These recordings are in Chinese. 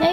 哎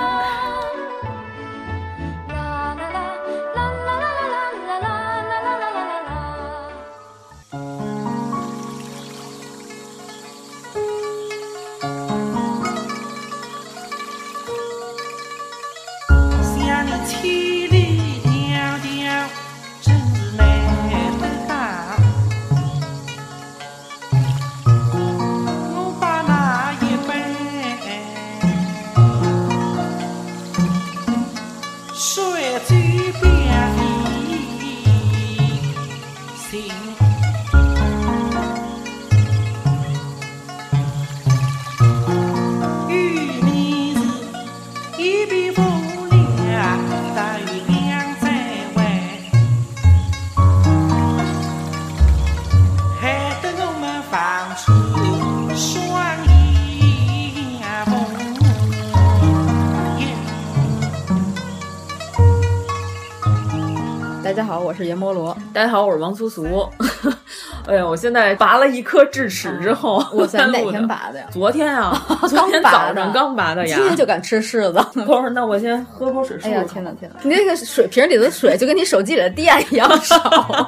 à, à 大家好，我是阎摩罗。大家好，我是王苏苏。 哎呀，我现在拔了一颗智齿之后，啊、我在哪天拔的呀？昨天啊， 昨天早上刚拔的牙，今天就敢吃柿子。 不是，那我先喝口水。哎呀，天哪，天哪！你那个水瓶里的水就跟你手机里的电一样少，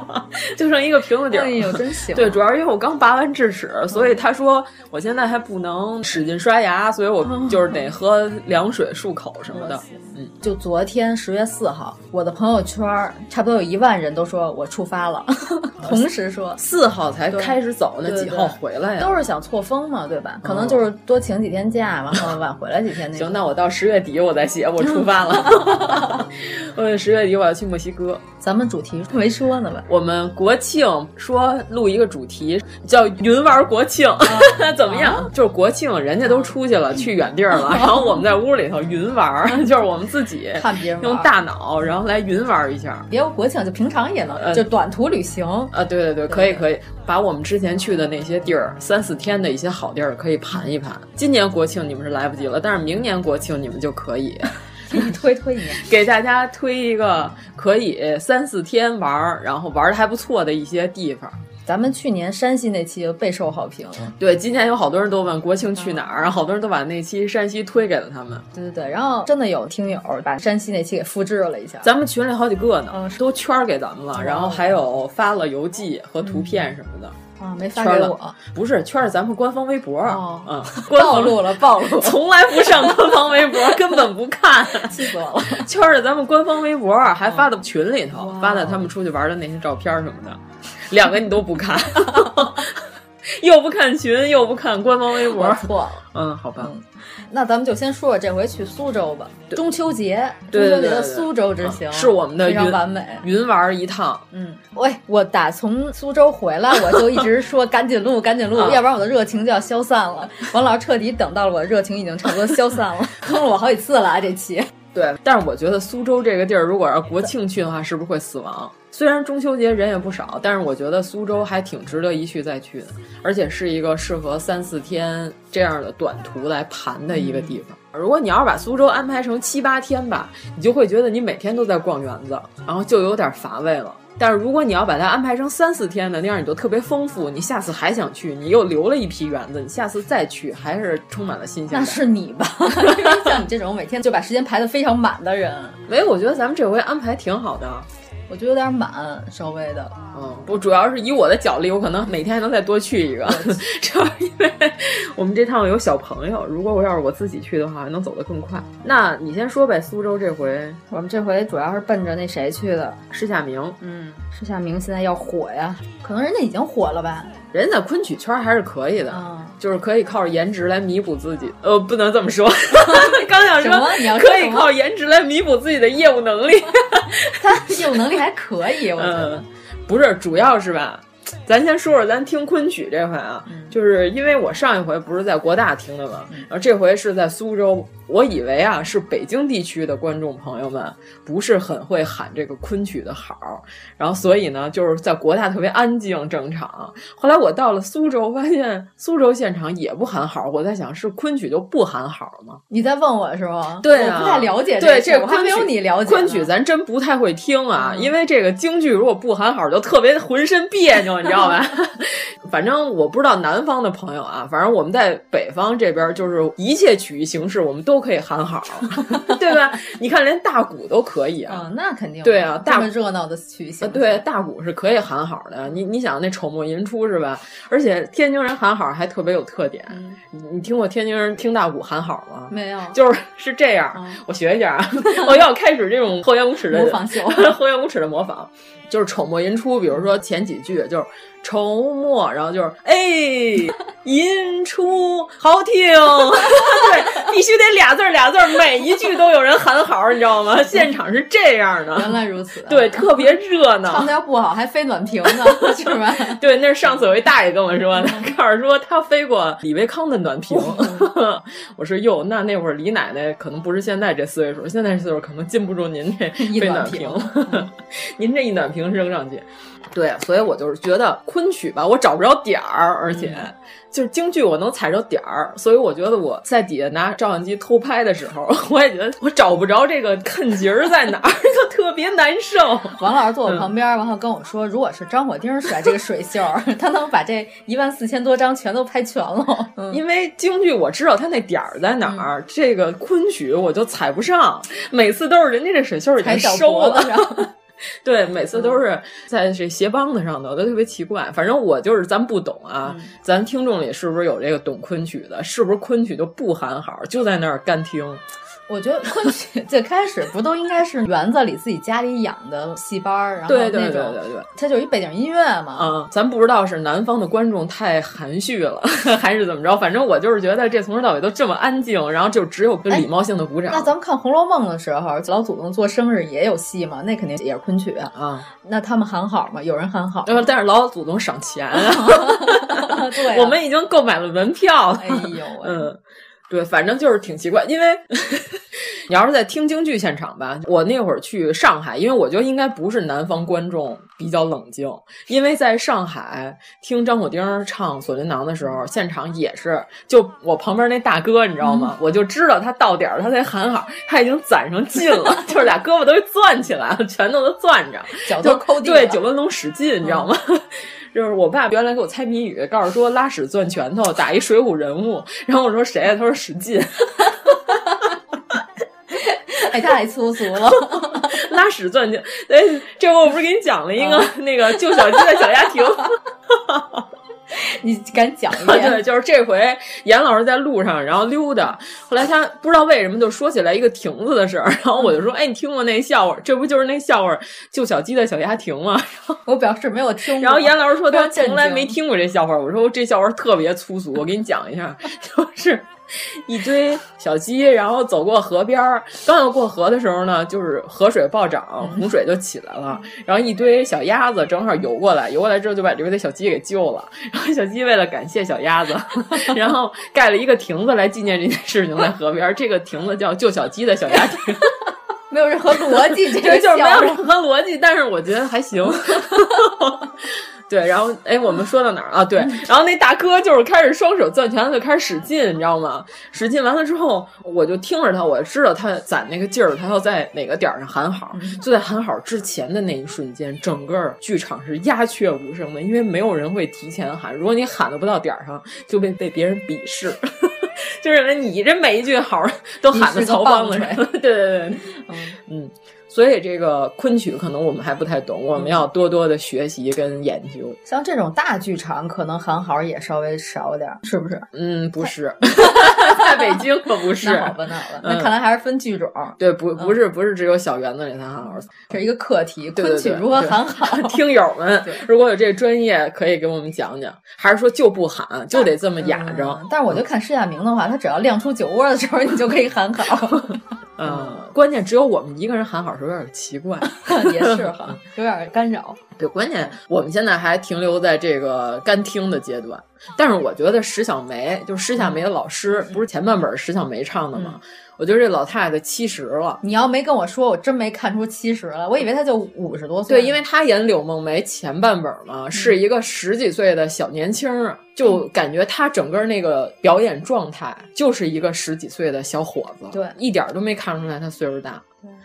就剩一个瓶子底儿。哎呦，真行、啊！嗯对，主要是因为我刚拔完智齿，所以他说我现在还不能使劲刷牙，所以我啊就是得喝凉水漱口什么的。嗯，就昨天十月四号，我的朋友圈差不多有一万人都说我触 发了，同时说。四号才开始走，那几号回来呀？都是想错峰嘛，对哦吧？可能就是多请几天假，然后晚回来几天那。行，那我到十月底我再写，我出发了。 我十月底我要去墨西哥。咱们主题没说呢吧？我们国庆说录一个主题叫“云玩国庆”， 怎么样？就是国庆人家都出去了，去远地儿了，然后我们在屋里头云玩，就是我们自己看别人用大脑，然后来云玩一下。别说国庆，就平常也呃能，就短途旅行啊！对对对，可以。可以把我们之前去的那些地儿，三四天的一些好地儿可以盘一盘。今年国庆你们是来不及了，但是明年国庆你们就可以。你推推一年，给大家推一个可以三四天玩儿，然后玩的还不错的一些地方。咱们去年山西那期备受好评，对，今年有好多人都问国庆去哪儿，然后好多人都把那期山西推给了他们。对对对，然后真的有听友把山西那期给复制了一下，咱们群里好几个呢，嗯、都圈给咱们了，然后还有发了邮寄和图片什么的。嗯啊，没发给我，不是圈儿咱们官方微博，嗯， 暴露了，暴露，从来不上官方微博，根本不看，气 死我了。圈儿咱们官方微博，啊还发到群里头，发在他们出去玩的那些照片什么的，两个你都不看， 又不看群，又不看官方微博，错了，嗯，好吧。那咱们就先说说这回去苏州吧。中秋节，中秋节的苏州之行啊是我们的非常完美，云玩一趟。嗯，喂，我打从苏州回 来，我就一直说赶紧录，赶紧录，要不然我的热情就要消散 了。王老师彻底等到了我的热情已经差不多消散 了，坑了我好几次了啊！这期对，但是我觉得苏州这个地儿，如果要国庆去的话，是不是会死亡？虽然中秋节人也不少，但是我觉得苏州还挺值得一去再去的，而且是一个适合三四天这样的短途来盘的一个地方。嗯、如果你要是把苏州安排成七八天吧，你就会觉得你每天都在逛园子，然后就有点乏味了。但是如果你要把它安排成三四天的那样，你就特别丰富。你下次还想去，你又留了一批园子，你下次再去还是充满了新鲜感。 那是你吧？ 像你这种每天就把时间排得非常满的人，没有，我觉得咱们这回安排挺好的。啊我觉得有点满，稍微的。嗯，不，主要是以我的脚力，我可能每天还能再多去 一个。 主要是因为我们这趟有小朋友，如果我要是我自己去的话，能走得更快。那你先说呗，苏州这回，我们这回主要是奔着那谁去的，施夏明。嗯，施夏明现在要火呀，可能人家已经火了吧。人在昆曲圈还是可以嗯的，啊就是可以靠着颜值来弥补自己。呃，不能这么 说，刚想说可以靠颜值来弥补自己的业务能力。他业务能力。还可以，我觉得。嗯，不是，主要是吧，咱先说说咱听昆曲这回啊，嗯就是因为我上一回不是在国大听的嘛，然后这回是在苏州，我以为啊是北京地区的观众朋友们不是很会喊这个昆曲的好，然后所以呢就是在国大特别安静整场，后来我到了苏州，发现苏州现场也不喊好，我在想是昆曲就不喊好吗？你在问我是吗？对啊，我不太了解对这这个事儿我还没有昆曲你了解呢。嗯昆曲咱真不太会听啊，因为这个京剧如果不喊好，就特别浑身别扭，你知道 吧？反正我不知道南方的朋友啊，反正我们在北方这边，就是一切曲艺形式我们都可以喊好， 对吧？你看，连大鼓都可以啊。啊，呃那肯定的对啊这大么热闹的曲啊，形，对，，大鼓是可以喊好的。你你想那丑末寅初是吧？而且天津人喊好还特别有特点。你你听过天津人听大鼓喊好吗？嗯没有，就是是这样，嗯我学一下 啊，我要开始这种厚颜无耻的模仿秀 厚颜无耻的模仿，就是丑末寅初，比如说前几句就是丑末，然后就是哎寅初好听， 对，必须得俩字儿俩字儿，每一句都有人喊好，你知道吗？现场是这样 原的，来如此，啊对，特别热闹，唱的要不好还非暖瓶呢， 是吧？对，那是上次有一大爷跟我说的，嗯 告诉说他飞过李维康的暖瓶。嗯 我说哟，那那会儿李奶奶可能不是现在这岁数，现在岁数可能禁不住您这 一飞暖暖瓶， 您这一暖瓶扔上去。对，所以我就是觉得昆曲吧，我找不着点儿，而且嗯就是京剧我能踩着点儿，所以我觉得我在底下拿照相机偷拍的时候， 我也觉得我找不着这个看节儿在哪儿， 就特别难受。王老师坐我旁边，然后跟我说，如果是张火丁甩这个水袖儿， 他能把这一万四千多张全都拍 全了。嗯，因为京剧我知道它那点儿在哪儿，这个昆曲我就踩不上，每次都是人家这水袖已才经小收脖 子了。上，嗯对，每次都是在这鞋帮子上的，我都特别奇怪。反正我就是咱不懂啊，嗯咱听众里是不是有这个懂昆曲的？是不是昆曲就不喊好，就在那儿干听？啊我觉得昆曲最开始不都应该是园子里自己家里养的戏班儿，然后对那种对对对对，它就是一背景音乐嘛。啊、咱不知道是南方的观众太含蓄了，还是怎么着？反正我就是觉得这从头到尾都这么安静，然后就只有礼貌性的鼓掌。哎那咱们看《红楼梦》的时候，老祖宗做生日也有戏嘛，那肯定也是昆曲。啊。那他们喊好吗？有人喊好吗？ 呃，但是老祖宗赏钱啊， 对啊我们已经购买了门票了。哎呦喂，嗯，对，反正就是挺奇怪，因 为你要是在听京剧现场吧，我那会儿去上海，因为我觉得应该不是南方观众比较冷静，因为在上海听张火丁儿唱《锁麟囊》的时嗯候，现场也是，就我旁边那大哥，你知道嗯吗？我就知道他到点儿了，他才喊好，他已经攒上劲 了，就是俩胳膊都攥起来了，拳头都攥着。脚就都抠地对，了嗯九纹龙使劲，你知道吗？就是我爸原来给我猜谜语，告诉说拉屎攥拳头打一水浒人物，然后我说谁啊？他说史进，哎，太粗俗了。 拉屎攥拳。哎，这回我不是给你讲了一个、 那个救小鸡的小鸭亭？你敢讲一 遍？对，就是这回严老师在路上，然后溜达，后来他不知道为什么就说起来一个亭子的事儿，然后我就说，哎，你听过那笑话？这不就是那笑话救小鸡的小鸭亭吗？我表示没有听过。然后严老师说非常他震从来惊没听过这笑话，我说这笑话特别粗俗，我给你讲一下， 就是一堆小鸡，然后走过河边儿，刚要过河的时候呢，就是河水暴涨，嗯洪水就起来了，然后一堆小鸭子正好游过来，游过来之后就把里边的小鸡给救了，然后小鸡为了感谢小鸭子， 然后盖了一个亭子来纪念这件事情，在河边儿，这个亭子叫救小鸡的小鸭亭。没有任何逻 辑，这对，个就是没笑有话任何逻辑，但是我觉得还行。 对，然后哎，我们说到哪儿啊？嗯对，然后那大哥就是开始双手攥拳，就开始使劲，你知道吗？使劲完了之后，我就听着他，我知道他攒那个劲儿，他要在哪个点儿上喊好。嗯就在喊好之前的那一瞬间，整个剧场是鸦雀无声的，因为没有人会提前喊。如果你喊的不到点儿上，就被被别人鄙视， 就认为你这每一句好都喊的你是个曹帮子棒人。槌 对对对，嗯，所以这个昆曲可能我们还不太嗯懂，我们要多多的学习跟研究。像这种大剧场，可能喊好也稍微少点儿，是不是？嗯，不是， 在北京可不是那。好吧，那嗯好吧，嗯那看来还是分剧种，对，不不是不是只有小园子里才喊好。这是一个课题。对对昆对曲如何喊好？对 听友们哦 对，如果有这个专业，可以给我们讲讲，还是说就不喊，就嗯得这么哑着嗯 嗯？但是我就看施亚明的话，他只要亮出酒窝的时候，你就可以喊好。嗯，关键只有我们一个人喊好是有点奇怪。也是 哈，有点干扰。对，关键我们现在还停留在这个干听的阶段，但是我觉得石小梅就是石小梅的老师，不是前半本石小梅唱的吗？我觉得这老太太七十了。你要没跟我说，我真没看出七十来，我以为他就五十多岁。对，因为她演柳梦梅前半本嘛，是一个十几岁的小年轻儿，啊就感觉她整个那个表演状态就是一个十几岁的小伙子，对一点儿都没看出来她岁数大，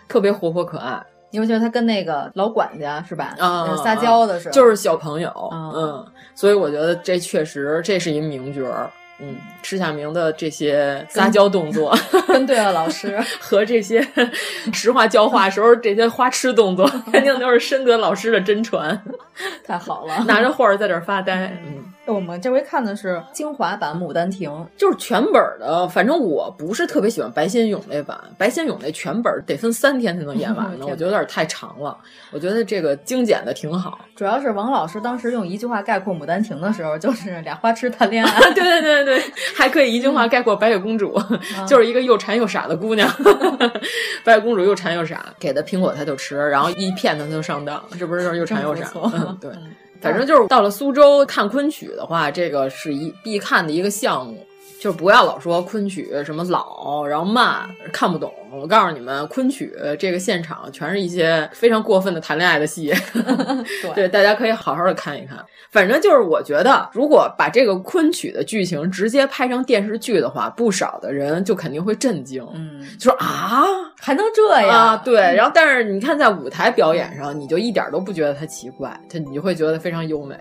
特别活泼可爱。你会觉得他跟那个老管家是吧？呃啊，撒娇的是，就是小朋友，啊嗯，所以我觉得这确实这是一名角儿，嗯，池夏明的这些撒娇动作跟对了老师。 和这些 实话教话时候这些花痴动作，肯定都是深得老师的真传，太好 了，拿着画儿在这儿发呆，嗯。我们这回看的是精华版《牡丹亭》，就是全本儿的，反正我不是特别喜欢白先勇那版，白先勇那全本儿得分三 天才能演完天呢，哪我觉得有点太长了。我觉得这个精简的挺好，主要是王老师当时用一句话概括《牡丹亭》的时候，就是俩花痴谈恋爱。 对对对对，还可以一句话概括白雪公主， 就是一个又馋又傻的姑娘。 白雪公主又馋又傻，给的苹果她就吃，然后一骗她她就上当，这不是就是又馋又傻真不？错 嗯，对，反正就是到了苏州看昆曲的话，这个是一必看的一个项目。就是不要老说昆曲什么老，然后慢，看不懂。我告诉你们，昆曲这个现场全是一些非常过分的谈恋爱的戏， 对，大家可以好好的看一看。反正就是我觉得，如果把这个昆曲的剧情直接拍成电视剧的话，不少的人就肯定会震惊，嗯，哎就说啊。还能这样？啊，对，然后但是你看，在舞台表演上，你就一点都不觉得它奇怪，它你就会觉得非常优美。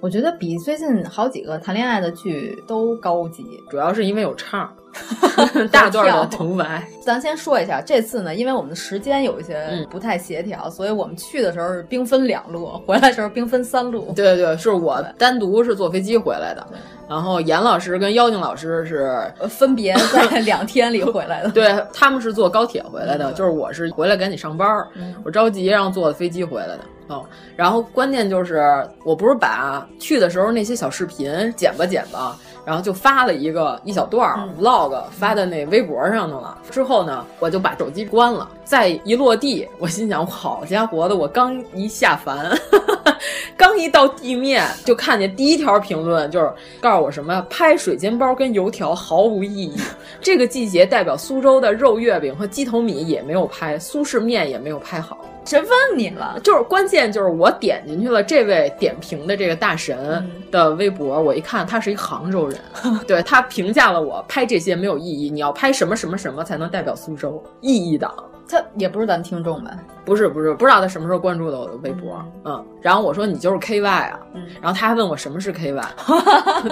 我觉得比最近好几个谈恋爱的剧都高级。主要是因为有唱 儿，大段的独白，咱先说一下，这次呢，因为我们的时间有一些嗯不太协调，所以我们去的时候是兵分两路，回来的时候兵分三路。对对对，是我单独是坐飞机回来的，然后严老师跟妖精老师是呃，分别在两天里回来的。对，他们是坐高铁回来的，就是我是回来赶紧上班儿，我着急让坐飞机回来的。哦，然后关键就是，我不是把去的时候那些小视频剪吧剪吧，然后就发了一个一小段儿 vlog 发在那微博上的了。之后呢，我就把手机关了。再一落地，我心想，好家伙的，我刚一下凡， 刚一到地面，就看见第一条评论就是告诉我什么拍水煎包跟油条毫无意义。这个季节代表苏州的肉月饼和鸡头米也没有拍，苏式面也没有拍好。谁问你了？就是关键就是我点进去了这位点评的这个大嗯神的微博，我一看他是一杭州 人，对他评价了我拍这些没有意义，你要拍什么什么什么才能代表苏州，意义党。他也不是咱听众吧？不是不是，不知道他什么时候关注的我的微博，嗯，然后我说你就是 KY 啊，嗯然后他还问我什么是 KY，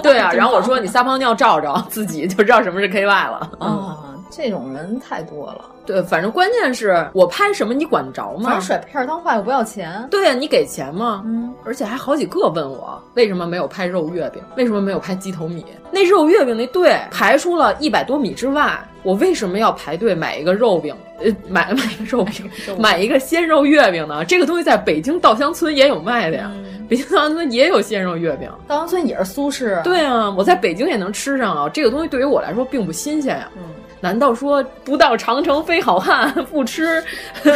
对啊，然后我说你撒泡尿照照，自己就知道什么是 KY 了，嗯，啊，这种人太多了。对，反正关键是我拍什么你管得着反吗正？甩片儿当话又不要钱。对呀、啊你给钱吗？嗯，而且还好几个问我为什么没有拍肉月饼，为什么没有拍鸡头米？那肉月饼那队排出了一百多米之外，我为什么要排队买一个肉饼？呃，买 买一个肉饼，买一个鲜肉月饼呢？这个东西在北京稻香村也有卖的呀，嗯北京稻香村也有鲜肉月饼。稻香村也是苏轼。，对啊，我在北京也能吃上啊，这个东西对于我来说并不新鲜呀、嗯，难道说不到长城非好汉，不 吃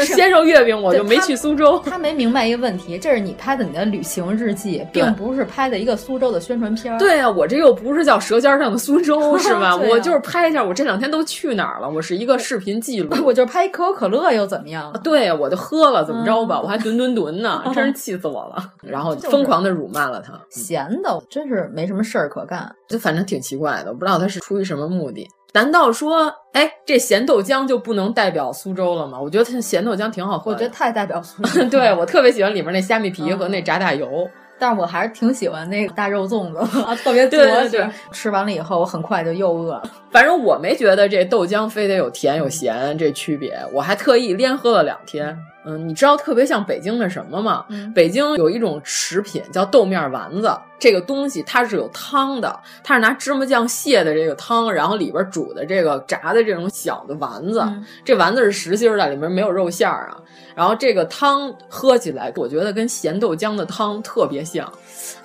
鲜肉月饼我就没去苏州？他没明白一个问题，这是你拍的你的旅行日记，对并不是拍的一个苏州的宣传片。，对呀、啊我这又不是叫《舌尖上的苏州》是吧？啊对呀我就是拍一下我这两天都去哪儿了，我是一个视频记录。 啊啊我就是拍一可口可乐又怎么样？ 对呀，我就喝了，怎么着吧？我还吨吨吨呢，真是气死我了！然后疯狂的辱骂了他，闲的，真是没什么事儿可干。就反正挺奇怪的，我不知道他是出于什么目的。难道说，哎，这咸豆浆就不能代表苏州了吗？我觉得它咸豆浆挺好喝我的。觉得太代表苏州。 对，我特别喜欢里面那虾米皮和那炸大油。 但是我还是挺喜欢那个大肉粽子，啊、特别 多。 对对对是，吃完了以后，我很快就又饿了。反正我没觉得这豆浆非得有甜有咸这区别，我还特意连喝了两天。嗯，你知道特别像北京的什么吗？嗯北京有一种食品叫豆面丸子，这个东西它是有汤的，它是拿芝麻酱卸的这个汤，然后里边煮的这个炸的这种小的丸子，嗯这丸子是实心儿的，里面没有肉馅儿啊。然后这个汤喝起来，我觉得跟咸豆浆的汤特别像，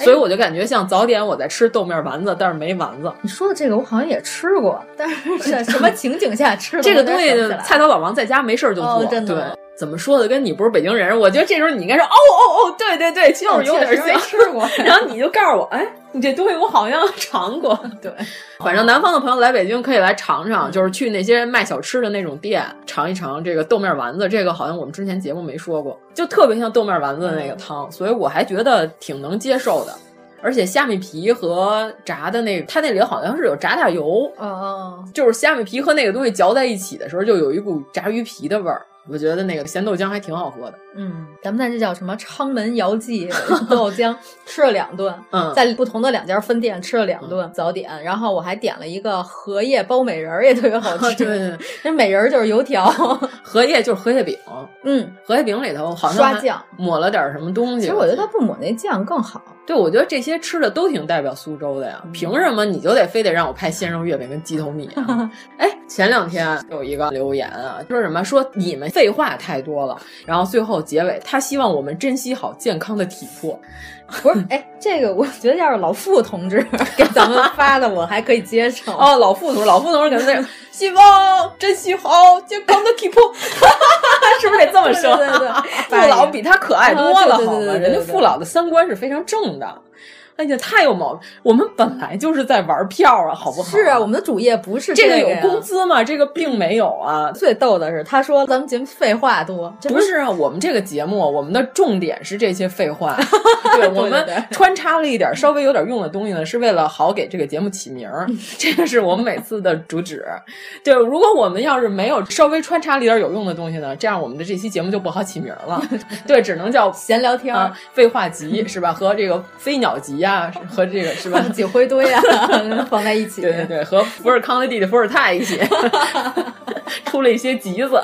所以我就感觉像早点我在吃豆面丸子，但是没丸子。你说的这个我好像也吃过，但是是什么情景下吃 的这个我有东点西想不起来，菜刀老王在家没事儿就做，哦真的吗对。怎么说的？跟你不是北京人，我觉得这时候你应该说哦哦哦，对对对，就是有点哦确实没像。。吃过然后你就告诉我，哎， 你这东西我好像尝过。 对，反正南方的朋友来北京可以来尝尝，就是去那些卖小吃的那种店尝一尝这个豆面丸子。这个好像我们之前节目没说过，就特别像豆面丸子的那嗯个汤，所以我还觉得挺能接受的。而且虾米皮和炸的那个，它那里好像是有炸大油，哦哦，就是虾米皮和那个东西嚼在一起的时候，就有一股炸鱼皮的味儿。我觉得那个咸豆浆还挺好 喝的。嗯，咱们在这叫什么昌门姚记豆 浆，吃了两顿，嗯在不同的两家分店吃了两顿早点，然后我还点了一个荷叶包美人儿，也特 别好吃。对对对，那美人儿就是 油条，荷叶就是荷叶饼，嗯，荷叶饼里头好像刷还酱抹了点什么东西。其实我觉得它不抹那酱 更好。对，我觉得这些吃的都挺代表苏州的呀，嗯凭什么你就得非得让我拍鲜肉月饼跟鸡头米 啊？哎，前两天有一个留言啊，说什么说你们废话太多了，然后最后结尾他希望我们珍惜好健康的体魄。不是，哎，这个我觉得要是老傅 同志给咱们发的，我还可以接受。哦，老副总，老副总可能那 希望珍惜好健康的体魄，是不是得这么说？ 对对对对父老比他可爱多了，啊对对对好对吗？对对人家对父老的三观是非常正的。哎呀，太有毛病！我们本来就是在玩票啊，好不好？是啊，我们的主业不是这个个呀有工。资吗？这个并没有啊。最逗的是，他说咱们节目废话多，这不是啊，我们这个节目，我们的重点是这些废 话，对我们对对穿插了一点稍微有点用的东西呢，是为了好给这个节目起名嗯儿，这个是我们每次的主旨。对，如果我们要是没有稍微穿插了一点有用的东西呢，这样我们的这期节目就不好起名 儿了，对，只能叫闲聊天儿嗯啊、废话集是吧？和这个飞鸟集呀、和这个是 吧？几灰堆 啊，放在一起。对对对，和伏尔康的弟弟伏尔泰一 起出了一些集子，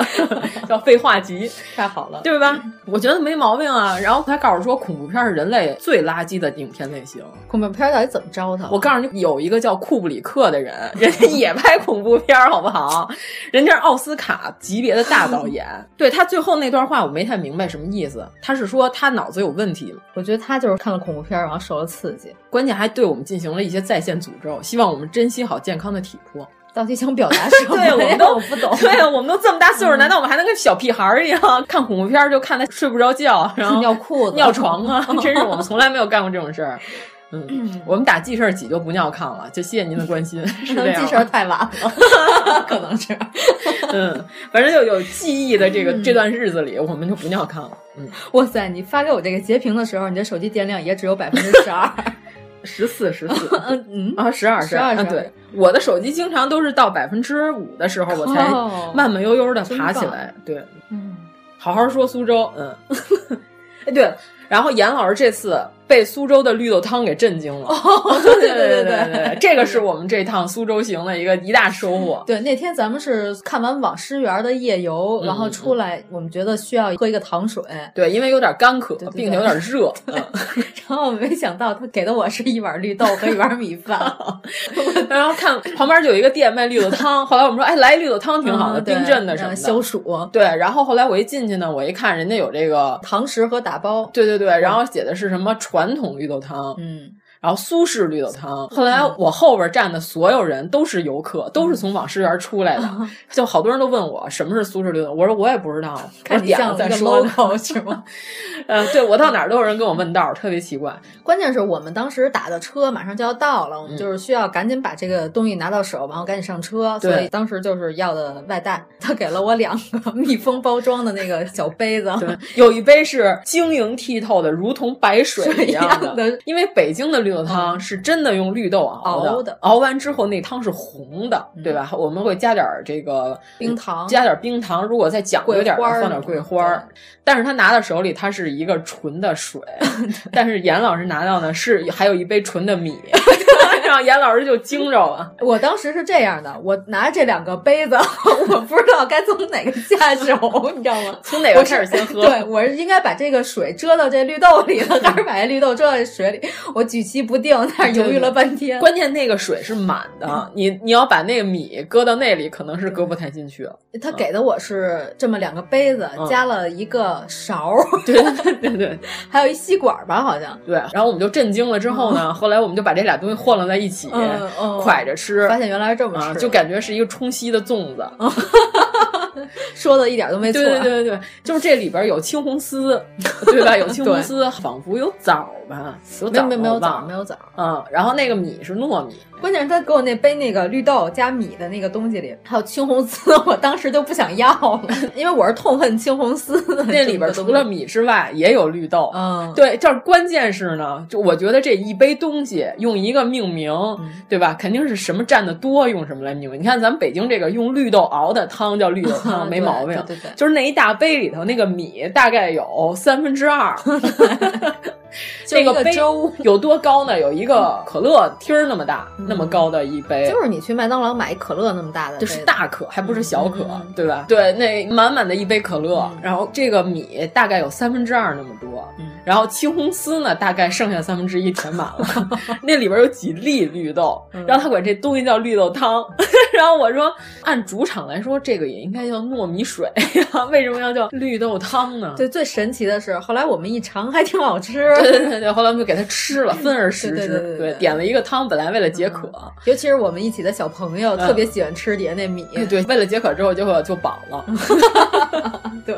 叫废话集，太好了。对吧？我觉得没毛病啊。然后他告诉说，恐怖片是人类最垃圾的影片类型。恐怖片儿到底怎么招他？我告诉你，有一个叫库布里克的人，人 家也拍恐怖片，好不好？人家是奥斯卡级别的大导 演。对他最后那段话，我没太明白什么意思。他是说他脑子有问题吗？我觉得他就是看了恐怖片儿，然后受了刺激，关键还对我们进行了一些在线诅咒，希望我们珍惜好健康的体 魄。到底想表达什么呀？ 对，我们都我不 懂。对，啊我们都这么大岁嗯数，难道我们还能跟小屁孩儿一样看恐怖片儿就看他睡不着觉，然后尿裤子尿床 啊？真是我们从来没有干过这种事儿。嗯，我们打记事儿起就不尿炕了，就谢谢您的关 心，是这可能样记吗。事儿太 晚了，可能是。嗯，反正就有记忆的这嗯个、这段日子里，我们就不尿炕了。嗯，哇塞，你发给我这个截屏的时候，你这手机电量也只有百分之十 二。十四十四，嗯 嗯，啊，十二12啊， 12对，我的手机经常都是到百分之五的时候，我才靠慢慢悠悠的哦真爬起棒来。对，嗯，好好说苏州，嗯， 哎对，然后严老师这次被苏州的绿豆汤给震惊了，对哦对对对对对对，这个是我们这趟苏州行的一个一大收 获。对，那天咱们是看完网师园的夜游，嗯然后出来，我们觉得需要喝一个糖水， 然对，因为有点干渴，对对并且有点 热，嗯后没想到他给的我是一碗绿豆和一碗米饭，然后看旁边就有一个店卖绿豆汤，后来我们说，哎，来绿豆汤 挺好的，嗯对冰镇的什么嗯的，消暑，对，然后后来我一进去呢，我一看人家有这个，堂食和打包。对对对，然后写的是什么传统绿豆汤，嗯，然后苏式绿豆汤。后来我后边站的所有人都是游客，嗯都是从网师园出来的，就好多人都问我什么是苏式绿豆，我说我也不知道，我看说你点像了一再个说吧。 logo 是吗？呃，对我到哪儿都有人跟我问道，特别奇怪。关键是我们当时打的车马上就要到了，我嗯们就是需要赶紧把这个东西拿到手，然后赶紧上车。对所以当时就是要的外带，他给了我两 个密封包装的那个小杯 子。对，有一杯是晶莹剔透的，如同白水一样的。水一样的嗯因为北京的绿豆汤是真的用绿豆熬的，熬熬的完之后那汤是红的，嗯对吧？我们会加点儿这个冰糖加点儿冰糖。如果再讲究点儿，啊桂花儿放点儿桂花儿。但是他拿到手里，它是一 个纯的水，但是严老师拿到呢是还有一杯纯的米。上严老师就惊着了。我当时是这样的，我拿着这两个杯子， 我不知道该从哪个下手，你知道吗？从哪个开始先喝我是对，我是应该把这个水遮到这绿豆里 了，还是把这绿豆遮到水里？我举棋不定，但是犹豫了半天。关键那个水是满 的，你你要把那个米搁到那里，可能是搁不太进去了。他给的我是这么两个杯子，嗯加了一个勺， 对对对对 还有一吸管吧，好像。对，然后我们就震惊了。之后呢，后来我们就把这俩东西混了在一起，嗯嗯蒯着吃，发现原来是这么吃啊，的，就感觉是一个冲稀的粽子。说的一点都没错。啊对对对对对，就是这里边有青红 丝，对吧？有青红丝，仿佛有枣吧？有没枣有没有没有枣，没有。有枣。嗯，然后那个米是糯 米，关键是他给我那杯那个绿豆加米的那个东西里，还有青红丝， 我当时就不想要了， 因为我是痛恨青红丝的 那里边这么除多了东西米之外也有绿豆。嗯，对，这儿关键是呢，就我觉得这一杯东西用一个命名，对吧？肯定是什么占的多，用什么来命名。你看咱们北京这个用绿豆熬的汤叫绿豆 汤，没啊对毛病。对对对就是那一大杯里头那个米大概有三分之二， 就那一个杯粥嗯有多高呢？有一个可乐厅儿那么大，那么高的一杯。就是你去麦当劳买一可乐那么大的杯就子，是大可，还不是小可，嗯嗯嗯对吧？嗯对，那满满的一杯可乐，然后这个米大概有三分之二那么多，然后青红丝呢，大概剩下三分之一填满了， 那里边有几粒绿豆，然后他管这东西叫绿豆 汤，然后我说，按主场来说，这个也应该叫糯米水 呀，为什么要叫绿豆汤呢？对，最神奇的是，后来我们一尝还挺好吃， 对对对对，后来我们就给它吃了，分而食对对对之，对对点了一个汤，本来为了解渴，尤其是我们一起的小朋友，嗯特别喜欢吃底下那米，对对，为了解渴之后就就饱了。对，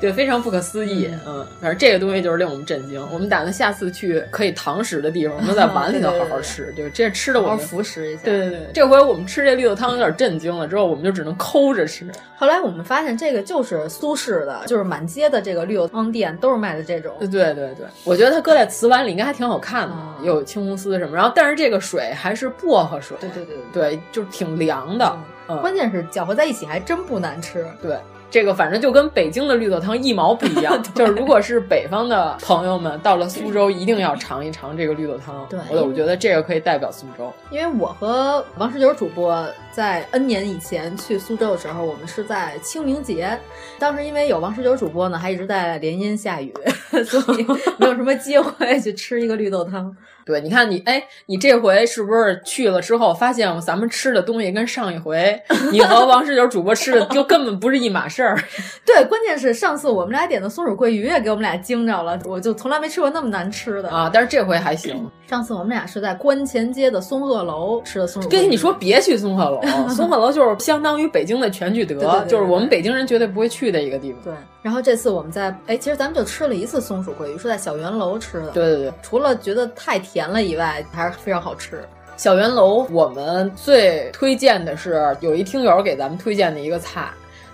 对，非常不可思议，嗯，反正这个东西就是令我们震惊。我们打算下次去可以堂食的地方，我们在碗里头好好吃。啊对，这吃的好我好们。服食一下。对对对，这回我们吃这绿豆汤有点震惊了，之后我们就只能抠着吃。后来我们发现这个就是苏式的，就是满街的这个绿豆汤店都是卖的这种。对对对，我觉得它搁在瓷碗里应该还挺好看的，嗯有青红丝什么。然后，但是这个水还是薄荷水，对对对对对，就是挺凉的。嗯，关键是搅和在一起还真不难吃。对，这个反正就跟北京的绿豆汤一毛不一 样。就是如果是北方的朋友们到了苏州，一定要尝一尝这个绿豆汤。对我我觉得这个可以代表苏州。因为我和王十九主播在 N 年以前去苏州的时候，我们是在清明节，当时因为有王十九主播呢，还一直在连阴下雨， 所以没有什么机会去吃一个绿豆汤。对，你看你，哎，你这回是不是去了之后发现咱们吃的东西跟上一 回你和王十九主播吃的就根本不是一码事儿？对，关键是上次我们俩点的松鼠桂鱼也给我们俩惊着了，我就从来没吃过那么难吃的。啊！但是这回还行。上次我们俩是在观前街的松鹤楼吃的松鼠桂鱼，跟你说，别去松鹤楼，松鹤楼就是相当于北京的全聚德， 对对对就是我们北京人绝对不会去的一个地方。对。然后这次我们在哎，其实咱们就吃了一次松鼠桂鱼，是在小圆楼吃的。对对对，除了觉得太甜了以外，还是非常好吃。小圆楼，我们最推荐的是有一听友给咱们推荐的一个菜，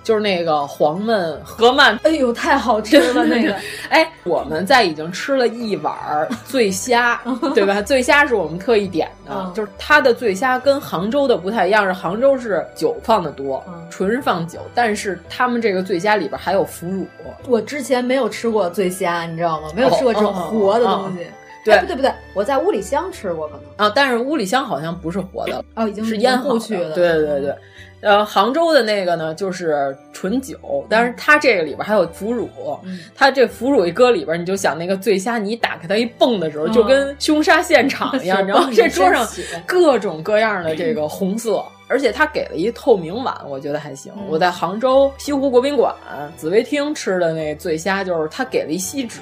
就是那个黄焖河 鳗。哎呦，太好吃 了那个！哎，我们在已经吃了一碗儿醉 虾，对吧？醉虾是我们特意点的嗯，就是它的醉虾跟杭州的不太一样，是杭州是酒放的多嗯，纯放酒，但是他们这个醉虾里边还有腐乳。我之前没有吃过醉虾，你知道吗？没有吃过这哦种活的东西。对哎不对不对，我在五里香吃过可能。啊，但是屋里香好像不是活的，哦，已经是腌好过的去了。嗯对对对，呃，杭州的那个呢，就是纯酒，但是它这个里边还有腐乳，嗯它这腐乳一搁里边，你就想那个醉虾，你一打开它一蹦的时候，嗯就跟凶杀现场一样， 是你知道吗蹦这得桌上真血各种各样的这个红色。而且它给了一透明碗，我觉得还行。我在杭州西湖国宾馆紫薇厅吃的那醉虾，就是它给了一锡纸，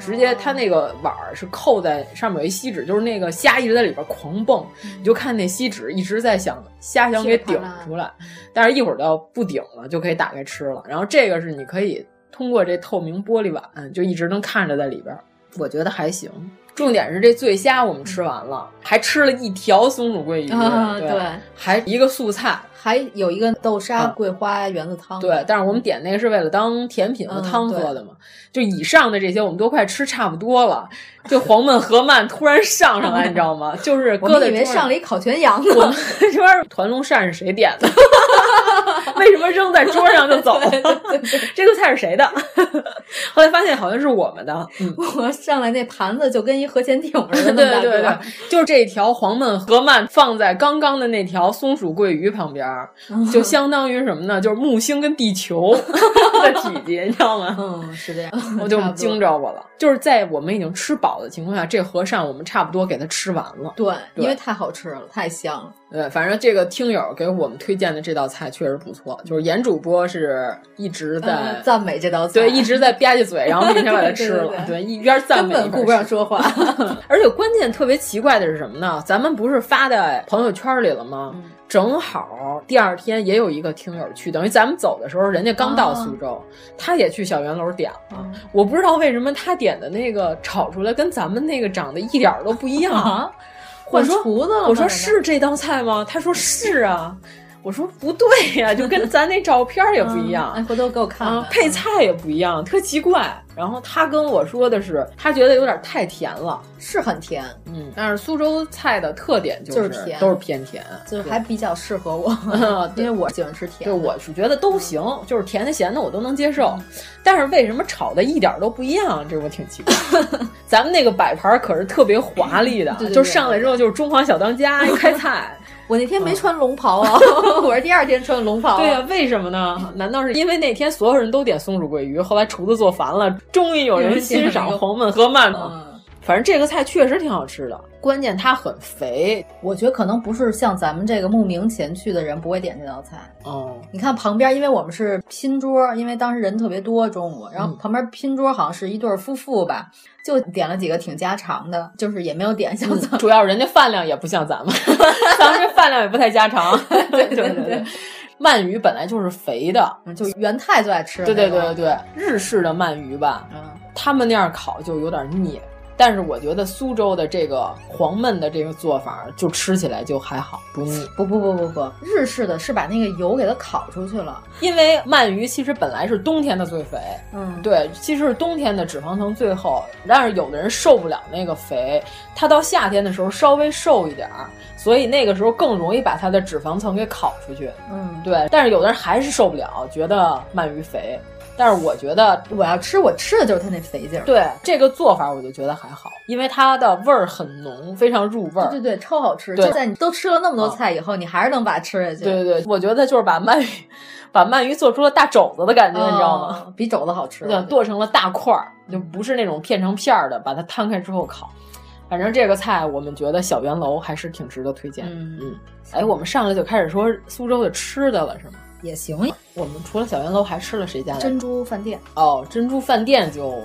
直接它那个碗儿是扣在上面有一锡纸，就是那个虾一直在里边狂蹦，你就看那锡纸一直在想虾想给顶出来，但是一会儿要不顶了，就可以打开吃了。然后这个是你可以通过这透明玻璃碗，就一直能看着在里边儿，我觉得还行。重点是这醉虾我们吃完了，还吃了一条松鼠桂鱼，啊对对还一个素菜，还有一个豆沙啊桂花圆子汤。对，但是我们点那个是为了当甜品和哦嗯汤喝的嘛。就以上的这些，我们都快吃差不多了。就黄焖河鳗突然上上来，你知道吗？就是我搁们在以为桌上上了一烤全羊呢。我们这边团龙鳝是谁点的？ 为什么扔在桌上就 走？ 这个菜是谁的？ 后来发现好像是我们的，嗯，我上来那盘子就跟一核潜艇似的， 对对对对，就是这一条黄焖河鳗放在刚刚的那条松鼠桂鱼旁边 儿，嗯就相当于什么呢？就是木星跟地球 的体积，你知道吗？嗯，是这样，我就差不多惊。着我了，就是在我们已经吃饱的情况下，这和尚我们差不多给他吃完了。对，对因为太好吃了，太香了。对，反正这个听友给我们推荐的这道菜确实不错，就是严主播是一直在、嗯赞美这道菜，对，一直在吧唧嘴，然后明天把它吃 对了对，对对，一边赞根美本顾不上说。说话。而且关键特别奇怪的是什么呢？咱们不是发在朋友圈里了吗？嗯正好第二天也有一个听友去，等于咱们走的时候，人家刚到苏哦州，他也去小圆楼点了。我不知道为什么他点的那个炒出来跟咱们那个长得一点儿都不一样。啊，我换说厨子了吗？我说是这道菜吗？他说是啊。我说不对呀、就跟咱那照片儿也难道不一样。嗯哎，回头给我看啊看，配菜也不一样，特奇怪。然后他跟我说的是，他觉得有点太甜了，是很甜，嗯，但是苏州菜的特点就就是甜都是偏甜，就是还比较适合我，因嗯对为我喜欢吃甜对的。我是觉得都行，嗯就是甜的咸的我都能接受，但是为什么炒的一点都不一样？这我挺奇怪。 咱们那个摆盘可是特别华丽的，对对对就上来之后就是中华小当家一开 菜，我那天没穿龙袍 啊，我是第二天穿龙袍。嗯啊对呀、，为什么呢？难道是因为那天所有人都点松鼠桂鱼，后来厨子做烦了，终于有人欣 赏黄焖河鳗了？嗯，反正这个菜确实挺好吃的，关键它很肥我觉得可能不是像咱们这个慕名前去的人不会点这道菜。哦。你看旁边，因为我们是拼桌，因为当时人特别多，中午，然后嗯旁边拼桌好像是一对夫妇吧，就点了几个挺家常的，就是也没有点像 咱们。主要人家饭量也不像咱们，咱们这饭量也不太家常。对对 对对，鳗鱼本来就是肥的，嗯就元太最爱吃的对对那对种，对对，日式的鳗鱼吧，嗯，他们那样烤就有点腻。但是我觉得苏州的这个黄焖的这个做法，就吃起来就还好，不腻。不不不不不，日式的是把那个油给它烤出去了，因为鳗鱼其实本来是冬天的最肥，嗯，对，其实是冬天的脂肪层最厚，但是有的人受不了那个肥，他到夏天的时候稍微瘦一点儿，所以那个时候更容易把他的脂肪层给烤出去。嗯，对，但是有的人还是受不了，觉得鳗鱼肥，但是我觉得我要吃我吃的就是它那肥劲儿，对这个做法我就觉得还好，因为它的味儿很浓，非常入味儿。对对对，超好吃。对就在你都吃了那么多菜以后，你还是能把它吃下去。对对对，我觉得就是把鳗鱼，把鳗鱼做出了大肘子的感觉，哦，你知道吗？比肘子好吃。对，剁成了大块儿，就嗯不是那种片成片儿的，把它摊开之后烤。反正这个菜，我们觉得小圆楼还是挺值得推荐的。嗯嗯，哎，我们上来就开始说苏州的吃的了，是吗？也行。我们除了小圆楼，还吃了谁家的？珍珠饭店，哦，珍珠饭店就嘖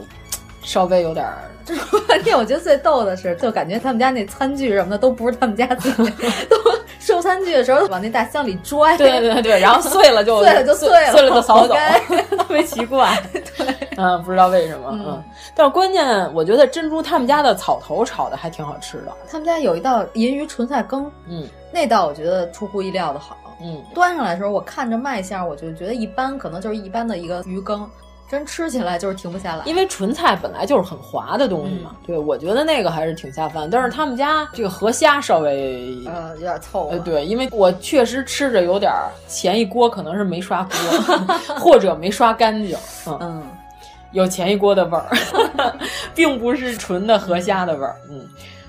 稍微有点儿，珍珠 饭店，我觉得最逗的是，就感觉他们家那餐具什么的都不是他们家自己，都收餐具的时候往那大箱里拽。对对对，然后碎了就碎了就碎碎了碎了就扫活走该，特别奇 怪。对，嗯，不知道为什么，嗯嗯，但是关键我觉得珍珠他们家的草头炒的还挺好吃的， 他们家有一道银鱼纯菜羹，嗯那道我觉得出乎意料的好。嗯，端上来的时候，我看着卖相，我就觉得一般，可能就是一般的一个鱼羹，真吃起来就是停不下来。因为纯菜本来就是很滑的东西嗯嘛，对，我觉得那个还是挺下饭。但是他们家这个河虾稍微，呃，有点凑合。呃，对，因为我确实吃着有点儿前一锅可能是没刷锅， 或者没刷干净，嗯，嗯，有前一锅的味儿， 并不是纯的河虾的味儿，嗯，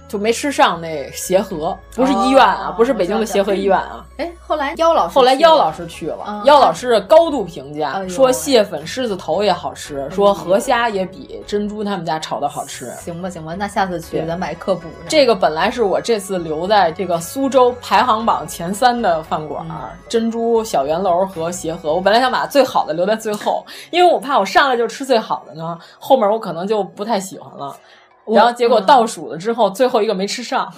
就没吃上那协和，不是医院啊，哦不是北京的协和医院啊。哎，后来妖老师去了，后来妖老师去了嗯，妖老师高度评哎价，呦哎说蟹粉狮子头也好吃，说河虾也比珍珠他们家炒的好吃。行吧，行吧，那下次去对咱买科普上。这个本来是我这次留在这个苏州排行榜前三的饭嗯馆儿——珍珠小圆楼和协和。我本来想把最好的留在最 后，因为我怕我上来就吃最好的呢，后面我可能就不太喜欢了。我然后结果嗯倒数了之后，最后一个没吃上。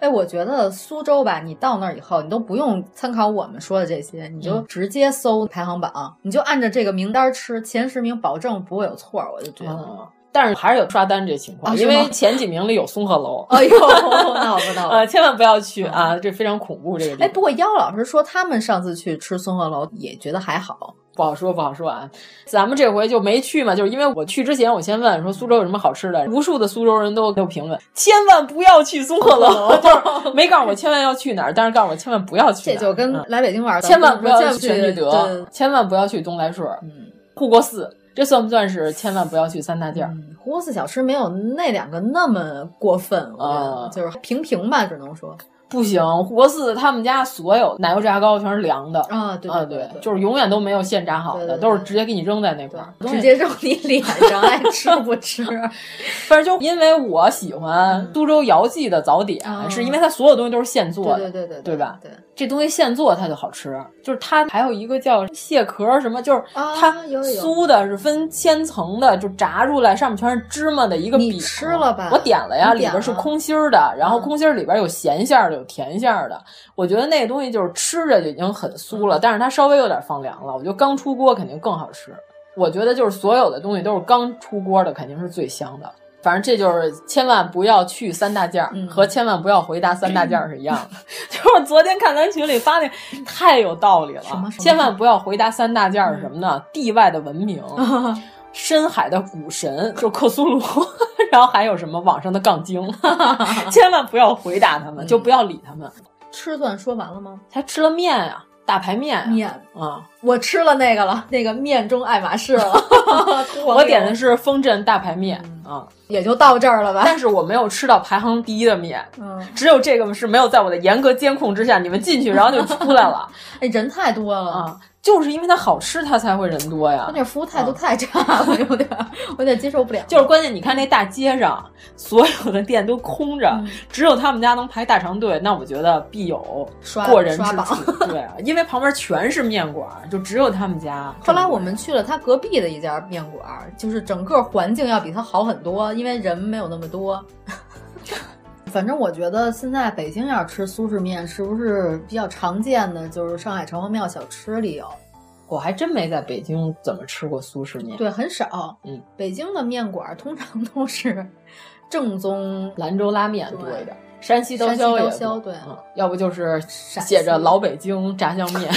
哎，我觉得苏州吧，你到那儿以后，你都不用参考我们说的这些，嗯你就直接搜排行榜，你就按照这个名单吃，前十名保证不会有错儿。我就觉得，嗯，但是还是有刷单这情况，啊是因吗为前几名里有松鹤楼。 哎呦，那我不 知道呃，了。千万不要去哦啊哎啊！这非常恐怖，这个地方。哎，不过妖老师说他们上次去吃松鹤楼也觉得还好，不好说，不好说啊。咱们这回就没去嘛，就是因为我去之前，我先问说苏州有什么好吃的，无数的苏州人都给我评论，千万不要去松鹤哦楼， 就是没告诉我千万要去哪儿，但是告诉我千万不要去这哪儿。就跟嗯来北京玩儿，千万不要咱们去不是全聚见不德得，千万不要去东来顺，嗯，护国寺，这算不算是千万不要去三大地儿？嗯胡公寺小吃没有那两个那么过分，我觉得啊就是平平吧，只能说不行，护国寺他们家所有奶油炸糕全是凉的。啊，对啊，对对，就是永远都没有现炸好对的，对对都是直接给你扔在那块儿，对，直接扔你脸上，爱吃不 吃？反正就因为我喜欢嗯苏州姚记的早点，啊是因为它所有东西都是现做对的，对对对对吧？对， 这东西现做它就好吃。就是它还有一个叫蟹壳什么，就是啊它有有有酥的是分千层的，就炸出来上面全是芝麻的一个你饼。吃了吧我点了呀，你里点边是了空心儿的，然后嗯空心儿里边有咸馅儿的，有甜馅儿的。我觉得那个东西就是吃着就已经很酥嗯了，但是它稍微有点放凉了。我觉得刚出锅肯定更好吃。我觉得就是所有的东西都是刚出锅的，肯定是最香的。反正这就是千万不要去三大件儿，嗯和千万不要回答三大件儿是一样的。 就是我昨天看咱群里发那，太有道理了。什么什么嗯千万不要回答三大件儿是什么呢？地外的文明， 深海的古神，就是克苏鲁， 然后还有什么网上的杠 精，千万不要回答他们，就不要理他们。嗯吃算说完了吗？还吃了面呀、大排面啊、面，啊、我吃了那个了， 那个面中爱马仕 了，我点的是丰镇大排面嗯啊、也就到这儿了吧。但是我没有吃到排行第一的面。嗯，只有这个是没有在我的严格监控之下，你们进去然后就出来了 哎，人太多了，啊！就是因为它好吃，它才会人多呀他。那服务态度太差了， 我有点儿，我有点接受不了。就是关键，你看那大街上所有的店都空着，嗯只有他们家能排大长队，那我觉得必有刷过人之刷榜处。对啊，因为旁边全是面馆，就只有他们家。 后来我们去了他隔壁的一家面馆儿，就是整个环境要比他好很多，因为人没有那么多。 反正我觉得现在北京要吃苏式面，是不是比较常见的？就是上海城隍庙小吃里有，我还真没在北京怎么吃过苏式面，对，很少。嗯，北京的面馆儿通常都是 正宗兰州拉面多一点，山西刀山西削也刀多削对嗯要不就是陕写着西老北京炸酱 面。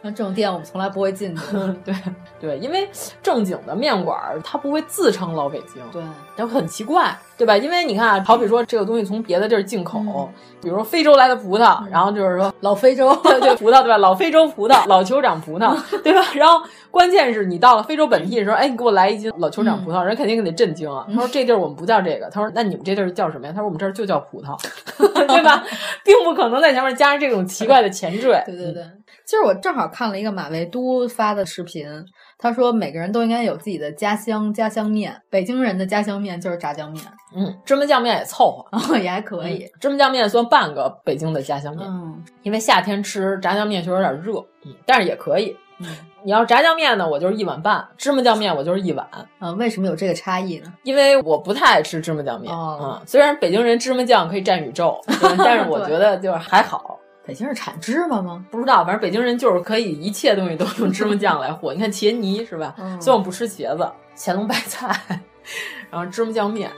像这种呃店，我们从来不会进去。 对对，因为正经的面馆儿它不会自称老北京，对，然后很奇怪，对吧？因为你看啊，好比说这个东西从别的地儿进口，嗯比如说非洲来的葡萄，然后就是说老非洲，对对，葡萄对吧？老非洲葡萄，老酋长葡萄，嗯对吧？然后关键是你到了非洲本地的时候，哎，你给我来一斤老酋嗯长葡萄，人肯定给你震惊啊！他说这地儿我们不叫这个，他说那你们这地儿叫什么呀？他说我们这儿就叫葡萄， 对吧？并不可能在前面加上这种奇怪的前缀。对对对，嗯其实我正好看了一个马未都发的视频，他说每个人都应该有自己的家乡家乡面，北京人的家乡面就是炸酱面， 嗯，芝麻酱面也凑合。然后也还可以嗯。芝麻酱面算半个北京的家乡面，嗯，因为夏天吃炸酱面确实有点热，嗯，但是也可以。嗯你要炸酱面呢，我就是一碗半；芝麻酱面我就是一碗，啊，为什么有这个差异呢？因为我不太爱吃芝麻酱面。哦嗯，虽然北京人芝麻酱可以蘸宇 宙，对但是我觉得就是还好。北京是产芝麻吗？不知道，反正北京人就是可以一切东西都用芝麻酱来和。你看茄泥是吧？嗯虽然我不吃茄子，乾隆白菜，然后芝麻酱面，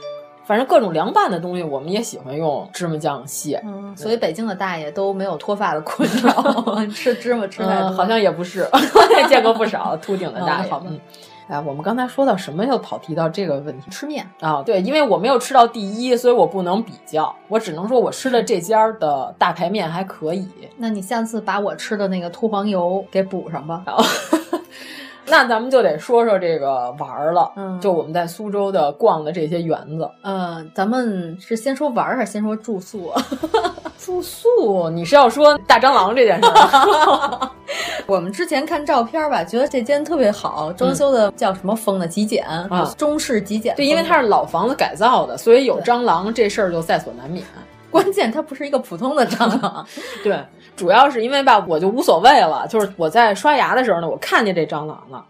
反正各种凉拌的东西我们也喜欢用芝麻酱蟹。嗯，所以北京的大爷都没有脱发的困 扰，吃芝麻吃太多、嗯，好像也不是， 见过不少秃顶的大嗯爷。好吧嗯哎，我们刚才说到什么又跑题到这个问题吃面。啊？对，因为我没有吃到第一，所以我不能比较，我只能说我吃的这家的大排面还可以。那你下次把我吃的那个秃黄油给补上吧。然后，那咱们就得说说这个玩儿了，嗯就我们在苏州的逛的这些园子。呃，咱们是先说玩儿还是先说住宿啊？ 住宿，你是要说大蟑螂这件事 儿？啊我们之前看照片吧，觉得这间特别好，装修的叫什么风的极简嗯啊中式极简风。对，因为它是老房子改造的，所以有对蟑螂这事儿就在所难免。关键，它不是一个普通的蟑 啊螂，对，主要是因为吧，我就无所谓了。就是我在刷牙的时候呢，我看见这蟑螂 了，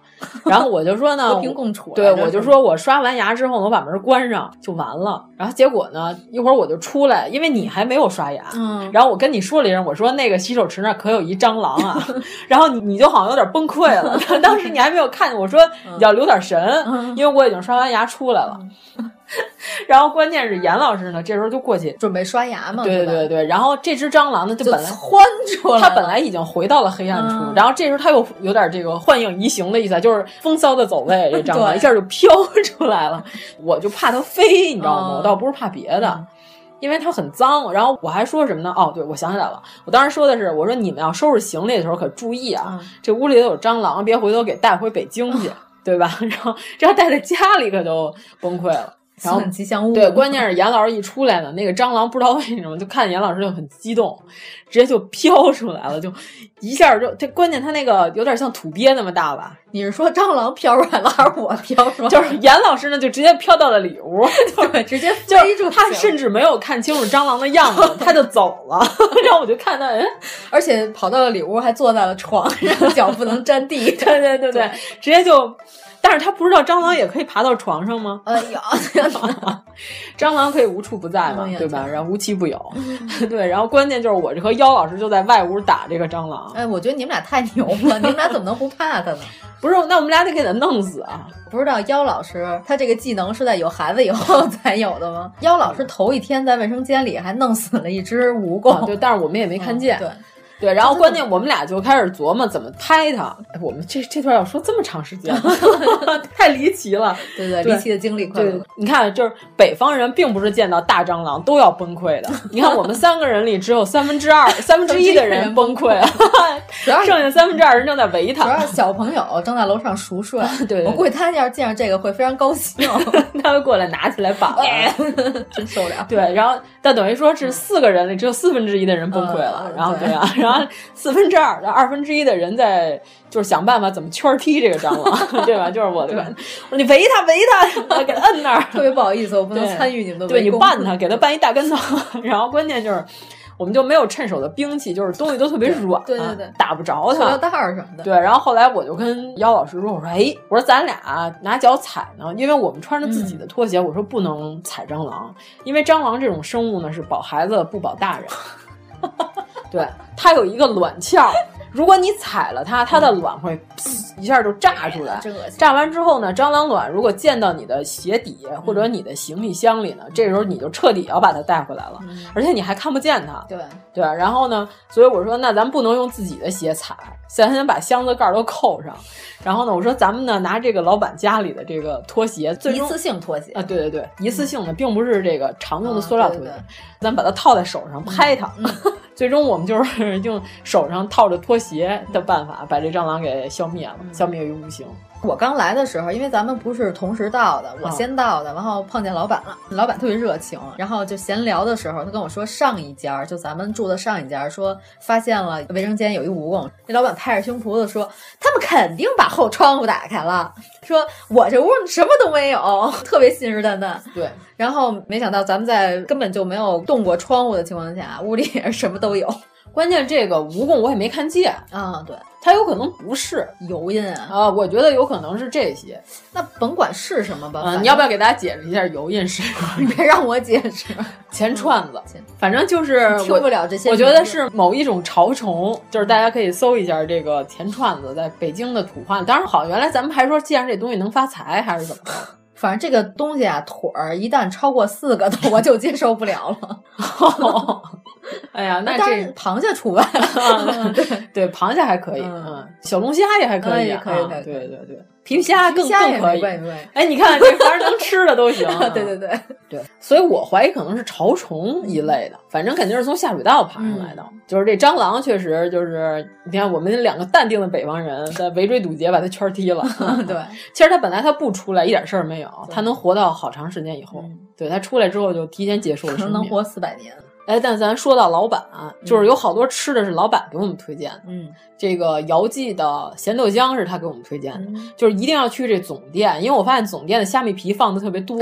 然后我就说呢，和平共处。啊对，反正我就说我刷完牙之后呢，我把门关上就完了。然后结果呢，一会儿我就出来，因为你还没有刷牙。嗯，然后我跟你说了一声，我说那个洗手池那儿可有一蟑螂 啊，然后你你就好像有点崩溃了。嗯嗯当时你还没有看见，我说你要留点神，因为我已经刷完牙出来了。 然后关键是严老师呢，这时候就过去，准备刷牙嘛，对吧对，对，然后这只蟑螂呢，就就本来窜出来了。他本来已经回到了黑暗处，嗯然后这时候他又有点这个幻影移形的意思，就是风骚的走位，这蟑螂 对一下就飘出来了。我就怕它飞，你知道吗？嗯我倒不是怕别的。因为它很脏，然后我还说什么呢？哦，对，我想起来了，我当时说的是，我说你们要收拾行李的时候可注意啊，嗯这屋里头有蟑螂，别回头给带回北京去，对吧？ 然后这要带在家里可就崩溃了。然后很吉祥物，对，关 键是严老师一出来呢，那个蟑螂不知道为什么就看见严老师就很激动，直接就飘出来了，就一下就这关键他那个有点像土鳖那么大吧，你是说蟑螂飘出来了，还是我飘出来了？就是严老师呢就直接飘到了里屋， 对，直接就飞是出去他了甚至没有看清楚蟑螂的样 子，他就走了， 然后我就看到哎，而且跑到了里屋，还坐在了床上，脚不能沾地。 对对对对，直接就。但是他不知道蟑螂也可以爬到床上吗？ 哎呀，天哪！蟑螂可以无处不在嘛嗯，也嗯对吧？然后无奇不有， 对。然后关键就是我这和妖老师就在外屋打这个蟑螂，哎，我觉得你们俩太牛 了，你们俩怎么能不怕它呢？不是，那我们俩得给他弄死啊！不知道妖老师他这个技能是在有孩子以后才有的吗？妖老师头一天在卫生间里还弄死了一只蜈蚣，啊啊对，但是我们也没没看见。对，对然后关键我们俩就开始琢磨怎么拍他。哎我们这这段要说这么长时间吗， 太离奇了。对对，对离奇的经历快乐对，你看，就是北方人并不是见到大蟑螂都要崩溃的。你看，我们三个人里只有三分之二、三分之一的人崩溃， 主要是剩下三分之二人正在围主要他。是小朋友正在楼上熟睡， 对对对我估计他要是见着这个会非常高 兴，他会过来拿起来绑了。真受不 了。 对，然后但等于说是四个人里只有四分之一的人崩溃了，嗯然后对对啊，然后四分之二，然后二分之一的人在就是想办法怎么圈踢这个蟑螂， 对吧？就是我的感觉，我说你围他围他，给他摁那儿，特别不好意思，我不能对参与你们的对围你攻。绊他，给他绊一大跟头， 然后关键就是我们就没有趁手的兵器，就是东西都特别软，啊对对对打不着塑料他。袋儿什么的。对，然后后来我就跟姚老师说，我说，哎，我说咱俩拿脚踩呢，因为我们穿着自己的拖鞋，我说不能踩蟑螂，因为蟑螂这种生物呢是保孩子不保大人， 对，它有一个卵鞘，如果你踩了它，它的卵会噗一下就炸出来，哎真恶心。炸完之后呢，蟑螂卵如果溅到你的鞋底或者你的行李箱里呢，这时候你就彻底要把它带回来了，而且你还看不见它，嗯对，对，然后呢，所以我说，那咱不能用自己的鞋踩，咱先把箱子盖儿都扣上。然后呢，我说咱们呢拿这个老板家里的这个拖鞋，最一终次性拖鞋啊，对对对，一次性的，并不是这个常用的塑料拖鞋，啊对对嗯咱把它套在手上拍它。 最终我们就是用手上套着拖鞋的办法，把这蟑螂给消灭了，嗯消灭于无形。我刚来的时候，因为咱们不是同时到的，我啊先到的，然后碰见老板了，老板特别热情，然后就闲聊的时候，他跟我说上一家就咱们住的上一家，说发现了卫生间有一蜈蚣，那老板拍着胸脯子说，他们肯定把后窗户打开了，说我这屋什么都没有，特别信誓旦旦。对，然后没想到咱们在根本就没有动过窗户的情况下，屋里也是什么都有关键这个蜈蚣我也没看见，啊，对，它有可能不是油印啊，啊，我觉得有可能是这些。那甭管是什么吧，嗯，你要不要？要给大家解释一下油印 是什么？你别让我解释，钱串子钱，反正就是听我不了这些我名字。觉得是某一种潮虫，就是大家可以搜一下这个钱串子在北京的土话。当然好，原来咱们还说，既然这东西能发财，还是怎么着？反正这个东西啊，腿儿一旦超过四个的，我 就接受不了了。 哎呀，那当这然螃蟹除外。对，对螃蟹还可以，嗯嗯，小龙虾也还可以啊，哎可以可以啊可以对对对，皮皮虾更虾更也可没以。啊关系没关系。。哎，你看这凡是能吃的都行 对对对，对，所以我怀疑可能是潮虫一类嗯的，反正肯定是从下水道爬上来的。就是这蟑螂确实就是，你看我们两个淡定的北方人在围追堵截把它圈踢了。 对， 其实它本来它不出来一点事儿没有，它能活到好长时间以后。对，它出来之后就提前结束了嗯可生能命。能活四百年。哎，但咱说到老板啊，就是有好多吃的是老板给我们推荐的。嗯，这个姚记的咸豆浆是他给我们推荐的，嗯就是一定要去这总店，因为我发现总店的虾米皮放的特别 多。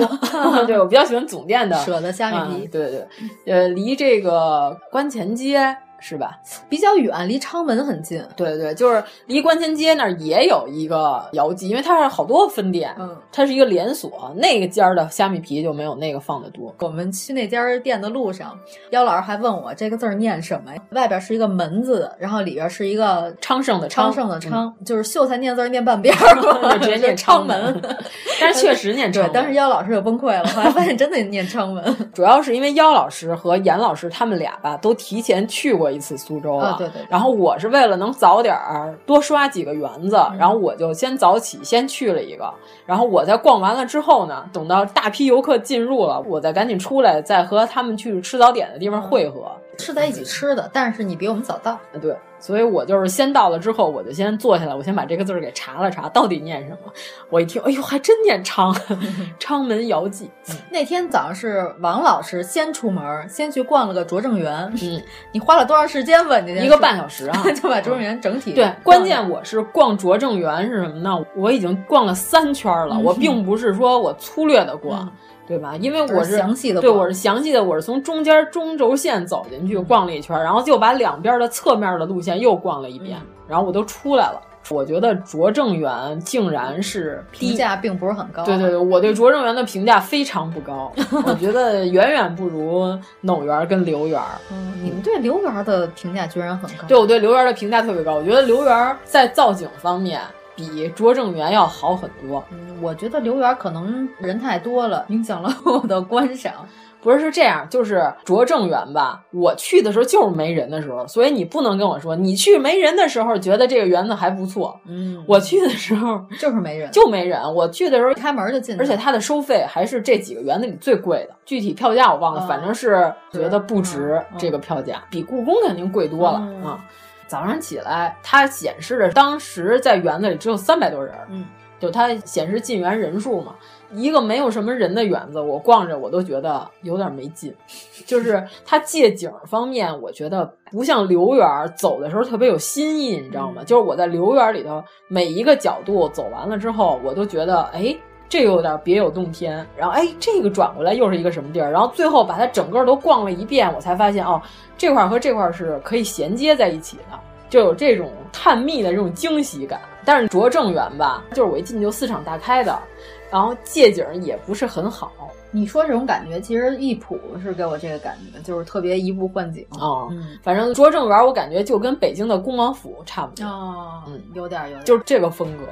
对我比较喜欢总店的舍得虾米嗯皮，对对对，呃，离这个观前街是吧？比较远，离昌门很近。对对，就是离观前街那儿也有一个姚记，因为它是好多分店，嗯，它是一个连锁，那个家儿的虾米皮就没有那个放的多。我们去那家店的路上，妖老师还问我这个字儿念什么呀？外边是一个门字，然后里边是一个昌盛的昌嗯昌盛的昌，就是秀才念字儿念半 边儿嘛， 直接念昌昌门门。 但是确实念对昌，，当时妖老师就崩溃了，后来发现真的念昌门 主要是因为妖老师和严老师他们俩吧，都提前去过一次苏州了。啊，对对。对然后我是为了能早点儿多刷几个园子，然后我就先早起先去了一个，然后我在逛完了之后呢，等到大批游客进入了，我再赶紧出来，再和他们去吃早点的地方汇合。是在一起吃的，但是你比我们早到。对，所以我就是先到了之后，我就先坐下来，我先把这个字儿给查了查，到底念什么。我一听，哎呦，还真念昌，昌门遥记。那天早上是王老师先出门，先去逛了个拙政园。嗯，你花了多长时间吧？你一个半小时啊 就把拙政园整体对，关键我是逛拙政园是什么呢？我已经逛了三圈了，嗯我并不是说我粗略的逛，嗯对吧？因为我而是是详细地对逛我是详细的，我是从中间中轴线走进去逛了一圈，然后就把两边的侧面的路线又逛了一嗯遍，然后我都出来了。我觉得拙政园竟然是评低价并不是很高。啊对对对，我对拙政园的评价非常不 高，我觉得远远不如某园跟刘园。嗯，你们对刘源的评价居然很高。对我对刘源的评价特别高，我觉得刘源在造景方面比拙政园要好很多。嗯，我觉得刘源可能人太多了，影响了我的观赏。不是是这样，就是拙政园吧，我去的时候就是没人的时候，所以你不能跟我说你去没人的时候觉得这个园子还不错。嗯我去的时候就是没人，就没人，我去的时候一开门就进去，而且它的收费还是这几个园子里最贵的，具体票价我忘了，嗯反正是觉得不值嗯嗯这个票价，比故宫肯定贵多了啊、嗯早上起来，它显示的当时在园子里只有三百多人，嗯，就它显示进园人数嘛。一个没有什么人的园子，我逛着我都觉得有点没劲，就是它借景方面，我觉得不像刘园儿走的时候特别有新意，你知道吗？就是我在刘园儿里头每一个角度走完了之后，我都觉得哎。这有点别有洞天，然后哎，这个转过来又是一个什么地儿，然后最后把它整个都逛了一遍，我才发现哦，这块儿和这块儿是可以衔接在一起的，就有这种探秘的这种惊喜感。但是拙政园吧，就是我一进就四场大开的，然后借景也不是很好你说这种感觉，其实易普是给我这个感觉，就是特别移步换景。啊、嗯，反正拙政园我感觉就跟北京的恭王府差不多，哦嗯有点儿有点儿，嗯就是这个风格，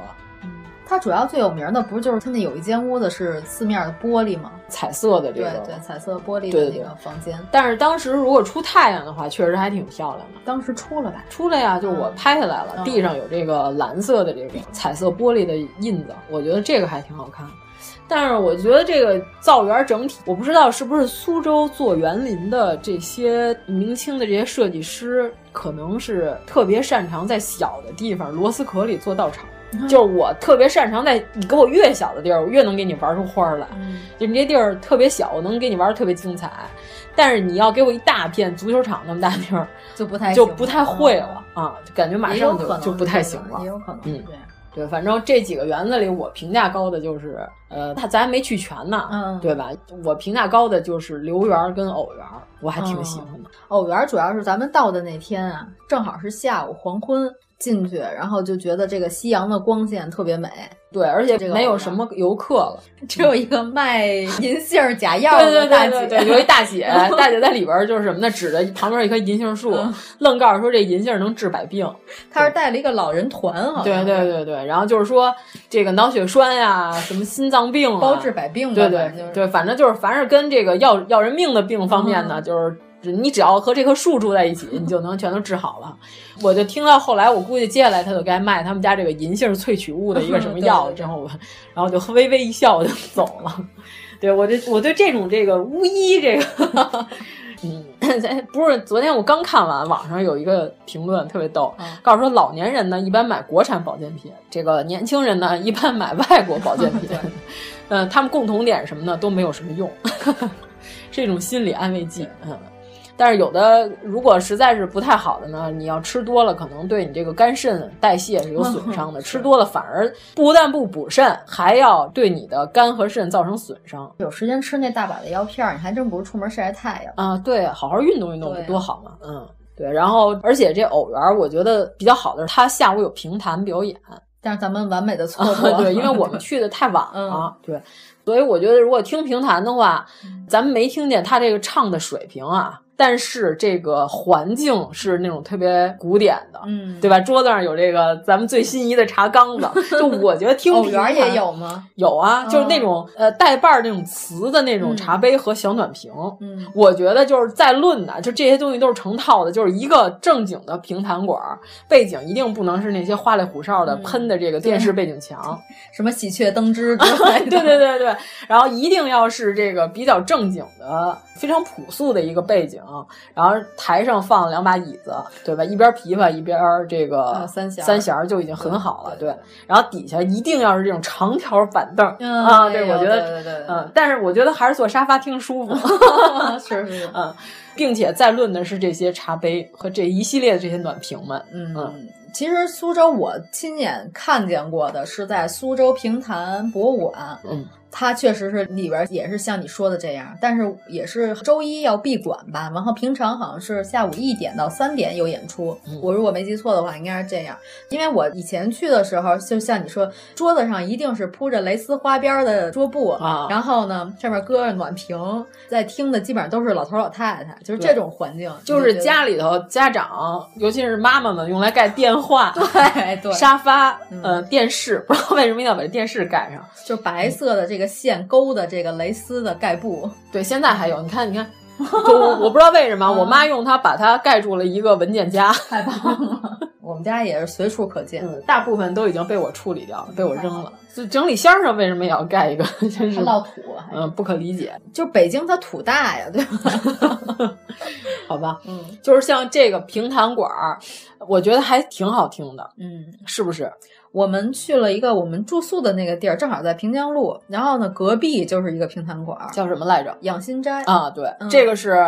它主要最有名的不是就是它那有一间屋子是四面的玻璃吗？彩色的这对个。对，彩色玻璃对的对那对个房间，但是当时如果出太阳的话，确实还挺漂亮的。当时出了吧？出来呀、就我拍下来了，嗯地上有这个蓝色的这个彩色玻璃的印子，我觉得这个还挺好看。但是我觉得这个造园整体，我不知道是不是苏州做园林的这些明清的这些设计师，可能是特别擅长在小的地方螺丝壳里做道场。就是我特别擅长在你给我越小的地儿，我越能给你玩出花儿来。嗯，就你这地儿特别小，我能给你玩儿特别精彩。但是你要给我一大片足球场那么大地儿，就不太就行嗯不太会了，啊，就感觉马也有上可就能就不太行也了。有可能嗯这样。对，反正这几个园子里，我评价高的就是，呃，他咱还没去全呢，嗯对吧？我评价高的就是刘园儿跟藕园儿，我还挺喜欢的。偶哦园主要是咱们到的那天啊，正好是下午黄昏进去，然后就觉得这个夕阳的光线特别美，对，而且这个没有什么游客了。只有一个卖银杏儿假药对的对大嗯对姐，对对，有一大 姐，大姐在里边儿就是什么呢？指着旁边一棵银杏树，嗯愣告诉说这银杏儿能治百病。她是带了一个老人团，啊好像对对对对，然后就是说这个脑血栓呀、什么心脏病啊，包治百病吧，对反正就对是对，反正就是凡是跟这个要要人命的病方面嗯呢，就是。你只要和这棵树住在一起，你就能全都治好了。我就听到后来，我估计接下来他就该卖他们家这个银杏萃取物的一个什么药对对了。 对之后我，然后我就微微一笑，我就走了。对我对我对这种这个巫医这个，嗯， 不是昨天我刚看完网上有一个评论特别逗，告诉说老年人呢一般买国产保健品，这个年轻人呢一般买外国保健品。 嗯，他们共同点是什么呢？都没有什么用， 是一种心理安慰剂。嗯，但是有的如果实在是不太好的呢，你要吃多了，可能对你这个肝肾代谢是有损伤的。吃多了反而不但不补肾，还要对你的肝和肾造成损伤。有时间吃那大把的药片儿，你还真不是出门晒晒太阳。啊，对，好好运动运动不对啊多好吗？嗯，对，然后而且这偶园我觉得比较好的是，它下午有评弹表演，但是咱们完美的错过，哦 对，因为 我们去的太晚嗯了，对，所以我觉得如果听评弹的话，嗯咱们没听见他这个唱的水平啊，但是这个环境是那种特别古典的，嗯，对吧？桌子上有这个咱们最心仪的茶缸 子，就我觉得听偶评哦园弹也有嗯吗？有啊，就是那种呃带把儿那种瓷的那种茶杯和小暖瓶。嗯，我觉得就是在论呐，就这些东西都是成套的，就是一个正经的评弹馆儿，背景一定不能是那些花里胡哨的、嗯喷的这个电视背景 墙。 什么喜鹊登枝之类的，对对对对，然后一定要是这个比较正经的、非常朴素的一个背景，然后台上放两把椅子，对吧？一边琵琶一边这个啊三弦儿三弦儿就已经很好了，对对然后底下一定要是这种长条板凳、嗯啊，对对，我觉得，对对对对嗯，但是我觉得还是坐沙发听 舒服，是是是，嗯，并且再论的是这些茶杯和这一系列的这些暖瓶们，嗯嗯，其实苏州我亲眼看见过的是在苏州评弹博物馆，嗯，它确实是里边也是像你说的这样，但是也是周一要闭馆吧，然后平常好像是下午一点到三点有演出，嗯我如果没记错的话应该是这样，因为我以前去的时候，就像你说，桌子上一定是铺着蕾丝花边的桌布啊然后呢上面搁着暖瓶，在听的基本上都是老头老太太，就是这种环境，就你是觉得家里头家长，尤其是妈妈们用来盖电话， 对对沙发，嗯呃，电视，不知道为什么一定要把这电视盖上。就白色的这个线勾的这个蕾丝的盖布，对，现在还有，你看，你 看，就我我不知道为什么，我妈用它把它盖住了一个文件夹，嗯太棒了！我们家也是随处可见，嗯，大部分都已经被我处理掉了，被我扔了。就整理箱上为什么也要盖一个，真是它，落土啊还是，嗯，不可理解，就北京它土大呀，对 吧？好吧。嗯就是像这个评弹馆儿，我觉得还挺好听的，嗯，是不是？我们去了一个我们住宿的那个地儿，正好在平江路，然后呢，隔壁就是一个评弹馆，叫什么来着？养心斋。啊，对，嗯这个是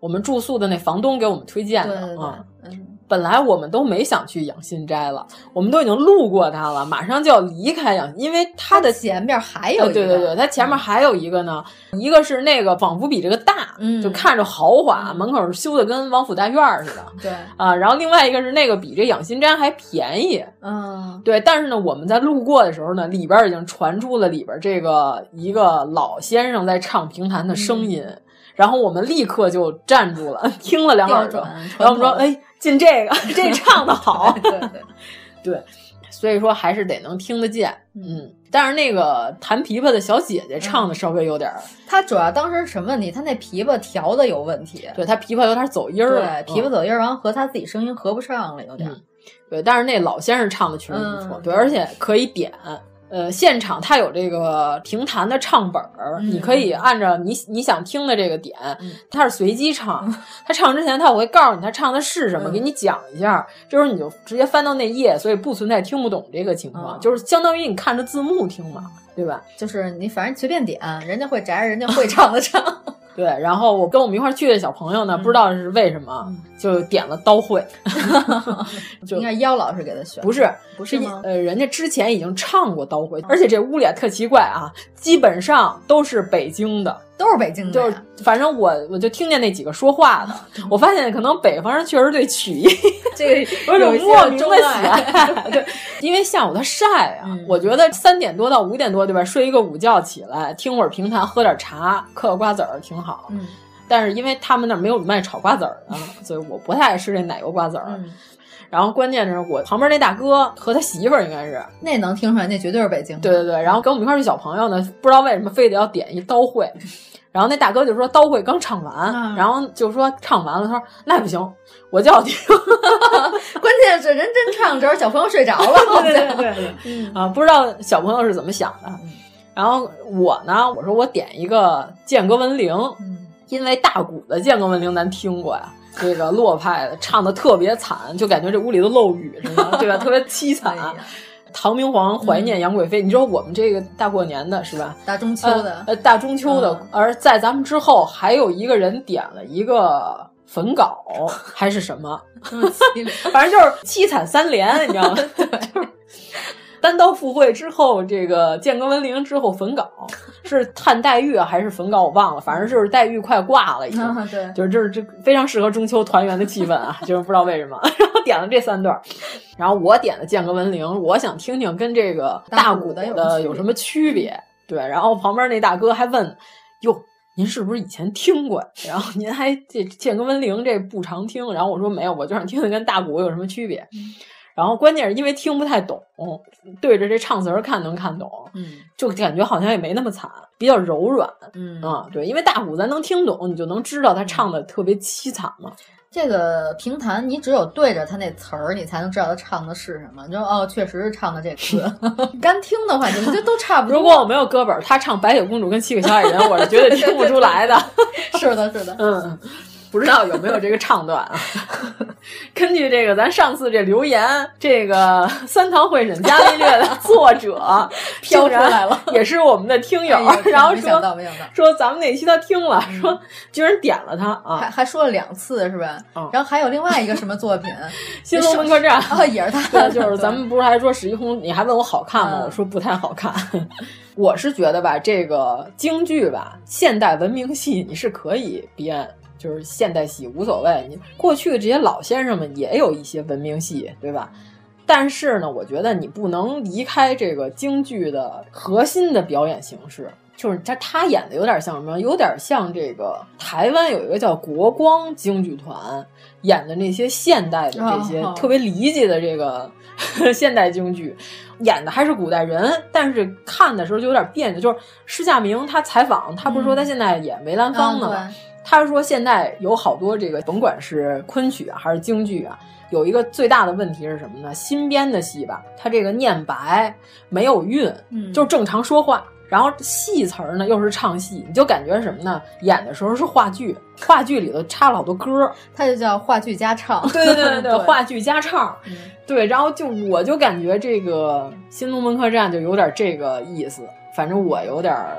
我们住宿的那房东给我们推荐对的啊。对对嗯，嗯，本来我们都没想去养心斋了，我们都已经路过它了，马上就要离开养，因为它的前边还有呃一个，对对对，它前面还有一个呢，一个是那个仿佛比这个大，嗯就看着豪华，门口修的跟王府大院儿似的 对，啊。然后另外一个是那个比这养心斋还便宜，嗯，对。但是呢，我们在路过的时候呢，里边已经传出了里边这个一个老先生在唱评弹的声嗯音，然后我们立刻就站住了， 听了两调耳朵，转，然后我们说，传统，，哎，进这个， 这唱的好 对对对，所以说还是得能听得见，嗯。但是那个弹琵琶的小姐姐嗯唱的稍微有点儿，它主要当时是什么问题？它那琵琶调的有问题，对她琵琶有点走音儿了，对，琵琶嗯走音儿，完和他自己声音合不上了，有点儿。嗯对。但是那老先生唱的确实不错，嗯对，而且可以点。呃，现场他有这个评弹的唱本儿，嗯你可以按照你你想听的这个点嗯，他是随机唱。 他唱之前他会告诉你他唱的是什么，嗯给你讲一下，这时候你就直接翻到那页，所以不存在听不懂这个情况，嗯就是相当于你看着字幕听嘛，对吧？就是你反正随便点，人家会摘，人家会唱的唱。对，然后我跟我们一块儿去的小朋友呢，嗯不知道是为什么，就点了刀会， 就应该妖老师给他选，不是不是是一吗？呃，人家之前已经唱过刀会，而且这屋里啊特奇怪啊，基本上都是北京的，都是北京的就呀，是反正我我就听见那几个说话哦的，我发现可能北方人确实对曲艺这个有一种一些莫名钟的喜爱。 爱，对，因为下午它晒啊，嗯我觉得三点多到五点多对吧，睡一个午觉起来，听会儿评弹，喝点茶，嗑个瓜子儿挺好， 嗯但是因为他们那儿没有卖炒瓜子儿的，所以我不太爱吃这奶油瓜子儿。嗯，然后关键是我旁边那大哥和他媳妇儿应该是，那能听出来，那绝对是北京的。对对对，然后跟我们一块儿去小朋友呢，不知道为什么非得要点一刀会。然后那大哥就说刀会刚唱完，嗯然后就说唱完了，他说那不行，我就要听。 关键是人真唱着，小朋友睡 着了。对对对对，嗯啊，不知道小朋友是怎么想的。然后我呢，我说我点一个剑阁文铃，嗯因为大鼓的剑阁文铃咱听过呀，这个洛派的唱的特别惨，就感觉这屋里都漏雨似的，对吧？特别凄惨。啊 哎呀嗯唐明皇怀念杨贵妃，你说我们这个大过年的是吧？大中秋呃的，呃，大中秋的，嗯而在咱们之后还有一个人点了一个焚 稿，还是什么？ 这么凄凉 反正就是七惨三连，你知道吗？对。单刀赴会之后，这个剑阁文铃之后焚稿，是探黛玉啊还是焚稿我忘了，反正就是黛玉快挂了已经。 啊，对，就是这这非常适合中秋团圆的气氛啊，就是不知道为什么，然后点了这三段儿，然后我点的《剑阁文铃》，我想听听跟这个大大鼓鼓的有的有什什么区别么区别，对，然后旁边那大哥还问，哟。您是不是以前听过？然后您还这《剑阁文铃》这不常听？然后我说没有，我就想听听跟大鼓有什么区别。然后关键是因为听不太懂，对着这唱词儿看能看懂，嗯就感觉好像也没那么惨，比较柔软。嗯啊，对，因为大鼓咱能听懂，你就能知道他唱的特别凄惨嘛。这个评弹，你只有对着他那词儿，你才能知道他唱的是什么。你就哦，确实是唱的这 歌。你干听的话，你们这都差不多。如果我没有歌本儿，他唱《白雪公主》跟《七个小矮人》，我是绝对听不出来的。是的，是的，嗯，不知道有没有这个唱段啊？ 根据这个咱上次这留言，这个《三堂会审伽利略》 的作者飘出来了，也是我们的听友，哎呀然后没想到，嗯说没想到，说咱们那期他听了，说居然点了他啊还，还说了两次是吧嗯？然后还有另外一个什么 作品， 《新龙门客 栈》哦，也是他，对，就是咱们不是还说史一红，你还问我好看吗？嗯我说不太好看。 我是觉得吧，这个京剧吧，现代文明戏你是可以编，就是现代戏无所谓。你过去这些老先生们也有一些文明戏，对吧？但是呢，我觉得你不能离开这个京剧的核心的表演形式，就是他他演的有点像什么？有点像这个台湾有一个叫国光京剧团演的那些现代的这些哦特别离奇的这个 现代京剧，演的还是古代人，但是看的时候就有点别扭。就是施夏明他采访，他不是说他现在演梅兰芳呢吗？嗯他说现在有好多这个，甭管是昆曲啊还是京剧啊，有一个最大的问题是什么呢？新编的戏吧，它这个念白没有韵，嗯就是正常说话。然后戏词儿呢，又是唱戏，你就感觉是什么呢？演的时候是话剧，话剧里头插了好多歌儿，对，他就叫话剧加唱，对对对对 对，话剧加唱，嗯对，然后就我就感觉这个《新龙门客栈》就有点这个意思，反正我有点儿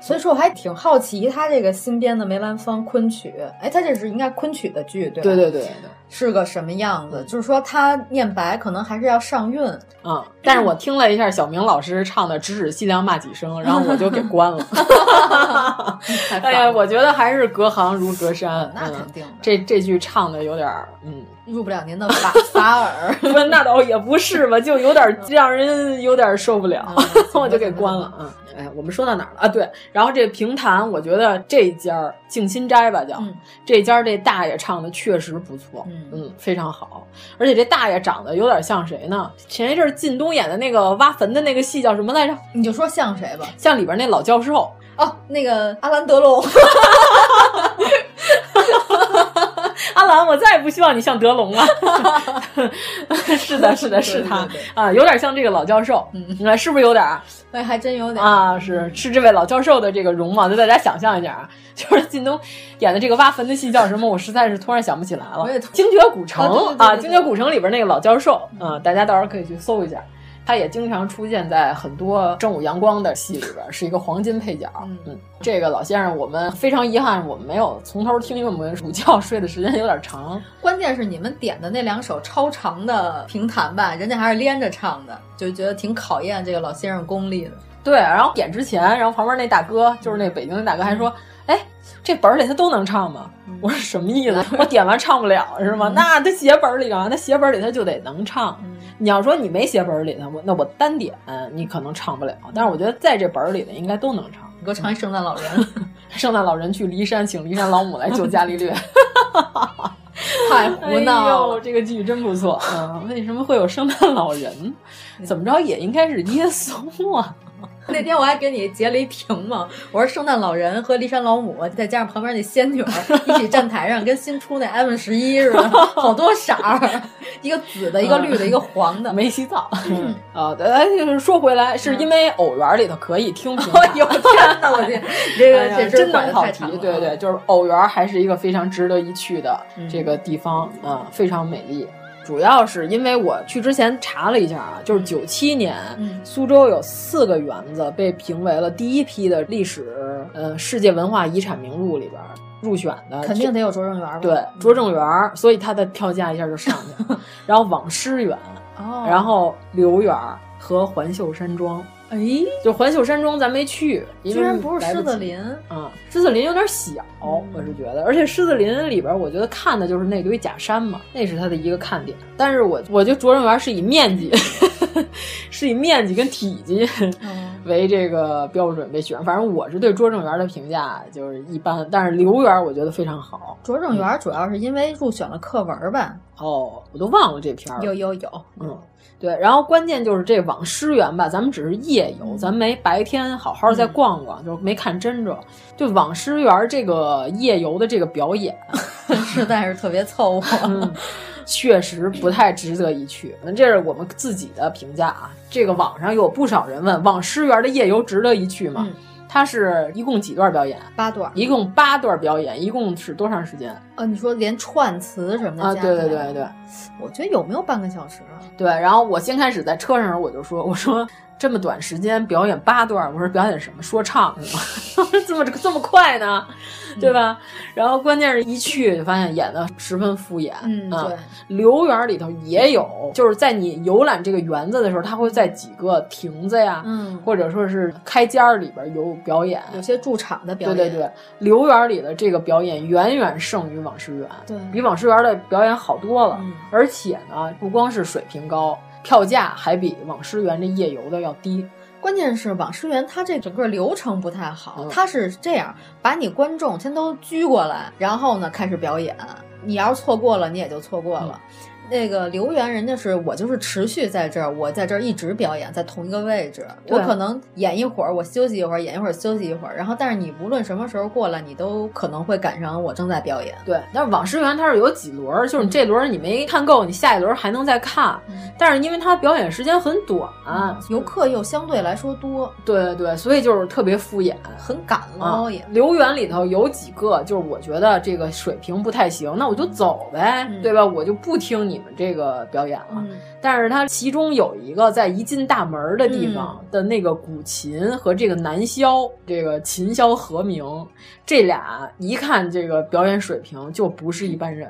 所以说我还挺好奇他这个新编的梅兰芳昆曲，哎，他这是应该昆曲的剧对吧？对对对对，是个什么样子？就是说他念白可能还是要上韵，嗯，但是我听了一下小明老师唱的《直指西凉骂几声》，然后我就给关 了。 哎呀，我觉得还是隔行如隔山，那肯定嗯的，这这句唱的有点儿，嗯，入不了您 的法法耳。 不，那倒也不是吧，就有点儿让人有点儿受不了，我就给关了。嗯，哎，我们说到哪儿了啊？对，然后这评弹，我觉得这家儿静心斋吧叫，嗯这家儿这大爷唱的确实不错，嗯非常好。而且这大爷长得有点像谁呢？前一阵儿靳东演的那个挖坟的那个戏叫什么来着？你就说像谁吧？像里边那老教授， 哦，那个阿兰德龙， 阿兰，我再也不希望你像德龙 了。是的，是的，是他对对对啊，有点像这个老教授，嗯，是不是有点儿？哎，还真有点。嗯啊，是是这位老教授的这个容貌，就大家想象一下啊， 就是靳东演的这个挖坟的戏叫什么？我实在是突然想不起来了我也。突精绝古城啊对对对嗯啊，对对精绝古城里边那个老教授啊，大家到时候可以去搜一下。他也经常出现在很多正午阳光的戏里边，是一个黄金配角。嗯嗯，这个老先生，我们非常遗憾，我们没有从头听，因为我们午觉睡的时间有点长。关键是你们点的那两首超长的评弹吧，人家还是连着唱的，就觉得挺考验这个老先生功力的。对，然后点之前，然后旁边那大哥，就是那北京的大哥，还说：“哎，这本儿里他都能唱吗？”我说什么意思？我点完唱不了是吗？那他写本儿里啊，他写本儿里他就得能唱。你要说你没写本儿里头，我那我单点你可能唱不了，但是我觉得在这本儿里的应该都能唱。你给我唱一圣诞老人， 圣诞老人去骊山，请骊山老母来救伽 利略。太胡闹哎呦了。这个剧真不错。嗯，为什么会有圣诞老人？怎么着也应该是耶稣啊。那天我还给你截了一屏嘛，我说圣诞老人和骊山老母，再加上旁边那仙女儿一起站台上，跟新出那 iPhone 十一似的，好多色儿，一个紫的，一个绿的，一个黄的。嗯没洗澡。啊，哎，就是说回来，是因为偶园里头可以听 评弹。哎呦 天哪！我 天，这哎个呀这真管能得跑太题长，了啊对对，就是偶园还是一个非常值得一去的嗯这个地方，嗯，非常美丽。主要是因为我去之前查了一下啊，就是九七年，嗯苏州有四个园子被评为了第一批的历史呃世界文化遗产名录里边儿入选的，肯定得有拙政园吧？嗯 对，拙政园儿，所以它的票价一下就上去了。然后网师园，哦然后刘远儿和环秀山庄。哎，就环秀山庄咱没去，因居为然不是来狮及子林，啊，狮子林有点小，嗯我是觉得，而且狮子林里边，我觉得看的就是那堆假山嘛，那是它的一个看点。但是我我觉得拙政园是以面积， 是以面积跟体积嗯为这个标准被选。反正我是对拙政园的评价就是一般，但是刘园我觉得非常好。拙政园主要是因为入选了课文吧？哦，我都忘了这片儿了。有有有， 嗯，对，然后关键就是这网师园吧，咱们只是夜嗯游，咱没白天好好再逛逛，就是没看真着。就网师园这个夜游的这个表演，实在是特别凑合。嗯， 确实不太值得一去。那这是我们自己的评价啊。这个网上有不少人问，网师园的夜游值得一去吗？嗯它是一共几段表演？ 啊八段儿一共八段表演，一共是多长时间啊，你说连串词什么的啊？加对对起来对对，我觉得有没有半个小时啊？对，然后我先开始在车上的时候我就说，我说这么短时间表演八段儿，我说表演什么？说唱 是吗？这么这么快呢，嗯对吧？然后关键是一去就发现演的十分敷衍，嗯，啊对，留园里头也有，就是在你游览这个园子的时候，它会在几个亭子呀，嗯，或者说是开间儿里边有表演。有些驻场的表对演，对对，留园里的这个表演远远胜于网师园，对比网师园的表演好多了。嗯而且呢，不光是水平高，票价还比网师园这夜游的要低。关键是网师园，它这整个流程不太好嗯，它是这样，把你观众先都拘过来，然后呢开始表演，你要是错过了，你也就错过了。嗯那个留园人家是我就是持续在这儿，我在这儿一直表演，在同一个位置，对我可能演一会儿，我休息一会儿，演一会儿休息一会儿，然后但是你无论什么时候过来，你都可能会赶上我正在表演。对，但是网师园它是有几轮儿，就是你这轮儿你没看够，你下一轮儿还能再看。嗯但是因为它表演时间很短，游客又相对来说多，对对对，所以就是特别敷衍。很赶啊了哦也，。留园里头有几个，就是我觉得这个水平不太行，那我就走呗，嗯对吧？我就不听你们这个表演了。嗯，但是它其中有一个在一进大门儿的地嗯方的那个古琴和这个南箫，这个琴箫和鸣，这俩一看这个表演水平就不是一般人。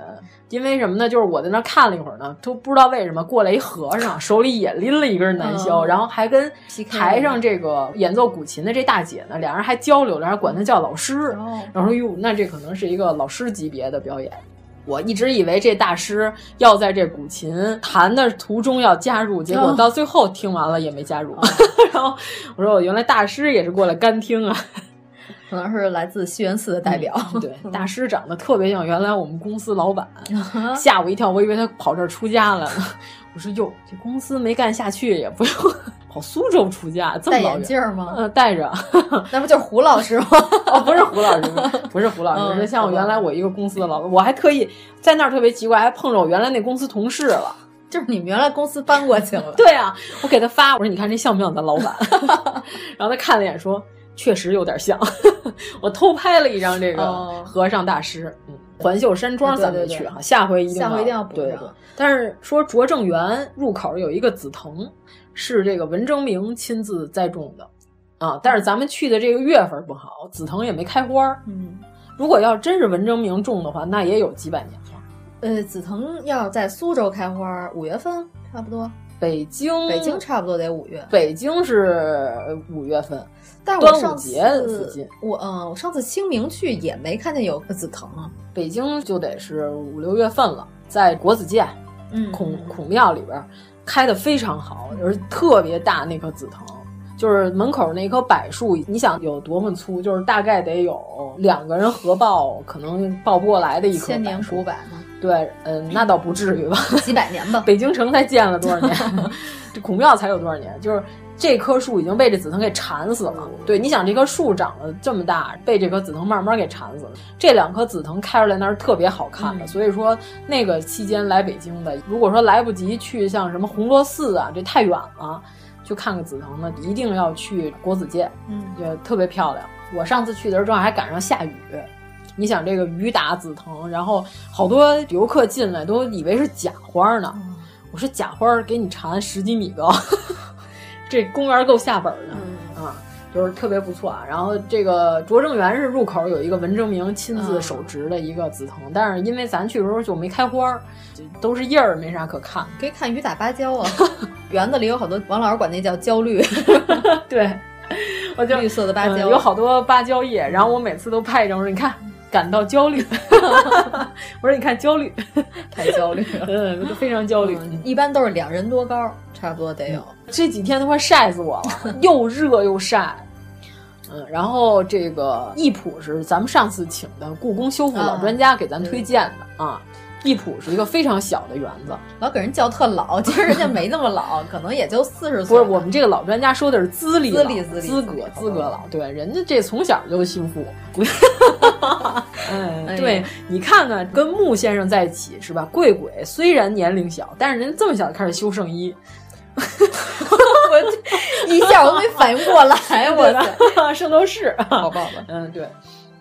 因为什么呢？就是我在那儿看了一会儿呢，都不知道为什么过来一和尚，手里也拎了一根南箫，嗯然后还跟 PK 台上这个演奏古琴的这大姐呢，俩人还交流了，还管她叫老师。哦然后说哟，那这可能是一个老师级别的表演。我一直以为这大师要在这古琴弹的途中要加入，结果哦到最后听完了也没加入。 然后我说我原来大师也是过来干听啊，可能是来自西园寺的嗯代表。 对，大师长得特别像原来我们公司老板，嗯吓我一跳，我以为他跑这儿出家了呢。 我说哟，这公司没干下去也不用 跑苏州出家，这么戴老眼远。镜儿吗？呃，带着，那不就是胡老师吗？哦，不是胡老师，不是胡老师，嗯是像我原来我一个公司的老板，我还特意在那儿特别奇怪，还碰着我原来那公司同事了。就是你们原来公司搬过去了。对啊，我给他发，我说你看这像不像咱老 板？然后他看了一眼说，确实有点像。 我偷拍了一张这个哦和尚大师，嗯，环秀山庄咱没对对对去哈，下回一定下回一定要要补对上对。但是说拙政园入口有一个紫藤，是这个文征明亲自栽种的。啊，但是咱们去的这个月份不好，紫藤也没开花儿，嗯，如果要真是文征明种的话，那也有几百年了。呃，紫藤要在苏州开花，五月份差不多，北京，北京，差不多得五月。北京是五月份，但是端我午上节附近次我嗯，我上次清明去也没看见有紫藤啊。北京就得是五六月份了，在国子监嗯孔孔庙里边儿开的非常好，就是特别大那棵紫藤。就是门口那棵柏树，你想有多么粗？就是大概得有两个人合抱，可能抱不过来的一棵嗯千柏年树古。柏嘛，对，嗯，那倒不至于吧。几百年吧。 北京城才建了多少年，这孔庙才有多少年，就是。这棵树已经被这紫藤给缠死了。对，你想这棵树长得这么大，被这棵紫藤慢慢给缠死了。这两棵紫藤开出来那是特别好看的，嗯所以说那个期间来北京的，如果说来不及去像什么红螺寺啊，这太远了，去看看紫藤呢，一定要去国子监。嗯，也特别漂亮。我上次去的时候正好还赶上下雨，你想这个雨打紫藤，然后好多游客进来都以为是假花呢。我说 假花给你缠十几米高，这公园够下本的、啊。就是特别不错啊。然后这个拙政园是入口有一个文征明亲自手植的一个紫藤，但是因为咱去的时候就没开花儿，就都是叶儿，没啥可看。可以看雨打芭蕉 啊，园子里有好多，王老师管那叫焦 绿，对，我就绿色的芭嗯蕉，有好多芭蕉叶，然后我每次都拍一张，我说你看。感到焦 虑，我说你看 焦虑，太焦虑了。嗯，我都非常焦虑。一般都是两人多高，差不多得有。嗯这几天都快晒死我了，又热又晒。嗯，然后这个易普是咱们上次请的故宫修复老专家给咱推荐的啊。易普是一个非常小的园子，老给人叫特老，其实人家没那么老，可能也就四十岁。不是我们这个老专家说的是资历老、资历资历资格、资资格格老，对，人家这从小就幸 福。哎哎，呀对你看看，跟穆先生在一起是吧？贵鬼虽然年龄小，但是人家这么小就开始修圣 衣，我一下我都没反应过 来，我操！操，圣斗士，好吧好吧，嗯，对，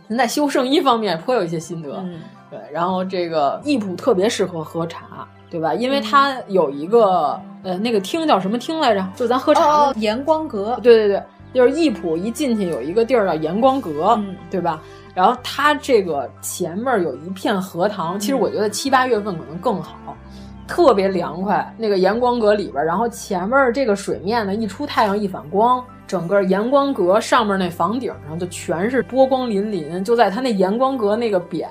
您在修圣衣方面颇有一些心得。嗯，对，然后这个易普特别适合喝茶，对吧？嗯因为它有一个、呃，那个厅叫什么厅来着？就咱喝茶的、哦，盐光阁，对对对，就是易普一进去有一个地儿叫盐光阁，嗯对吧？然后它这个前面有一片荷塘，嗯其实我觉得七八月份可能更好，特别凉快。那个盐光阁里边儿，然后前面这个水面呢，一出太阳一反光，整个盐光阁上面那房顶上就全是波光粼粼，就在它那盐光阁那个匾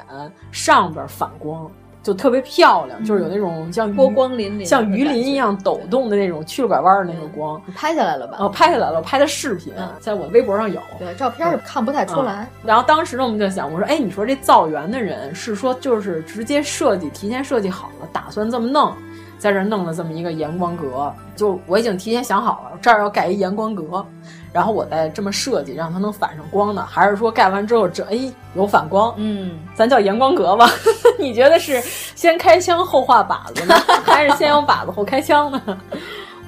上边儿反光，就特别漂亮，就是有那种像鱼嗯波光粼粼的像鱼鳞一样感觉嗯抖动的那种曲了拐弯儿的那个光。你拍下来了吧？哦，拍下来了，我拍的视频嗯在我微博上有。对，照片儿看不太出来。然后当时呢，我们就想，我说，哎，你说这造园的人是说就是直接设计，提前设计好了，打算这么弄，在这儿弄了这么一个盐光阁，就我已经提前想好了，这儿要盖一盐光阁，然后我再这么设计，让它能反上光呢，还是说盖完之后这哎有反光，嗯，咱叫盐光阁吧？ 你觉得是先开枪后画靶子呢，还是先有靶子后开枪呢？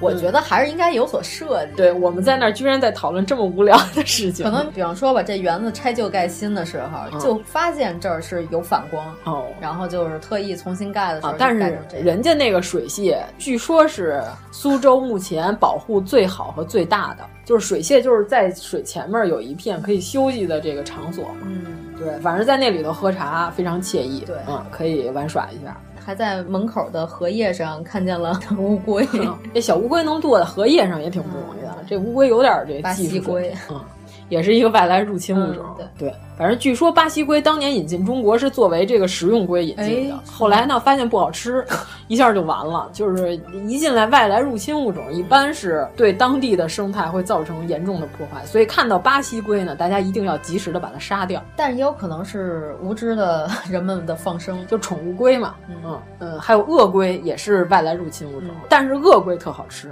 我觉得还是应该有所设计。对，我们在那儿居然在讨论这么无聊的事情，可能比方说吧，这园子拆旧盖新的时候，嗯就发现这儿是有反光，哦。然后就是特意重新盖的时候啊就，但盖是成这样，人家那个水蟹，据说是苏州目前保护最好和最大的，就是水蟹就是在水前面有一片可以休息的这个场所嘛。嗯，对，反正在那里头喝茶非常惬意，对嗯，可以玩耍一下。还在门口的荷叶上看见了 乌龟，嗯这小乌龟能坐在荷叶上也挺不容易的，这乌龟有点这嗯巴技术水西平龟，嗯，也是一个外来入侵物种。嗯对反正据说巴西龟当年引进中国是作为这个食用龟引进的，哎后来呢发现不好 吃，一下就完了。就是一进来外来入侵物种，一般是对当地的生态会造成严重的破坏，所以看到巴西龟呢，大家一定要及时的把它杀掉。但是也有可能是无知的 人们的放生，就宠物龟嘛，嗯嗯嗯，还有鳄龟也是外来入侵物种，嗯但是鳄龟特好 吃。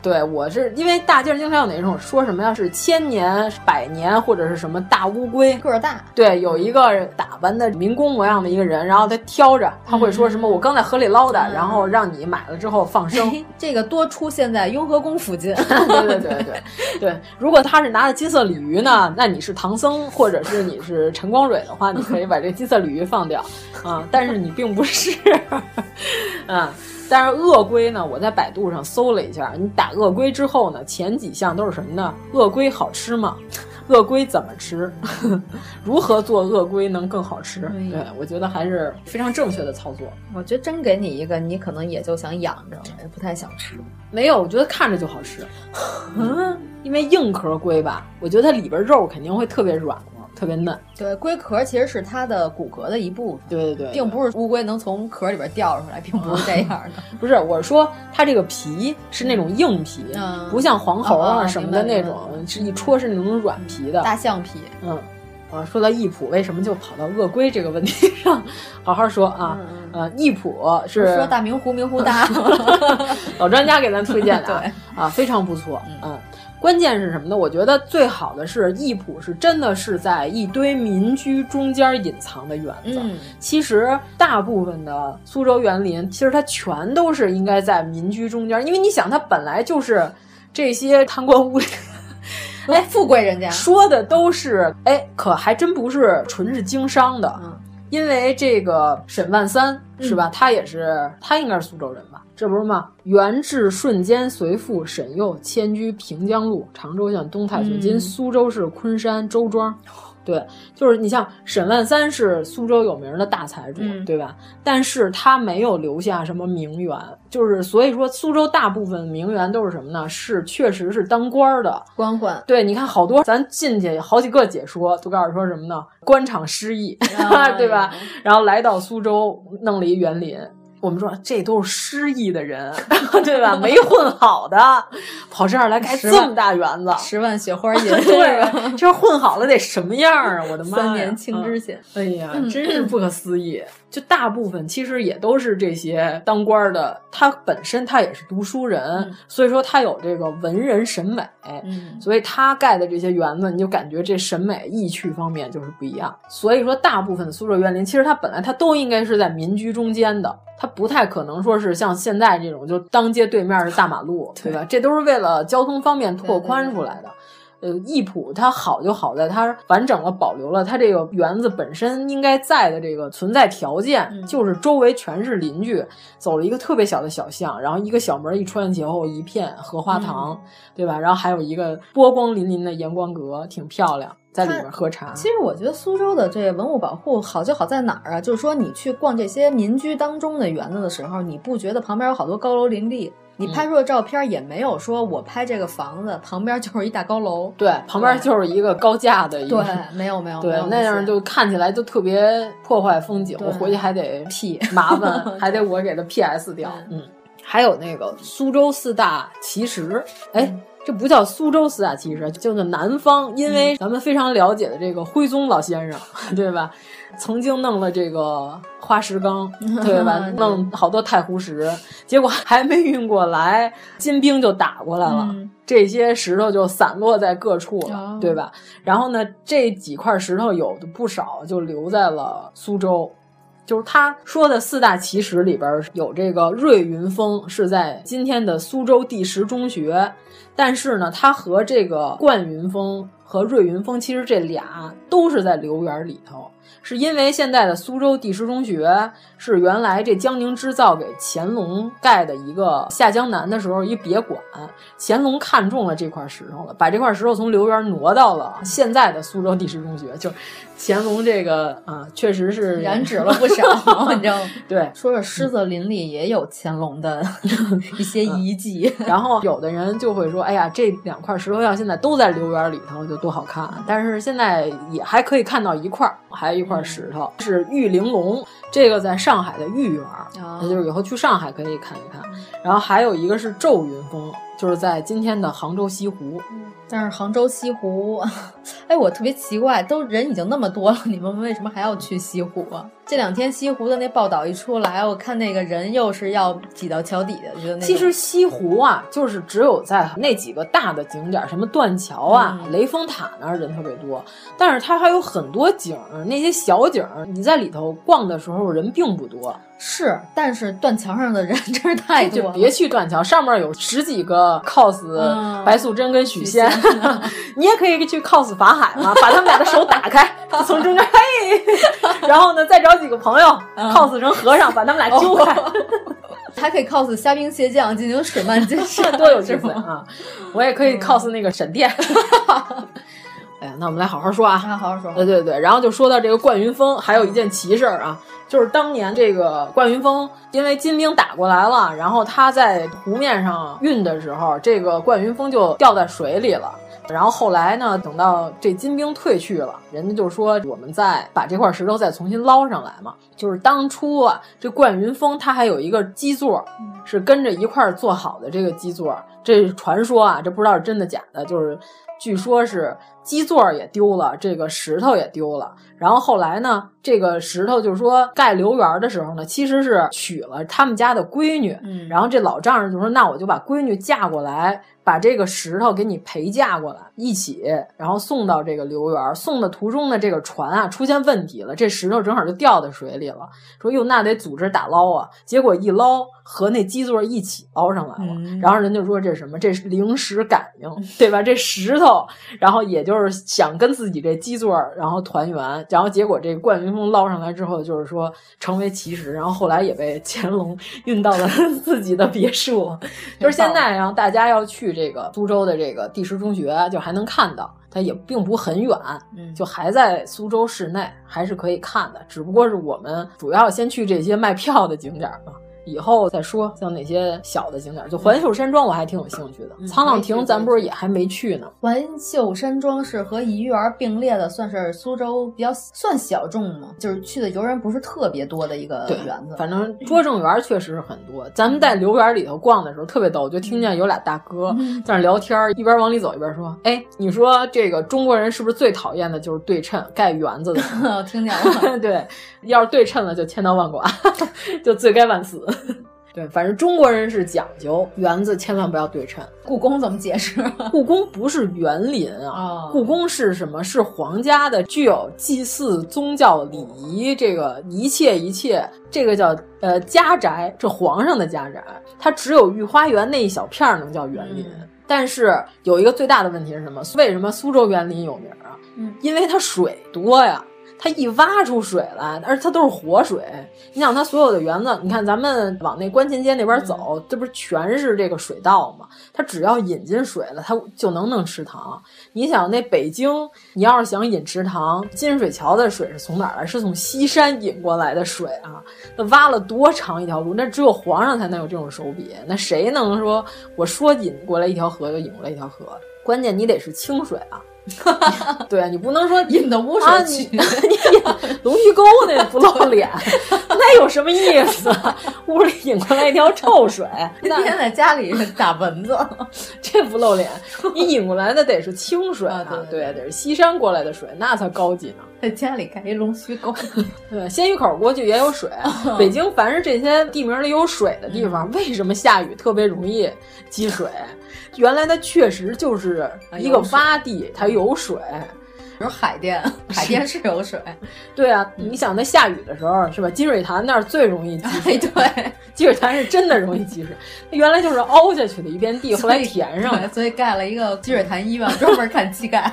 对我是因为大劲儿经常有哪种说什么呀，是千年、百年或者是什么大乌龟。个儿大，对，有一个打扮的民工模样的一个人，然后他挑着，他会说什么“我刚在河里捞的”，嗯然后让你买了之后放生。哎这个多出现在雍和宫附近，对 对对对对，如果他是拿着金色鲤鱼呢，那你是唐僧或者是你是陈光蕊的话，你可以把这金色鲤鱼放掉啊，但是你并不是， 啊，但是鳄龟呢，我在百度上搜了一下，你打鳄龟之后呢，前几项都是什么呢？鳄龟好吃吗？鳄龟怎么吃？ 如何做鳄龟能更好吃？哎呀对，我觉得还是非常正确的操作。我觉得真给你一个，你可能也就想养着了，也不太想吃。没有，我觉得看着就好 吃。嗯，因为硬壳龟吧，我觉得它里边肉肯定会特别软和，特别嫩。对，龟壳其实是它的骨骼的一部分，对对对，并不是乌龟能从壳里边掉出来，并不是这样 的。不是，我是说它这个皮是那种硬皮，嗯不像黄喉哦啊哦什么的那明白种，是一戳是那种软皮的。大象皮，嗯，啊，说到易普，为什么就跑到鳄龟这个问题上？好好说啊，嗯呃，易普不是是说大明湖明湖 大吗？老专家给咱推荐的啊对啊，非常不错。嗯嗯，关键是什么呢？我觉得最好的是易普是真的是在一堆民居中间隐藏的园子。 嗯，其实大部分的苏州园林，其实它全都是应该在民居中间，因为你想，它本来就是这些贪官污吏。哎，富贵人家，说的都是，哎，可还真不是纯是经商的，嗯因为这个沈万三是吧？他也是，他应该是苏州人吧？这不是吗？元至顺间随父沈佑迁居平江路常州县东太村，今嗯苏州市昆山周庄。对，就是你像沈万三是苏州有名的大财主，嗯对吧？但是他没有留下什么名媛，就是所以说苏州大部分名媛都是什么呢？是确实是当官儿的，光环，对，你看好多咱进去好几个解说都告诉说什么呢？官场失意，哎 对吧？然后来到苏州，弄了一园林。我们说这都是失意的人， 对吧？没混好的，跑这儿来盖十这万么大园子，十万雪花银， 对是吧吧？这混好了得什么样啊？我的妈呀！ 三年青之险，嗯哎呀嗯，真是不可思议！就大部分其实也都是这些当官儿的，他本身他也是读书人，嗯所以说他有这个文人审美，嗯，所以他盖的这些园子，你就感觉这审美意趣方面就是不一样。所以说，大部分的苏州园林，其实它本来它都应该是在民居中间的，它不太可能说是像现在这种，就当街对面是大马路，对吧？这都是为了交通方便拓宽出来的。呃，易普它好就好在它完整了保留了它这个园子本身应该在的这个存在条件，嗯就是周围全是邻居，走了一个特别小的小巷，然后一个小门一穿进去后，一片荷嗯花塘，对吧？然后还有一个波光粼粼的阳光阁，挺漂亮，在里面喝茶。其实我觉得苏州的这文物保护好就好在哪儿啊？就是说你去逛这些民居当中的园子的时候，你不觉得旁边有好多高楼林立？你拍出的照片也没有说我拍这个房子旁边就是一大高 楼，对，旁边就是一个高架的一对个，， 没有没有，没对有，那样就看起来就特别破坏风景，对我回去还 得 P 麻烦，还得我 给它 PS 掉。嗯，还有那个苏州四大奇石，哎。嗯这不叫苏州四大奇石，就叫南方，因嗯为咱们非常了解的这个徽宗老先生， 对吧？曾经弄了这个花石 纲，对吧？弄好多太湖石，结果还没运过来，金兵就打过来了，嗯这些石头就散落在各处了，哦对吧？然后呢，这几块石头有的不少就留在了苏州。就是他说的四大奇石里边有这个瑞云峰，是在今天的苏州第十中学，但是呢，它和这个冠云峰和瑞云峰其实这俩都是在留园里头，是因为现在的苏州第十中学是原来这江宁织造给乾隆盖的一个下江南的时候一别馆，乾隆看中了这块石头了，把这块石头从留园挪到了现在的苏州第十中学，就是乾隆这个啊，确实是染指了不 少，你知道吗？对。 说说狮子林里也有乾隆的 一些嗯遗迹，然后有的人就会说：“哎呀，这两块石头要现在都在留园里头，就多好看啊！”但是现在也还可以看到一块儿，还有一块石头嗯是玉玲珑，这个在上海的豫园儿，啊哦 那就是以后去上海可以看一看。然后还有一个是骤云峰，就是在今天的杭州西湖。但是杭州西湖， 哎，我特别奇怪，都人已经那么多了，你 们为什么还要去西湖啊？这两天西湖的那报道一出来，我看那个人又是要挤到桥底下去的那种。其实西湖啊，就是只有在那几个大的景点儿，什么断桥啊、嗯雷峰塔那儿人特别多，但是它还有很多景儿，那些小景儿，你在里头逛的时候人并不多，是，但是断桥上的人 真是啊太多就了，别去断桥，上面有十几个 cos 嗯白素贞跟许仙，许 你也可以去 cos 法海嘛，把他们俩的手打 开，从中间嘿，然后呢再找几个朋友嗯 cos 成和尚，把他们俩揪开。，哦还可以 cos 虾兵蟹将进行水漫金山 多有意是思吗？嗯啊！我也可以 cos 那个闪 电。哎呀，那我们来好好说啊。啊，好好说，对对对，然后就说到这个冠云峰，还有一件奇事儿啊，就是当年这个冠云峰因为金兵打过来了，然后他在湖面上运的时候，这个冠云峰就掉在水里了。然后后来呢，等到这金兵退去了，人家就说我们再把这块石头再重新捞上来嘛。就是当初啊，这冠云峰它还有一个基座，是跟着一块儿做好的这个基座。这是传说啊，这不知道是真的假的，就是据说是基座也丢了，这个石头也丢了。然后后来呢，这个石头就是说盖留园的时候呢，其实是娶了他们家的闺女。嗯然后这老丈人就说：“那我就把闺女嫁过来，把这个石头给你陪嫁过来，一起，然后送到这个留园。送的途中呢，这个船啊出现问题了，这石头正好就掉到水里了。说哟，那得组织打捞啊。结果一捞，和那基座一起捞上来了。嗯然后人就说这是什么？这是灵石感应，对吧？这石头，然后也就是就是想跟自己这基座儿然后团圆，然后结果这个冠云峰捞上来之后，就是说成为奇石，然后后来也被 乾隆运到了 自己的别墅。就是现在，然后大家要去这个苏州的这个第十中学，就还能看到，它也并不很远，嗯就还在苏州市内，还是可以看的。只不过是我们主要先去这些卖票的景点儿嘛。以后再说，像哪些小的景点儿，就环球山庄，我还挺有兴趣的。嗯沧浪可以亭去咱不是嗯也还没去呢？环秀山庄是和颐园并列的，算是苏州比较算小众嘛，就是去的游人不是特别多的一个对呃园子。嗯反正拙政园确实是很多。咱们在留园里头逛的时候特别逗，我就听见有俩大哥嗯在那聊天，一边往里走一边说：“哎，你说这个中国人是不是最讨厌的就是对称盖园子的时候？ 我 听见了，对，要是对称了就千刀万剐， 就罪该万死。 对，反正中国人是讲究园子千万不要对称。故宫怎么解释？故宫不是园林啊哦，故宫是什么？是皇家的，具有祭祀、宗教礼仪，这个一切一切，这个叫呃家宅，这皇上的家宅，它只有御花园那一小片儿能叫园林。嗯但是有一个最大的问题是什么？为什么苏州园林有名儿啊？嗯因为它水多呀。它一挖出水来，而它都是活水。你想，它所有的园子，你看咱们往那观前街那边嗯走，这不是全是这个水道吗？它只要引进水了，它就能弄池塘。你想，那北京，你要是想引池塘，金水桥的水是从哪儿来？是从西山引过来的水啊！那挖了多长一条路？那只有皇上才能有这种手笔。那谁能说我说引过来一条河就引过来一条河？关键你得是清水啊！对啊，你不能说引到污水啊，你去你演龙须沟那不露脸， 那有什么意思啊？屋里引过来一条臭水， 天天在家里打蚊子， 这不露脸。你引过来的得是清水啊对对对，得是西山过来的水，那才高级呢。在家里盖一龙须 沟。对，鲜鱼口过去也有 水。哦北京凡是这些地名里有水的地嗯方，为什么下雨特别容易积水？原来它确实就是一个啊有水洼地，它有水。比如海淀，海淀是有水，对啊，嗯你想那下雨的时候是吧？金水潭那儿最容易积水 哎，。对，积水潭是真的容易积水，它原来就是凹下去的一片地，后来填上 对了。所以盖了一个积水潭医院， 专门看 膝盖，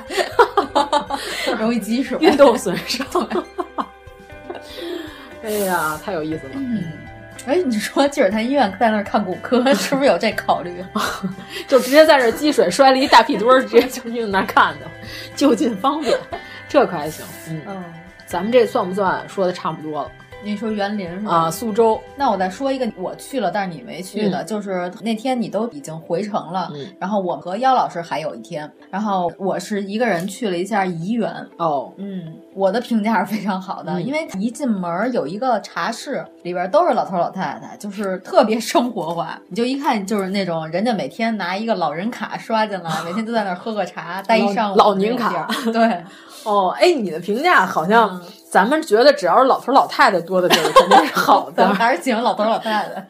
容易积水。运动损伤。 哎呀，太有意思了！哎，你说积水潭医院在那儿看骨科， 是不是有这考虑？就直接在这积水摔了一大屁墩儿，直接就去那儿看去了，就近方便，这可还行。嗯，嗯，咱们这算不算说的差不多了你说园林是吧？啊？苏州，那我再说一个我去了，但是你没去的，就是那天你都已经回城了，嗯然后我和妖老师还有一天，然后我是一个人去了一下怡园。哦，嗯，我的评价是非常好的，嗯因为一进门儿有一个茶室，里边都是老头老太太，就是特别生活化。你就一看就是那种人家每天拿一个老人卡刷进来，每天都在那儿喝 个茶，待一上午老的那年种卡 地儿，对，哦，哎，你的评价好像嗯咱们觉得只要是老头老太太多的地儿，肯定是好 咱的 们。还是喜欢老头老太太。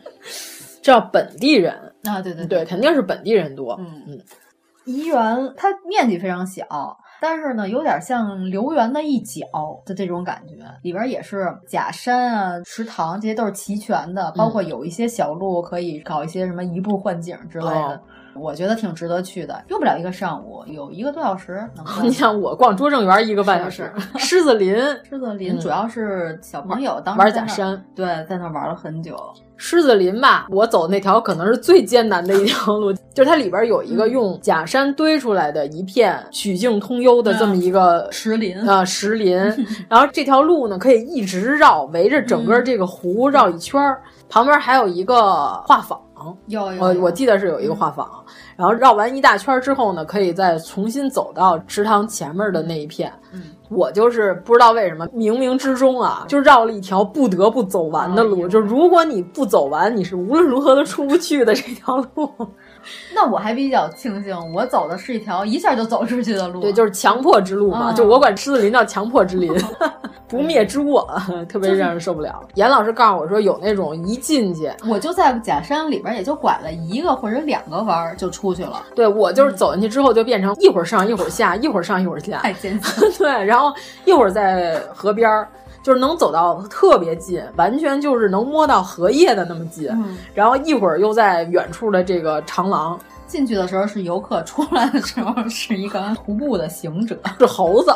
这叫本地人，啊，对对嗯对，肯定是本地人多。嗯嗯，怡园它面积非常小，但是呢，有点像留园的一角的这种感觉。里边也是假山啊、池塘，这些都是齐全的，包嗯括有一些小路可以搞一些什么移步换景之类的。哦我觉得挺值得去的，用不了一个上午，有一个多小时 能你逛。像我逛拙政园一个半小时，狮子林狮子林嗯主要是小朋友当时玩在假那儿，山，哦对，在那儿玩了很久。狮子林吧，我走那条可能是最艰难的一条路， 就是它里边有一个用假山堆出来的一片曲径通幽的这么一个石林，呃石林， 然后这条路呢可以一直绕，围着整个这个湖绕一圈儿，旁边还有一个画舫。有有我有哦呃我记得是有一个画舫，然后绕完一大圈儿之后呢，可以再重新走到池塘前面的那一片。嗯我就是不知道为什么，冥冥之中啊，就绕了一条不得不走完的哎路。呦就如果你不走完，你是无论如何都出不去的这条路。那我还比较庆幸，我走的是一条一下就走出去的路。啊对，就是强迫之路嘛，嗯就我管狮子林叫强迫之林， 不灭之握， 特别让人受不了。严老师告诉我说，有那种一进去 我就在假山里边，也就拐了一个或者两个弯儿就出去了，对我就是走进去之后就变成一会儿上一会儿下，一会儿上一会儿下，太艰辛了。 对，然后一会儿在河边儿，就是能走到特别近，完全嗯就是能摸到荷叶的那么近，然后一会儿又在远处的这个长廊。进去的时候是游客，出来的时候是一个徒步的行者。 是猴子。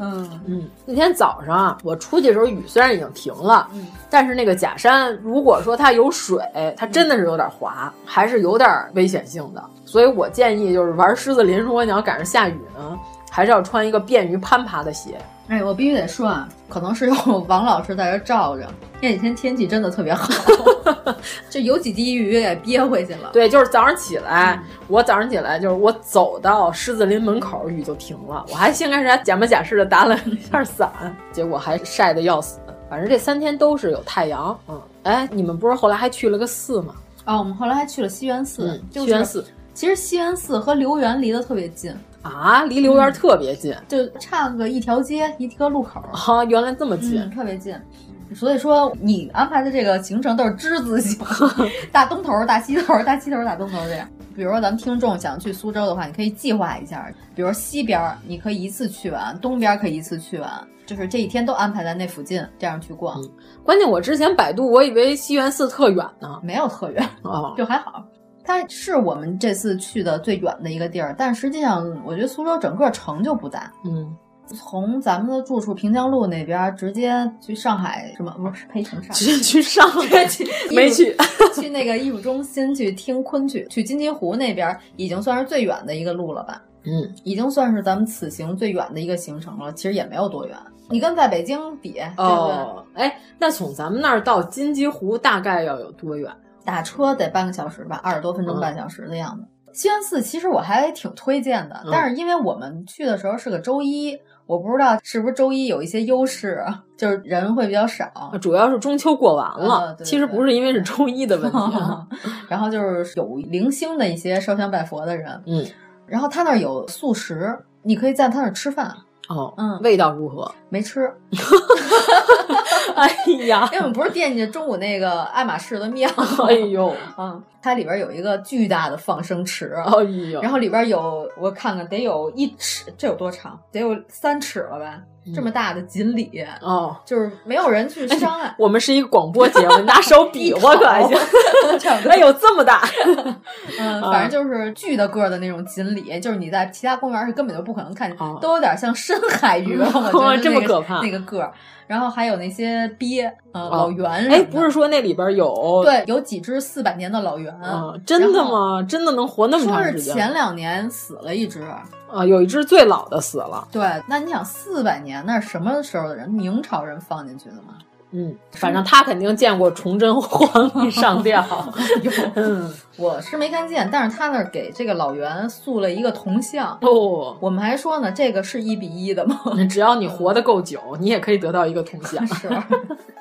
嗯，嗯，那天早上啊我出去的时候，雨虽然已经停了，嗯，但是那个假山，如果说它有水，它真的是有点滑，还是有点危险性的。所以我建议，就是玩狮子林，如果你要赶上下雨呢，还是要穿一个便于攀爬的鞋。哎，我必须得说啊，可能是有王老师在这罩着，那几天天气真的特别 好，这有几滴雨也憋回去了。对，就是早上起来，我早上起来就是我走到狮子林门口，雨就停了。我还先开始还假模假式的打了一下伞，结果还晒得要死。反正这三天都是有太阳，嗯，哎，你们不是后来还去了个寺吗？啊、我们后来还去了西园寺，嗯，就是西园寺其实西园寺和留园离得特别近，啊，离留园特别近、就差个一条街一个路口， 啊，原来这么近。嗯，特别近。所以说，你安排的这个行程都是之字形， 大东头儿、大西头儿、大西头儿、大东头儿这样。比如说，咱们听众想去苏州的话，你可以计划一下，比如西边儿你可以一次去完，东边儿可以一次去完，就是这一天都安排在那附近，这样去逛，嗯关键我之前百度，我以为西园寺特远呢。没有特远。哦，就还好。它是我们这次去的最远的一个地儿，但实际上我觉得苏州整个城就不大。嗯，从咱们的住处平江路那边儿直接去上海什么不是培城上直接去上海 没去。海，去那个艺术中心去听昆曲，去金鸡湖那边儿已经算是最远的一个路了吧？嗯，已经算是咱们此行最远的一个行程了。其实也没有多远，你跟在北京比，对不对？哦，哎，那从咱们那儿到金鸡湖大概要有多远？打车得半个小时吧，二十多分嗯钟，半小时的样子。西安寺其实我还挺推荐的嗯，但是因为我们去的时候是个周一，我不知道是不是周一有一些优势啊，就是人会比较少啊。主要是中秋过完了，啊对其实不是因为是周一的问题 啊。然后就是有零星的一些烧香拜佛的人，嗯，然后他那儿有素食，你可以在他那儿吃饭，哦，嗯味道如何？ 没吃，哎呀 因，为我们不是惦记着中午那个爱马仕的面吗， 哎呦，嗯，它里边有一个巨大的放生池啊，哎呦，然后里边有我看看得有一尺，这有多长？得有三尺了吧？嗯这么大的锦鲤，哦，就是没有人去伤害。我们是一个广播节目，你拿手哎比划可还 行？ 差不多哎呦，这么大， 嗯，啊反正就是巨大个儿的那种锦鲤，就是你在其他公园是根本就不可能看见，哦都有点像深海鱼 了。我觉哇得这么那个可怕那个个儿，然后还有那些鳖，呃，哦老猿什么的。哎，不是说那里边有对，有几只四百年的老猿，啊，真的然后？吗？真的能活那么说长是时间前？两年死了一只，啊，有一只最老的死了，对，那你想四百年那是什么时候的人？明朝人放进去的吗？ 嗯，反正他肯定见过崇祯皇帝上吊， 有，嗯，我是没看见，但是他那儿给这个老袁塑了一个铜像。哦，我们还说呢，这个是一比一的吗？，只要你活得够久，你也可以得到一个铜像是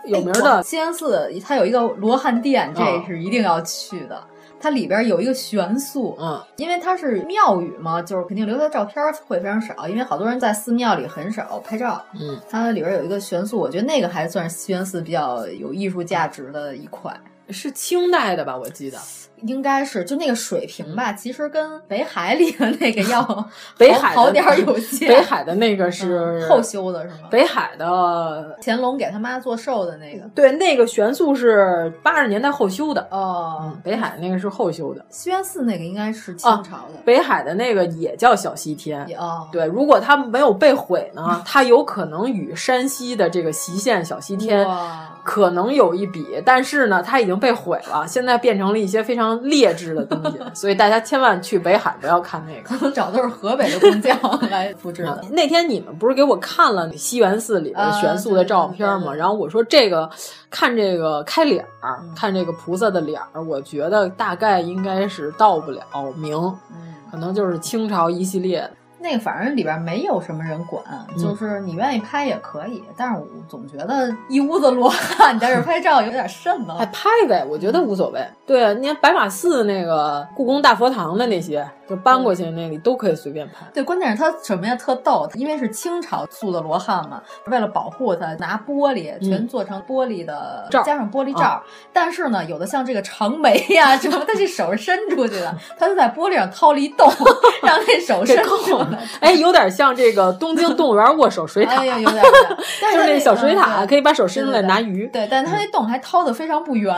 有名的，哎西安寺，它有一个罗汉殿，这哦是一定要去的。它里边有一个悬塑，嗯因为它是庙宇嘛，就是肯定留下照片会非常少，因为好多人在寺庙里很少拍照。嗯，它里边有一个悬塑，我觉得那个还算是西安寺比较有艺术价值的一块。是清代的吧？我记得应该是就那个水平吧，其实跟北海里的那个要嗯 北好海的好点儿有些。北海的那个是嗯后修的是吗？北嗯海的，乾隆给他妈做寿的那个。对，那个悬塑是八十年代后修的，哦嗯，，北海那个是后修的，西园寺那个应该是清朝的。北海的那个也叫小西天也。哦，哦对，如果它没有被毁呢，它有可能与山西的这个隰县小西天哇可能有一比，但是呢，它已经被毁了，现在变成了一些非常劣质的东西，所以大家千万去北海不要看那个。可能找都是河北的工匠 来复制的。那天你们不是给我看了西园寺里的悬塑的照片啊啊对对吗？对然后我说这个看这个开脸儿嗯，看这个菩萨的脸儿，我觉得大概应该是到不了明，嗯，可能就是清朝一系列的。那个反正里边没有什么人管，嗯就是你愿意拍也可以，但是我总觉得一屋子罗汉，你在这儿拍照有点瘆得还慌。拍呗，我觉得无所谓。对，你看白马寺那个故宫大佛堂的那些，就搬过去那里都可以随便拍。对，关键是它什么呀？特逗，因为是清朝塑的罗汉嘛，为了保护它，拿玻璃全做成玻璃的，嗯罩啊加上玻璃罩。但是呢，有的像这个长眉呀、 什么，它这手是伸出去的，它就在玻璃上掏了一洞， 让那手这伸出够来了。，哎，有点像这个东京动物园握手水塔， 哎呀，有点儿有点儿，但就是它那小水嗯塔，对可以把手伸出来对对对拿鱼。嗯对，但它那洞还掏的非常 不圆，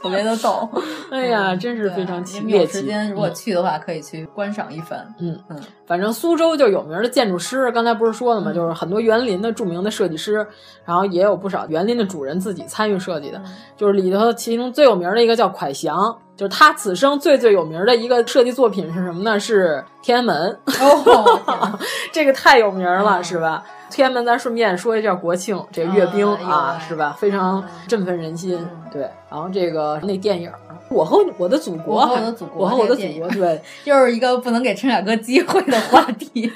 特别的逗。哎呀，嗯真是非常对奇你们猎有奇。时间如果嗯去的话，可以去观赏一番。嗯嗯，反正苏州就有名的建筑师，刚才不是说了吗？嗯就是很多园林的著名的设计师，然后也有不少园林的主人自己参与设计的。嗯就是里头其中最有名的一个叫蒯祥，就是他此生最最有名的一个设计作品是什么呢？是天安门， 哦， 天哪这个太有名了，嗯是吧？天安门，咱顺便说一下国庆这阅兵啊有啊啊是吧？非常嗯振奋人心。嗯对，然后这个那电影儿《我和我的祖国》我和还，我的祖国我和我的这祖个电影国，对，又是一个不能给陈凯歌机会的话题。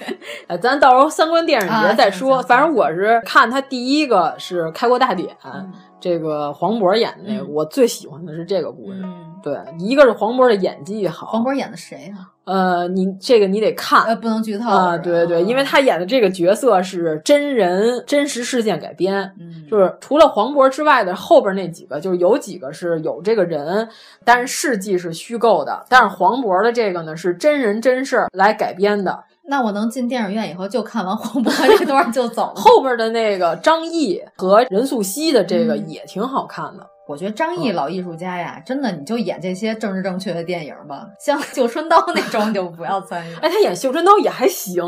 哎，咱到时候三观电影节啊再行说。行反正我是看他第一个是《开国大典》这个黄渤演的那个，嗯我最喜欢的是这个故事。嗯，对，一个是黄渤的演技好，黄渤演的谁呀？呃，你这个你得看呃，嗯不能剧透啊，对对，因为，他演的这个角色是真人真实事件改编，嗯，就是除了黄渤之外的后边那几个，就是有几个是有这个人，但是事迹是虚构的，但是黄渤的这个呢是真人真事儿来改编的，那我能进电影院以后就看完黄渤这段就走 了。后边的那个张译和任素汐的这个嗯也挺好看的。我觉得张译老艺术家呀，真的，你就演这些政治正确的电影吧，像《绣春刀》那种你就不要参与 了。哎，他演《绣春刀》也还行，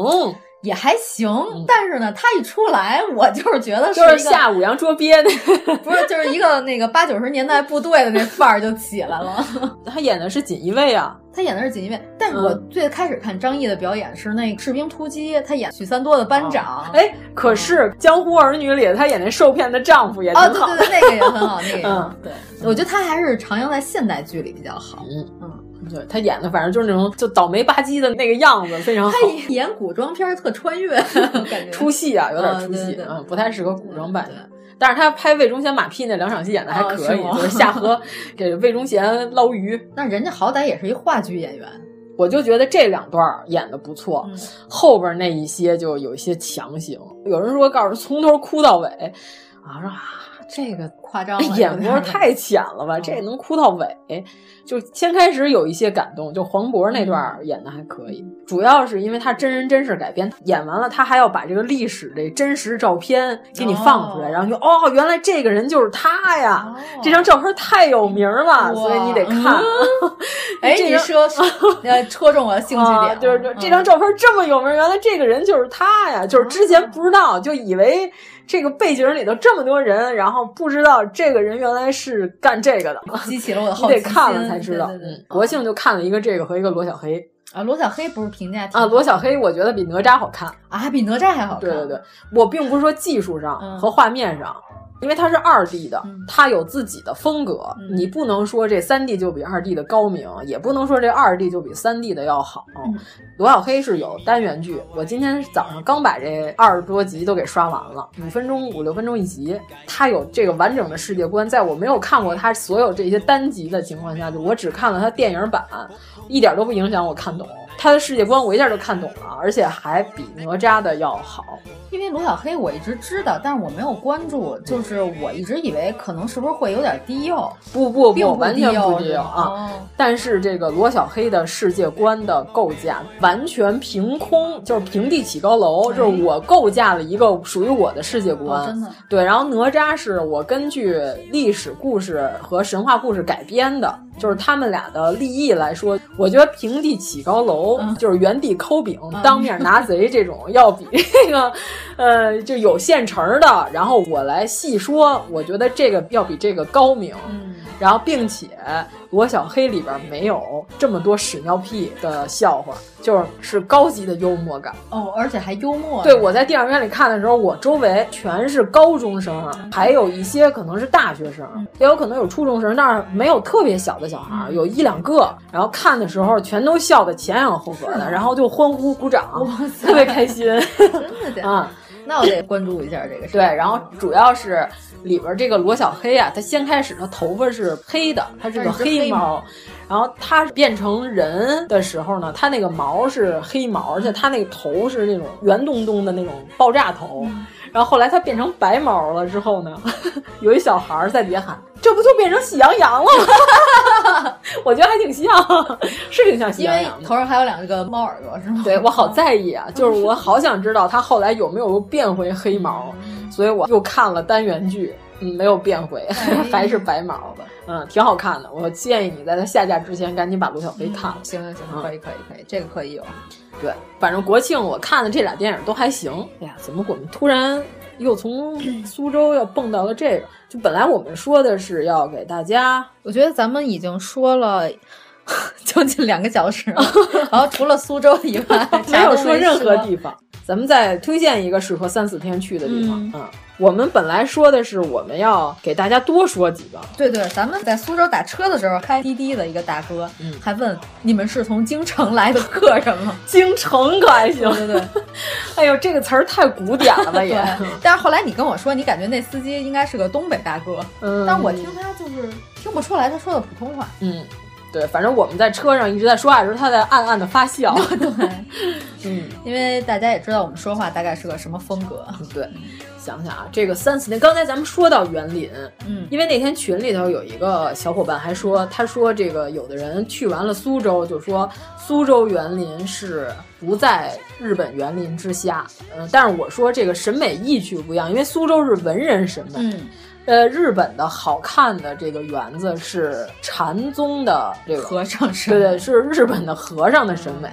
也还行，但是呢，他一出来，我就是觉得嗯是就一是个下五洋捉鳖 那不是就是一个那个八九十年代部队的那范儿就起来了。个，他演的是锦衣卫啊。他演的是锦衣卫，但是我嗯最开始看张译的表演是那个《士兵突击》，他演许三多的班长。哎，可是《江湖儿女》里他演那受骗的丈夫也挺哦，对好。对对，那个也很好，那个也很好。嗯，对，我觉得他还是徜徉在现代剧里比较好。就是他演的，反正就是那种就倒霉吧唧的那个样子，非嗯常好他。演古装片儿特 穿越，我感觉出戏啊，有点嗯出对戏，对嗯，不太适合古装版对对的。但是他拍魏忠贤马屁那两场戏演的还哦可是以，吗就是下河给魏忠贤捞鱼，那人家好歹也是一话剧演员。我就觉得这两段儿演的不错，嗯后边那一些就有一些强行。有人说告诉从头哭到尾，啊说啊这个哎夸张了眼波有点太浅了吧，嗯这也能哭到尾。就先开始有一些感动，就黄渤那嗯段儿演的还可以，主要是因为他真人真事改编，演完了他还要把这个历史的真实照片给你放出来，哦然后就哦原来这个人就是他呀。哦这张照片太有名了，哇所以你得看。 哎，这你张 说呃戳中我的兴趣点啊，了，就是这这嗯张照片这么有名，原来这个人就是他呀！就是之前不知道，就以为这个背景里头这么多人，然后不知道这个人原来是干这个的，激起了我的你好奇得心，看了才知道。对对对嗯，国庆就看了一个这个和一个罗小黑啊，罗小黑不是评价挺啊，好罗小黑我觉得比哪吒好看。啊比哪吒还好看，对对对，我并不是说技术上嗯和画面上。因为它是二 D 的嗯，它有自己的风格，嗯你不能说这三 D 就比二 D 的高明，也不能说这二 D 就比三 D 的要好。嗯罗小黑是有单元剧，我今天早上刚把这二十多集都给刷完了，五分钟五六分钟一集，它有这个完整的世界观，在我没有看过它所有这些单集的情况下，就我只看了它电影版，一点都不影响我看懂它的世界观，我一下就看懂了，而且还比哪吒的要好。因为罗小黑我一直知道，但是我没有关注，就是我一直以为可能是不是会有点低幼，不不并不，不完全不低一幼样啊！哦但是这个罗小黑的世界观的构架完全凭空，就是平地起高楼，哎就是我构架了一个属于我的世界观。哦真的对，然后哪吒是我根据历史故事和神话故事改编的，就是他们俩的立意来说，我觉得平地起高楼，嗯就是原地抠饼、嗯当面拿贼这种，要比这个呃就有现成儿的，然后我来细说，我觉得这个要比这个高明。嗯，然后，并且罗小黑里边没有这么多屎尿屁的笑话，就是是高级的幽默感。哦，而且还幽默，对，我在电影院里看的时候，我周围全是高中生，啊还有一些可能是大学生，也有可能有初中生，但是没有特别小的小孩儿，有一两个。然后看的时候，全都笑得前仰后合的，然后就欢呼鼓掌，特别开心 真的假的啊。那我得关注一下这个事对，儿。然后主要是里边这个罗小黑啊，他先开始他头发是黑的，它是个它是一只黑猫。然后它变成人的时候呢，它那个毛是黑毛，而且它那个头是那种圆咚咚的那种爆炸头。嗯然后后来它变成白毛了之后呢， 有一小孩儿在底下喊：“这不就变成喜羊羊了吗？” 我觉得还挺像，是挺像喜因羊为羊的头。上还有两个猫耳 朵，是吗？对我好在意啊，就是我好想知道他后来有没有变回黑毛，所以我又看了单元剧，嗯，没有变回，还是 白毛的，嗯，挺好看的。我建议你在它下架之前赶紧把《陆小飞》看了。 行行嗯行，可以可以可以，这个可以有。对，反正国庆我看的这俩电影都还行。哎呀，怎么我们突然又 从苏州又蹦到了这个？就本来我们说的是要给大家我觉得咱们已经说了 将近两个 小时了，然后除了苏州以外，没啥都有哎说任何说地方。咱们再推荐一个适合三四天去的地方嗯嗯我们本来说的是我们要给大家多说几个，对对，咱们在苏州打车的时候，开滴滴的一个大哥、嗯还问你们是从京城来的客人吗？ 京城可还行对？对对， 哎呦，这个词儿太古典了吧也对。 但是后来你跟我说，你感觉那司机应该是个东北大哥，嗯但我听他就是听不出来他说的普通话。嗯，对，反正我们在车上一直在说话的时候，他在暗暗的发笑。对， 嗯，因为大家也知道我们说话大概是个什么风格。对，想想啊，这个三四天，刚才咱们说到园林，嗯，因为那天群里头有一个小伙伴还说，他说这个有的人去完了苏州，就说苏州园林是不在日本园林之下。嗯，但是我说这个审美意趣不一样，因为苏州是文人审美，嗯，呃，日本的好看的这个园子是禅宗的这个和尚是对对，嗯是日本的和尚的审美。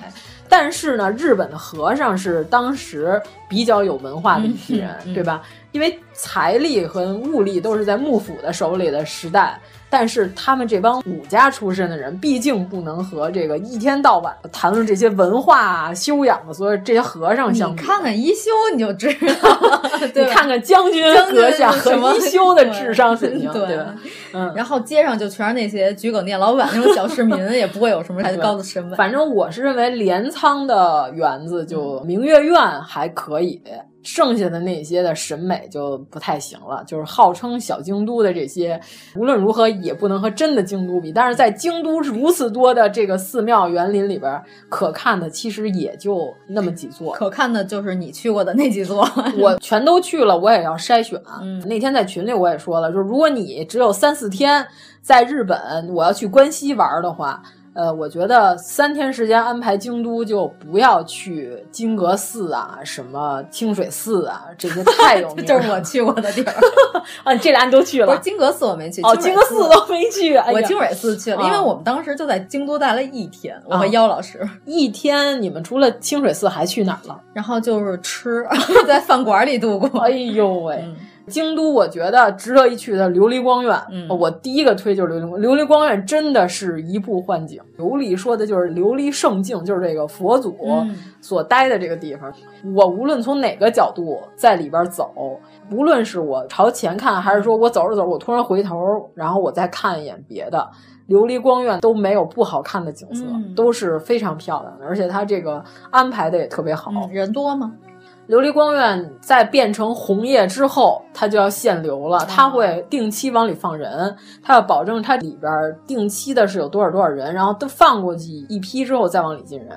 但是呢，日本的和尚是当时比较有文化的一批人，嗯对吧？因为财力和物力都是在幕府的手里的时代，但是他们这帮武家出身的人，毕竟不能和这个一天到晚谈论这些文化啊、修养的，所有这些和尚你相比，看看一休你就知道 了，对你吧看看将军将军阁下和什么一休的智商水平， 对对吧？嗯，然后街上就全是那些举狗念老板那种小市民，也不会有什么 太对高的审美。反正我是认为镰仓的园子就明月院还可以，剩下的那些的审美就不太行了。就是号称小京都的这些，无论如何也不能和真的京都比。但是在京都如此多的这个寺庙园林里边，可看的其实也就那么几 座。可看的就是你去过的那几座， 我全都去了，我也要筛选。嗯那天在群里我也说了，就是如果你只有三四天在日本，我要去关西玩的话，呃，我觉得三天时间安排京都就不要去金阁寺啊、什么清水寺啊这些太有名了。 就是我去过的地儿。啊，你这俩你都去不是了。金阁寺我没去，哦，清金水阁寺都没去，哎呀我清水寺去了，啊因为我们当时就在京都待了一天，我和啊妖老师，一天，你们除了清水寺还去哪儿了？然后就是吃，在饭馆里度过哎。呦喂！嗯京都，我觉得值得一去的琉璃光院，嗯我第一个推就是琉璃光。琉璃光院真的是一步幻境。琉璃说的就是琉璃圣境，就是这个佛祖嗯所待的这个地方。我无论从哪个角度在里边走，无论是我朝前看，还是说我走着走着，我突然回头，然后我再看一眼别的，琉璃光院都没有不好看的景色，嗯都是非常漂亮的，而且它这个安排的也特别好。嗯，人多吗？琉璃光院在变成红叶之后，它就要限流啊了，它会定期往里放人，它要保证它里边定期的是有多少多少人，然后都放过去一批之后再往里进人。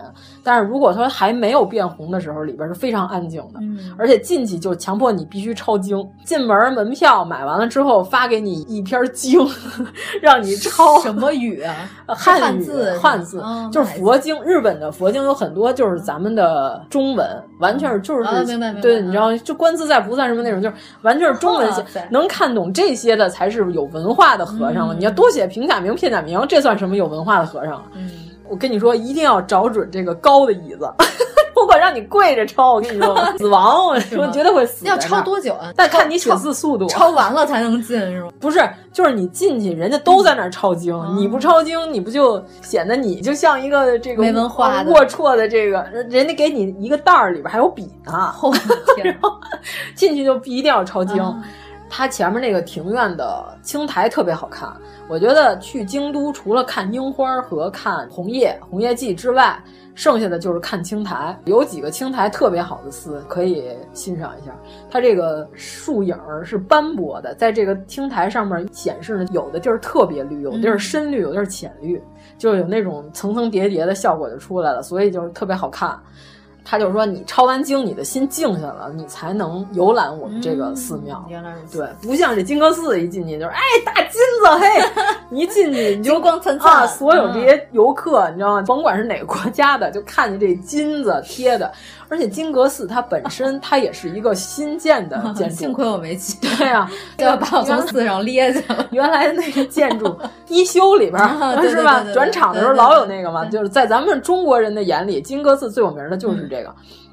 但是如果它还没有变红的时候，里边是非常安静的。嗯，而且进去就强迫你必须抄经，进门门票买完了之后发给你一篇经， 让你抄什么语啊？呃汉是汉语字是汉吗字哦就是那还佛经，日本的佛经有很多就是咱们的中文，完全是就是哦明白明白对，嗯你知道就观自在菩萨什么那种，就是完全是中文写哇塞，能看懂这些的才是有文化的和尚了。嗯你要多写平假名、片假名，这算什么有文化的和尚啊？嗯，我跟你说，一定要找准这个高的椅子， 不管让你跪着抄，我跟 你说死亡，我吗说绝对会死。要超，多久啊？但看你抄写字速度。抄完了才能进是吗？不是，就是你进去，人家都在那儿抄经，嗯你不抄经，你不就显得你就像一个这个没文化的龌龊的这个人家给 你一个袋儿，里边还有笔呢，哦，天，进去就必一定要抄经。它前面那个庭院的青苔特别好看。我觉得去京都除了看樱花和看红叶、红叶季之外，剩下的就是看青苔。有几个青苔特别好的丝可以欣赏一下，它这个树影儿是斑驳的，在这个青苔上面显示呢，有的地儿特别绿，有的地儿深绿，有的地儿浅绿，就有那种层层叠叠的效果就出来了，所以就是特别好看。他就说，你抄完经，你的心静下了，你才能游览我们这个寺庙。嗯原来如此，对，不像这金阁寺一进去就是哎大金子嘿， 你一进去你就金光灿灿嗯啊，所有这些游客你知道吗？甭管是哪个国家的，就看见这金子贴的，而且金阁寺它本身它也是一个新建的 建筑，幸亏我没去， 对啊呀、要把我从 寺上咧下了。原来那个建筑一修里边啊儿对 是吧对对对？对转场的时候对对老有那个嘛，对嗯就是在咱们中国人的眼里，金阁寺最有名的就是这个。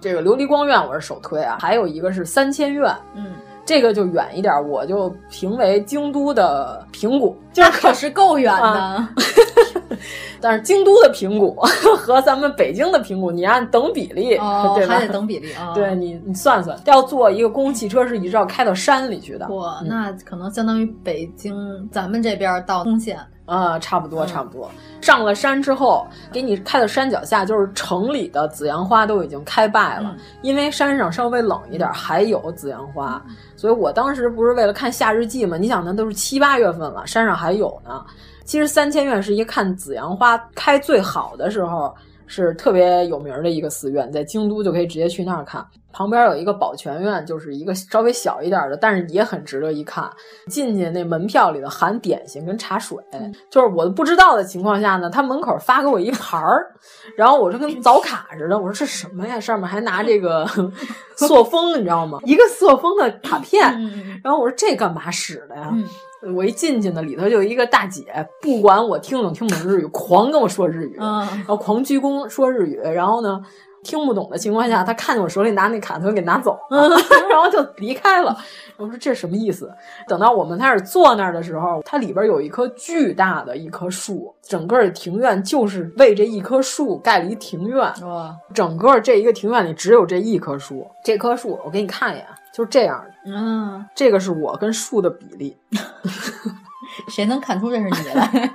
这个琉璃光院我是首推啊，还有一个是三千院， 嗯，这个就远一点儿，我就评为京都的平谷，这 可是够远的啊，但是京都的平谷 和咱们北京的平谷，你按等比例，哦对，吧？还得等比例啊。对你，你算算，要坐一个公共汽车是一直要开到山里去的，哇，嗯那可能相当于北京咱们这边到通县，啊、差不多，嗯差不多。上了山之后，给你开到山脚下，就是城里的紫阳花都已经开败了，嗯因为山上稍微冷一点，还有紫阳花。嗯所以我当时不是为了看夏日祭嘛？你想，那都是七八月份了，山上还有呢。其实三千院是一个看紫阳花开最好的时候，是特别有名的一个寺院，在京都就可以直接去那儿看。旁边有一个保全院，就是一个稍微小一点的，但是也很值得一看。进去那门票里头含点心跟茶水，嗯就是我不知道的情况下呢，他门口发给我一盘儿，然后我说跟早卡似的，我说这什么呀？上面还拿这 个塑封，你知道吗？一个塑封的卡片，嗯，然后我说这干嘛使的呀？嗯我一进去呢，里头就有一个大姐，不管我听懂听不懂日语，狂跟我说日语，嗯然后狂鞠躬说日语，然后呢。听不懂的情况下，她看见我手里拿那卡，她就给拿走了， 然后就离开了。我说这什么意思？等到我们开始坐那儿的时候，它里边有一棵巨大的一棵树，整个庭院就是为这一棵树盖了一庭院。嗯哇，整个这一个庭院里只有这一棵树，这棵树我给你看一眼，啊就是这样的。嗯，这个是我跟树的比例。谁能看出这是你 来？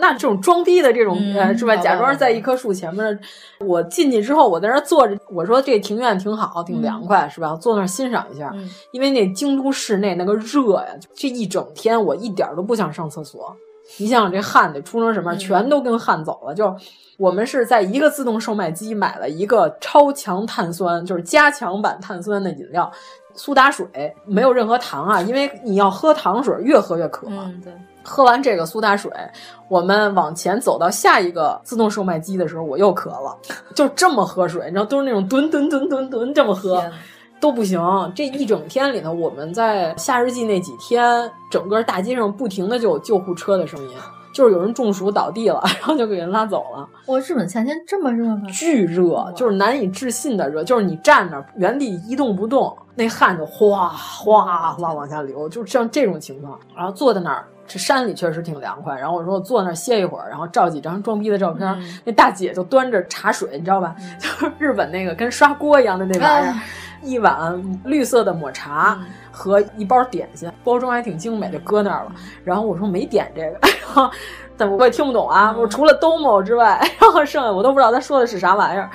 那这种装逼的这种、嗯呃，是吧？好吧假装在一棵树前面，我进去之后，我在那儿坐着，我说这庭院挺好，挺凉快，是吧？坐那儿欣赏一下，嗯因为那京都市内那个热呀，这一整天我一点儿都不想上厕所。你想想这汗得出成嗯什么样，全都跟汗走了。就我们是在一个自动售卖机买了一个超强碳酸，就是加强版碳酸的饮料，苏打水，没有任何糖啊，因为你要喝糖水，越喝越渴。嗯，对，喝完这个苏打水，我们往前走到下一个自动售卖机的时候，我又渴了，就这么喝水，你知道都是那种吨吨吨吨吨这么喝天哪都不行。这一整天里头，我们在夏日祭那几天，整个大街上不停的就有救护车的声音，就是有人中暑倒地了，然后就给人拉走了，哇，日本夏天这么热吗？巨热，就是难以置信的热，就是你站那儿原地一动不动，那汗就哗哗哗往下流，就像这种情况。然后坐在那儿，这山里确实挺凉快。然后我说我坐那儿歇一会儿，然后照几张装逼的照片。那大姐就端着茶水，你知道吧？ 就是日本那个跟刷锅一样的那玩意儿，哎一碗绿色的抹茶。和一包点心，包装还挺精美，就搁那儿了。然后我说没点这个， 然后但我也听不懂啊。我除了 domo 之外， 然后剩下我都不知道他说的是啥玩意儿。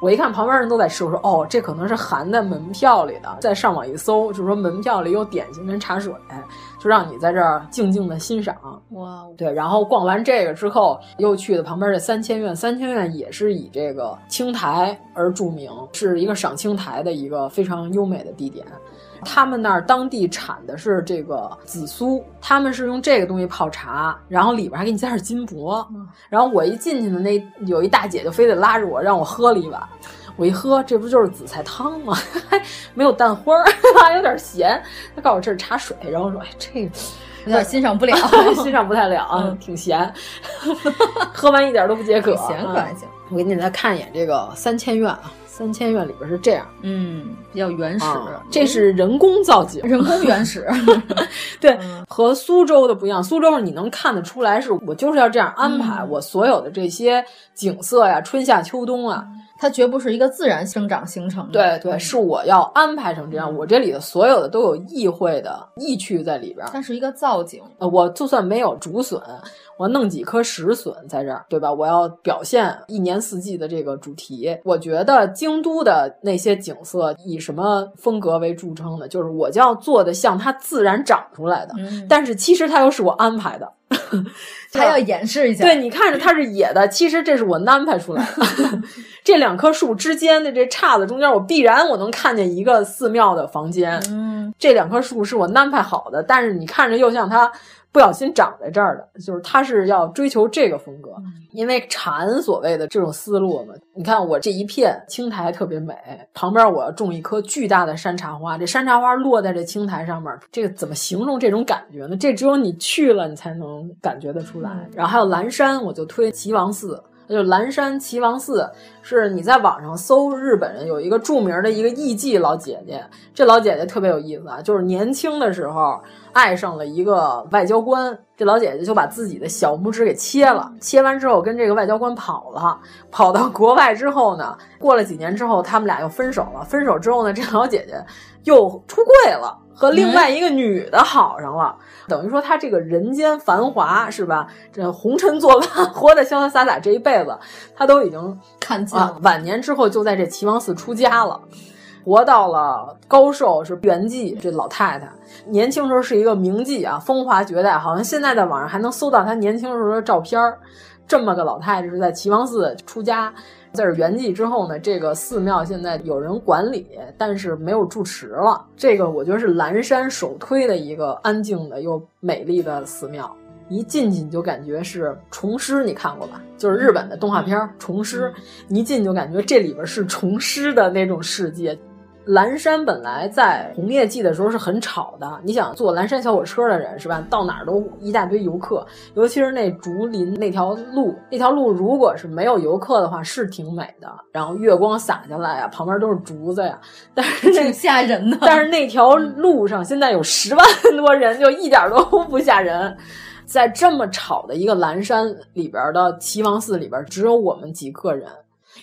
我一看旁边人都在吃，我说哦，这可能是含在门票里的。再上网一搜，就说门票里有点心跟茶水，就让你在这儿静静的欣赏。哇，对，然后逛完这个之后，又去的旁边这三千院。三千院也是以这个青苔而著名，是一个赏青苔的一个非常优美的地点。他们那儿当地产的是这个紫苏，他们是用这个东西泡茶，然后里边还给你加点金箔。然后我一进去呢，那有一大姐就非得拉着我让我喝了一碗，我一喝，这不就是紫菜汤吗？ 没有蛋花儿， 还有点咸。她告诉我这是茶水，然后我说哎这个。有点欣赏不了， 欣赏不太了嗯啊，挺咸， 喝完一点都不解渴。 闲可还行，嗯我给你再看一眼这个三千院啊，三千院里边是这样嗯，比较原始，啊，这是人工造景，人工原始， 对，嗯和苏州的不一样。苏州是你能看得嗯出来，是我就是要这样安排我所有的这些景色呀，春夏秋冬啊。它绝不是一个自然生长形成对的。嗯对，是我要安排成这样，我这里的所有的都有意会的意趣在里边儿。它是一个造景。呃，我就算没有竹笋，我弄几颗石笋在这儿，对吧？我要表现一年四季的这个主题。我觉得京都的那些景色以什么风格为著称的，就是我就要做的像它自然长出来的，嗯，但是其实它又是我安排的。它要演示一下。嗯对，你看着它是野的，其实这是我安排出来的。 这两棵树之间的这岔子中间，我必然我能看见一个寺庙的房间。嗯，这两棵树是我安排好的，但是你看着又像它不小心长在这儿的，就是它是要追求这个风格，因为禅所谓的这种思路嘛。你看我这一片青苔特别美，旁边我要种一棵巨大的山茶花，这山茶花落在这青苔上面，这个怎么形容这种感觉呢？这只有你去了你才能感觉得出来。然后还有蓝山，我就推齐王寺。就是蓝山齐王寺，是你在网上搜日本人有一个著名的一个艺妓老姐姐，这老姐姐特别有意思啊，就是年轻的时候爱上了一个外交官，这老姐姐就把自己的小拇指给切了，切完之后跟这个外交官跑了，跑到国外之后呢，过了几年之后，他们俩又分手了，分手之后呢，这老姐姐又出柜了。和另外一个女的好上了，等于说她这个人间繁华是吧？这红尘作伴， 活得潇潇洒洒，这一辈子她都已经看见啊了，，晚年之后就在这齐王寺出家了，活到了高寿是圆寂。这老太太年轻时候是一个名妓啊，风华绝代，好像现在在网上还能搜到她年轻时候的照片儿。这么个老太太是在齐王寺出家，在这圆寂之后呢，这个寺庙现在有人管理，但是没有住持了。这个我觉得是蓝山首推的一个安静的又美丽的寺庙。一进去你就感觉是虫师，你看过吧？就是日本的动画片《虫师》，你一进就感觉这里边是虫师的那种世界。蓝山本来在红叶季的时候是很吵的，你想坐蓝山小火车的人是吧？到哪儿都一大堆游客，尤其是那竹林那条路，那条路如果是没有游客的话，是挺美的。然后月光洒下来啊，旁边都是竹子呀、 但是那挺吓人的。但是那条路上现在有十万多人，就一点都不吓人。在这么吵的一个蓝山里边的齐王寺里边，只有我们几个人，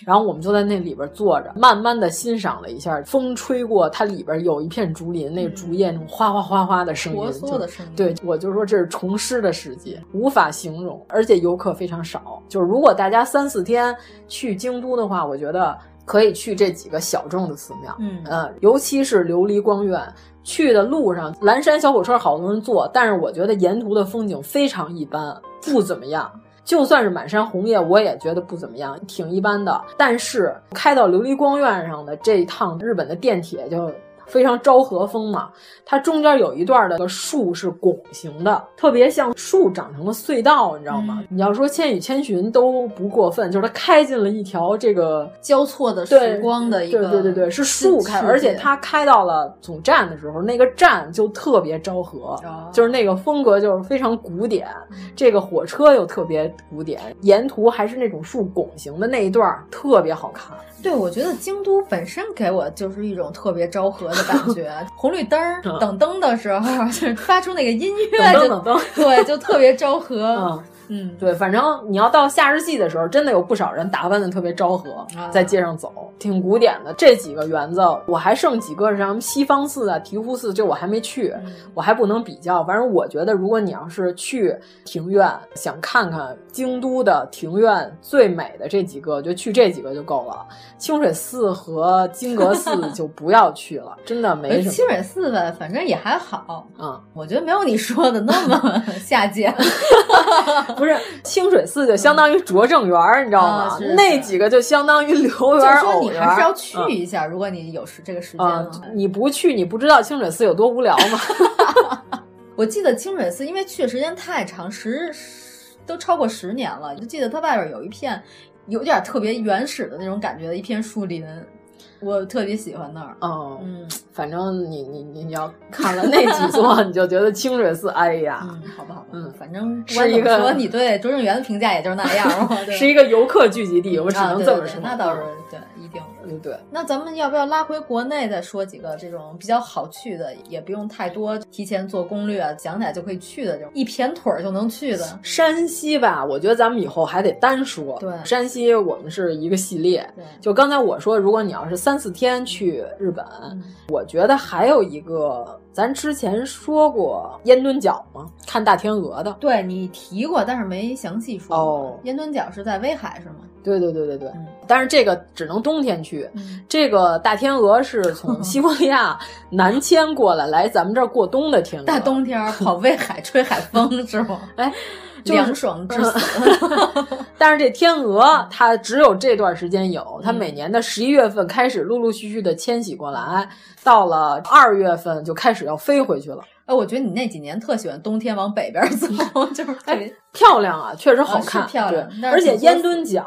然后我们就在那里边坐着，慢慢的欣赏了一下风吹过，它里边有一片竹林，那竹叶那种哗哗哗哗的声音，嗯婆娑的声音，对，我就说这是虫师的世界，无法形容，而且游客非常少。就是如果大家三四天去京都的话，我觉得可以去这几个小众的寺庙，嗯呃，尤其是琉璃光院。去的路上，蓝山小火车好多人坐，但是我觉得沿途的风景非常一般，不怎么样。就算是满山红叶，我也觉得不怎么样，挺一般的。但是开到琉璃光院上的这一趟日本的电铁就非常昭和风嘛，它中间有一段的树是拱形的，特别像树长成了隧道，你知道吗？你要说《千与千寻》都不过分，就是它开进了一条这个交错的对时光的一个，对对对对，是树开，而且它开到了总站的时候，那个站就特别昭和，哦嗯就是那个风格就是非常古典，这个火车又特别古典，沿途还是那种树拱形的那一段儿特别好看。对，我觉得京都本身给我就是一种特别昭和的感 觉，红绿灯儿嗯等灯的时候， 就是发出那个音乐，等就等等等， 对，就特别昭和。嗯。嗯，对，反正你要到夏日祭的时候，真的有不少人打扮的特别昭和啊，在街上走，挺古典的。这几个园子，我还剩几个，像西方寺啊、醍醐寺，这我还没去，嗯我还不能比较。反正我觉得，如果你要是去庭院，想看看京都的庭院最美的这几个，就去这几个就够了。清水寺和金阁 寺就不要去了，真的我觉没得什哎清么。水寺吧，反正也还好，啊、我觉得没有你说的那么 下 贱。 不是清水寺就相当于拙政园儿，你知道吗？啊是那是几个就相当于留就园是儿、说藕你园儿。还是要去嗯一下，如果你有时这个时间啊了。，你不去，你不知道清水寺有多无聊 吗？我记得清水寺，因为去的时间太长，十都超过十年了，就记得它外边有一片有点特别原始的那种感觉的一片树林，我特别喜欢那儿。嗯，嗯，反正你你你你要看了那几座，你就觉得清水寺，哎呀，嗯，好吧，好吧，嗯反正不是管一怎么个说，你对 哎拙政园的评价也就是那样儿嘛，对吧是一个游客聚集地，我只啊能对这对么对说。那倒是对，一定的。嗯对，那咱们要不要拉回国内再说几个这种比较好去的，也不用太多提前做攻略，讲起来就可以去的这种，一偏腿儿就能去的。山西吧，我觉得咱们以后还得单说。对山西我们是一个系列。对就刚才我说，如果你要是三四天去日本，嗯我觉得还有一个，咱之前说过烟墩角嘛，看大天鹅的。对你提过，但是没详细说。哦烟墩角是在威海是吗？对对对对对，嗯但是这个只能冬天去。嗯这个大天鹅是 从西伯利亚南迁过来，来咱们这儿过冬的天鹅。大冬天儿跑威海吹海风是吗？哎，就是凉爽至死。 嗯但是这天鹅它只有这段时间有，它每年的十一月份开始陆陆续续的迁徙过来，到了二月份就开始要飞回去了。哎，我觉得你那几年特喜欢冬天往北边走，就是特别哎，漂亮啊，确实好啊看，是漂亮对，但是而且挺作死烟墩角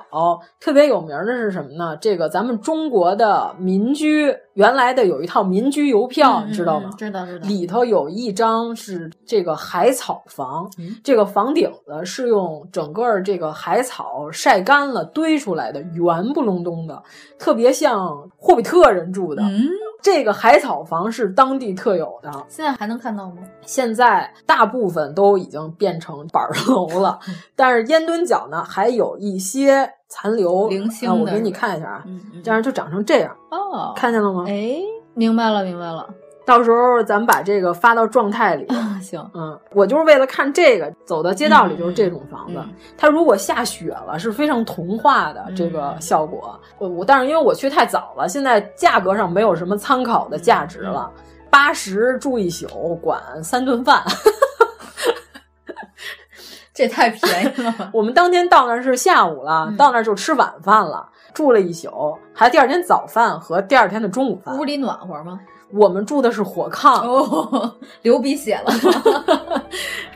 特别有名的是什么呢？这个咱们中国的民居原来的有一套民居邮票，你知道吗？嗯嗯知道知道。里头有一张是这个海草房，嗯这个房顶子是用整个这个海草晒干了堆出来的，圆不隆咚的，特别像霍比特人住的。嗯，这个海草房是当地特有的，现在还能看到吗？现在大部分都已经变成板儿楼了，嗯但是烟墩角呢还有一些残留。零星啊我的给是你吧看一下啊，嗯嗯这样就长成这样，哦，看见了吗？哎，明白了明白了，到时候咱们把这个发到状态 里。啊行，嗯，我就是为了看这个，走到街道里就是这种房子。嗯嗯它如果下雪了，是非常童话的嗯这个效果。我我但是因为我去太早了，现在价格上没有什么参考的价值了。嗯八十住一宿，管三顿饭。这太便宜 了。我们当天到那儿是下午了，嗯到那儿就吃晚饭了，住了一宿，还第二天早饭和第二天的中午饭屋。里暖和吗？我们住的是火炕，哦，流鼻血 了。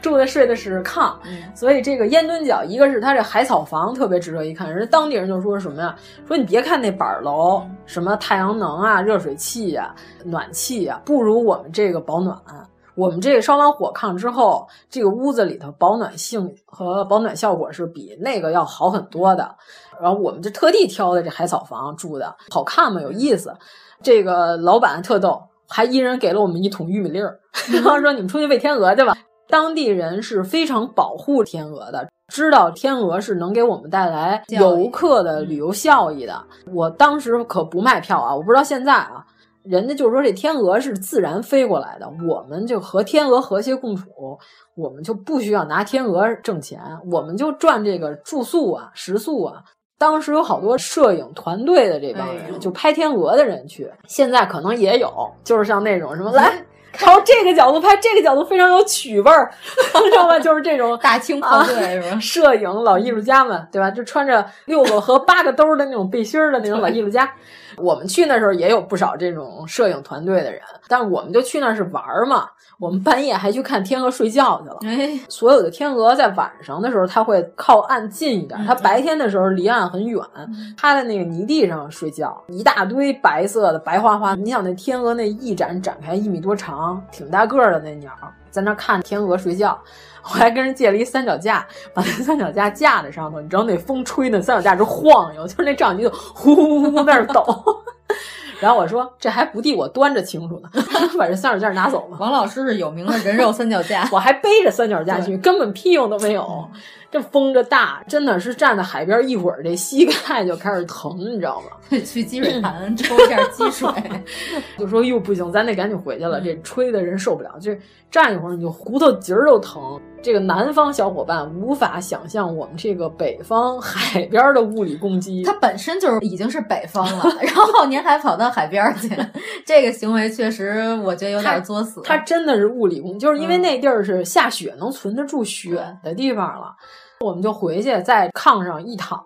住的睡的是炕。嗯所以这个烟墩角，一个是它这海草房特别值得一看，人家当地人就说什么呀？说你别看那板儿楼，嗯什么太阳能啊、热水器呀、暖气呀、不如我们这个保暖。我们这个烧完火炕之后，这个屋子里头保暖性和保暖效果是比那个要好很多的。然后我们就特地挑的这海草房住的，好看嘛，有意思。这个老板特逗，还一人给了我们一桶玉米粒儿，嗯然后 说你们出去喂天鹅去吧。当地人是非常保护天鹅的，知道天鹅是能给我们带来效益游客的旅游效益的。我当时可不卖票啊，我不知道现在啊。人家就说这天鹅是自然飞过来的，我们就和天鹅和谐共处，我们就不需要拿天鹅挣钱，我们就赚这个住宿啊、食宿啊。当时有好多摄影团队的这帮人，哎呦就拍天鹅的人去，现在可能也有，就是像那种什么来 来，朝这个角度拍，这个角度非常有曲味儿， 知道吧？就是这种大清炮队是吧？摄影老艺术家们，对吧？就穿着六个和八个兜儿的那种背心儿的那种老艺术家。我们去那时候也有不少这种摄影团队的人，但我们就去那是玩儿嘛。我们半夜还去看天鹅睡觉去了。哎，所有的天鹅在晚上的时候，它会靠岸近一点，它白天的时候离岸很远，它在那个泥地上睡觉，一大堆白色的白花花。你想那天鹅那翼展展开一米多长，挺大个儿的那鸟，在那看天鹅睡觉。我还跟人借了一三脚架，把那三脚架架在上头，你知道那风吹那三脚架直晃悠，就是那照相机就呼呼呼呼在那儿抖。 然后我说这还不地我端着清楚呢， 把这三脚架拿走吧。。王老师是有名的人肉三脚架 我还背着三脚架去，根本屁用都没有。这风着大，真的是站在海边，一会儿这膝盖就开始疼，你知道吗？去积水潭抽一下积 水，就说哟不行，咱得赶紧回去了，这吹的人受不了，这站一会儿你就骨头节儿都疼。这个南方小伙伴无法想象我们这个北方海边的物理攻击它，本身就是已经是北方 了，然后您还跑到海边儿去， 这个行为确实我觉得有点作死。嗯它真的是物理攻，就是因为那地儿是下雪能存得住雪的地方了。我们就回去在炕上一 躺，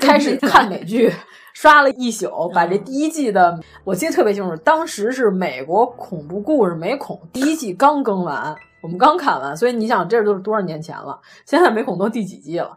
开始看美剧， 刷了一宿，把嗯这第一季的我记得特别清楚，当时是美国恐怖故事美恐第一季刚更完，我们刚看完，所以你想这都是多少年前了？现在美恐都第几季了？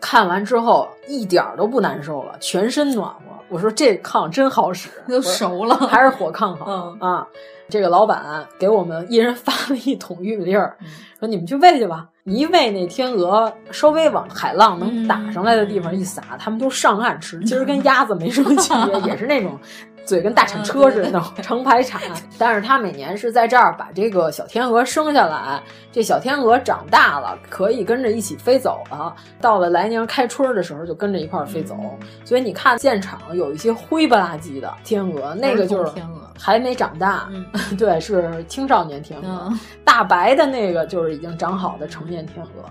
看完之后一点儿都不难受了，全身暖和。我说这炕真好使，都熟了，还是火炕好、嗯啊。这个老板给我们一人发了一桶玉米粒儿，说你们去喂去吧。你一喂那天鹅，稍微往海浪能打上来的地方一撒，它们都上岸吃。其实跟鸭子没什么区别，也是那种嘴跟大铲车似的那种长排铲。但是它每年是在这儿把这个小天鹅生下来，这小天鹅长大了可以跟着一起飞走啊了。到了来年开春儿的时候，就跟着一块儿飞走。嗯所以你看现场有一些灰不拉几的天鹅，那个就是天鹅还没长大，嗯 对，是青少年天鹅。 嗯大白的那个就是已经长好的成年天鹅，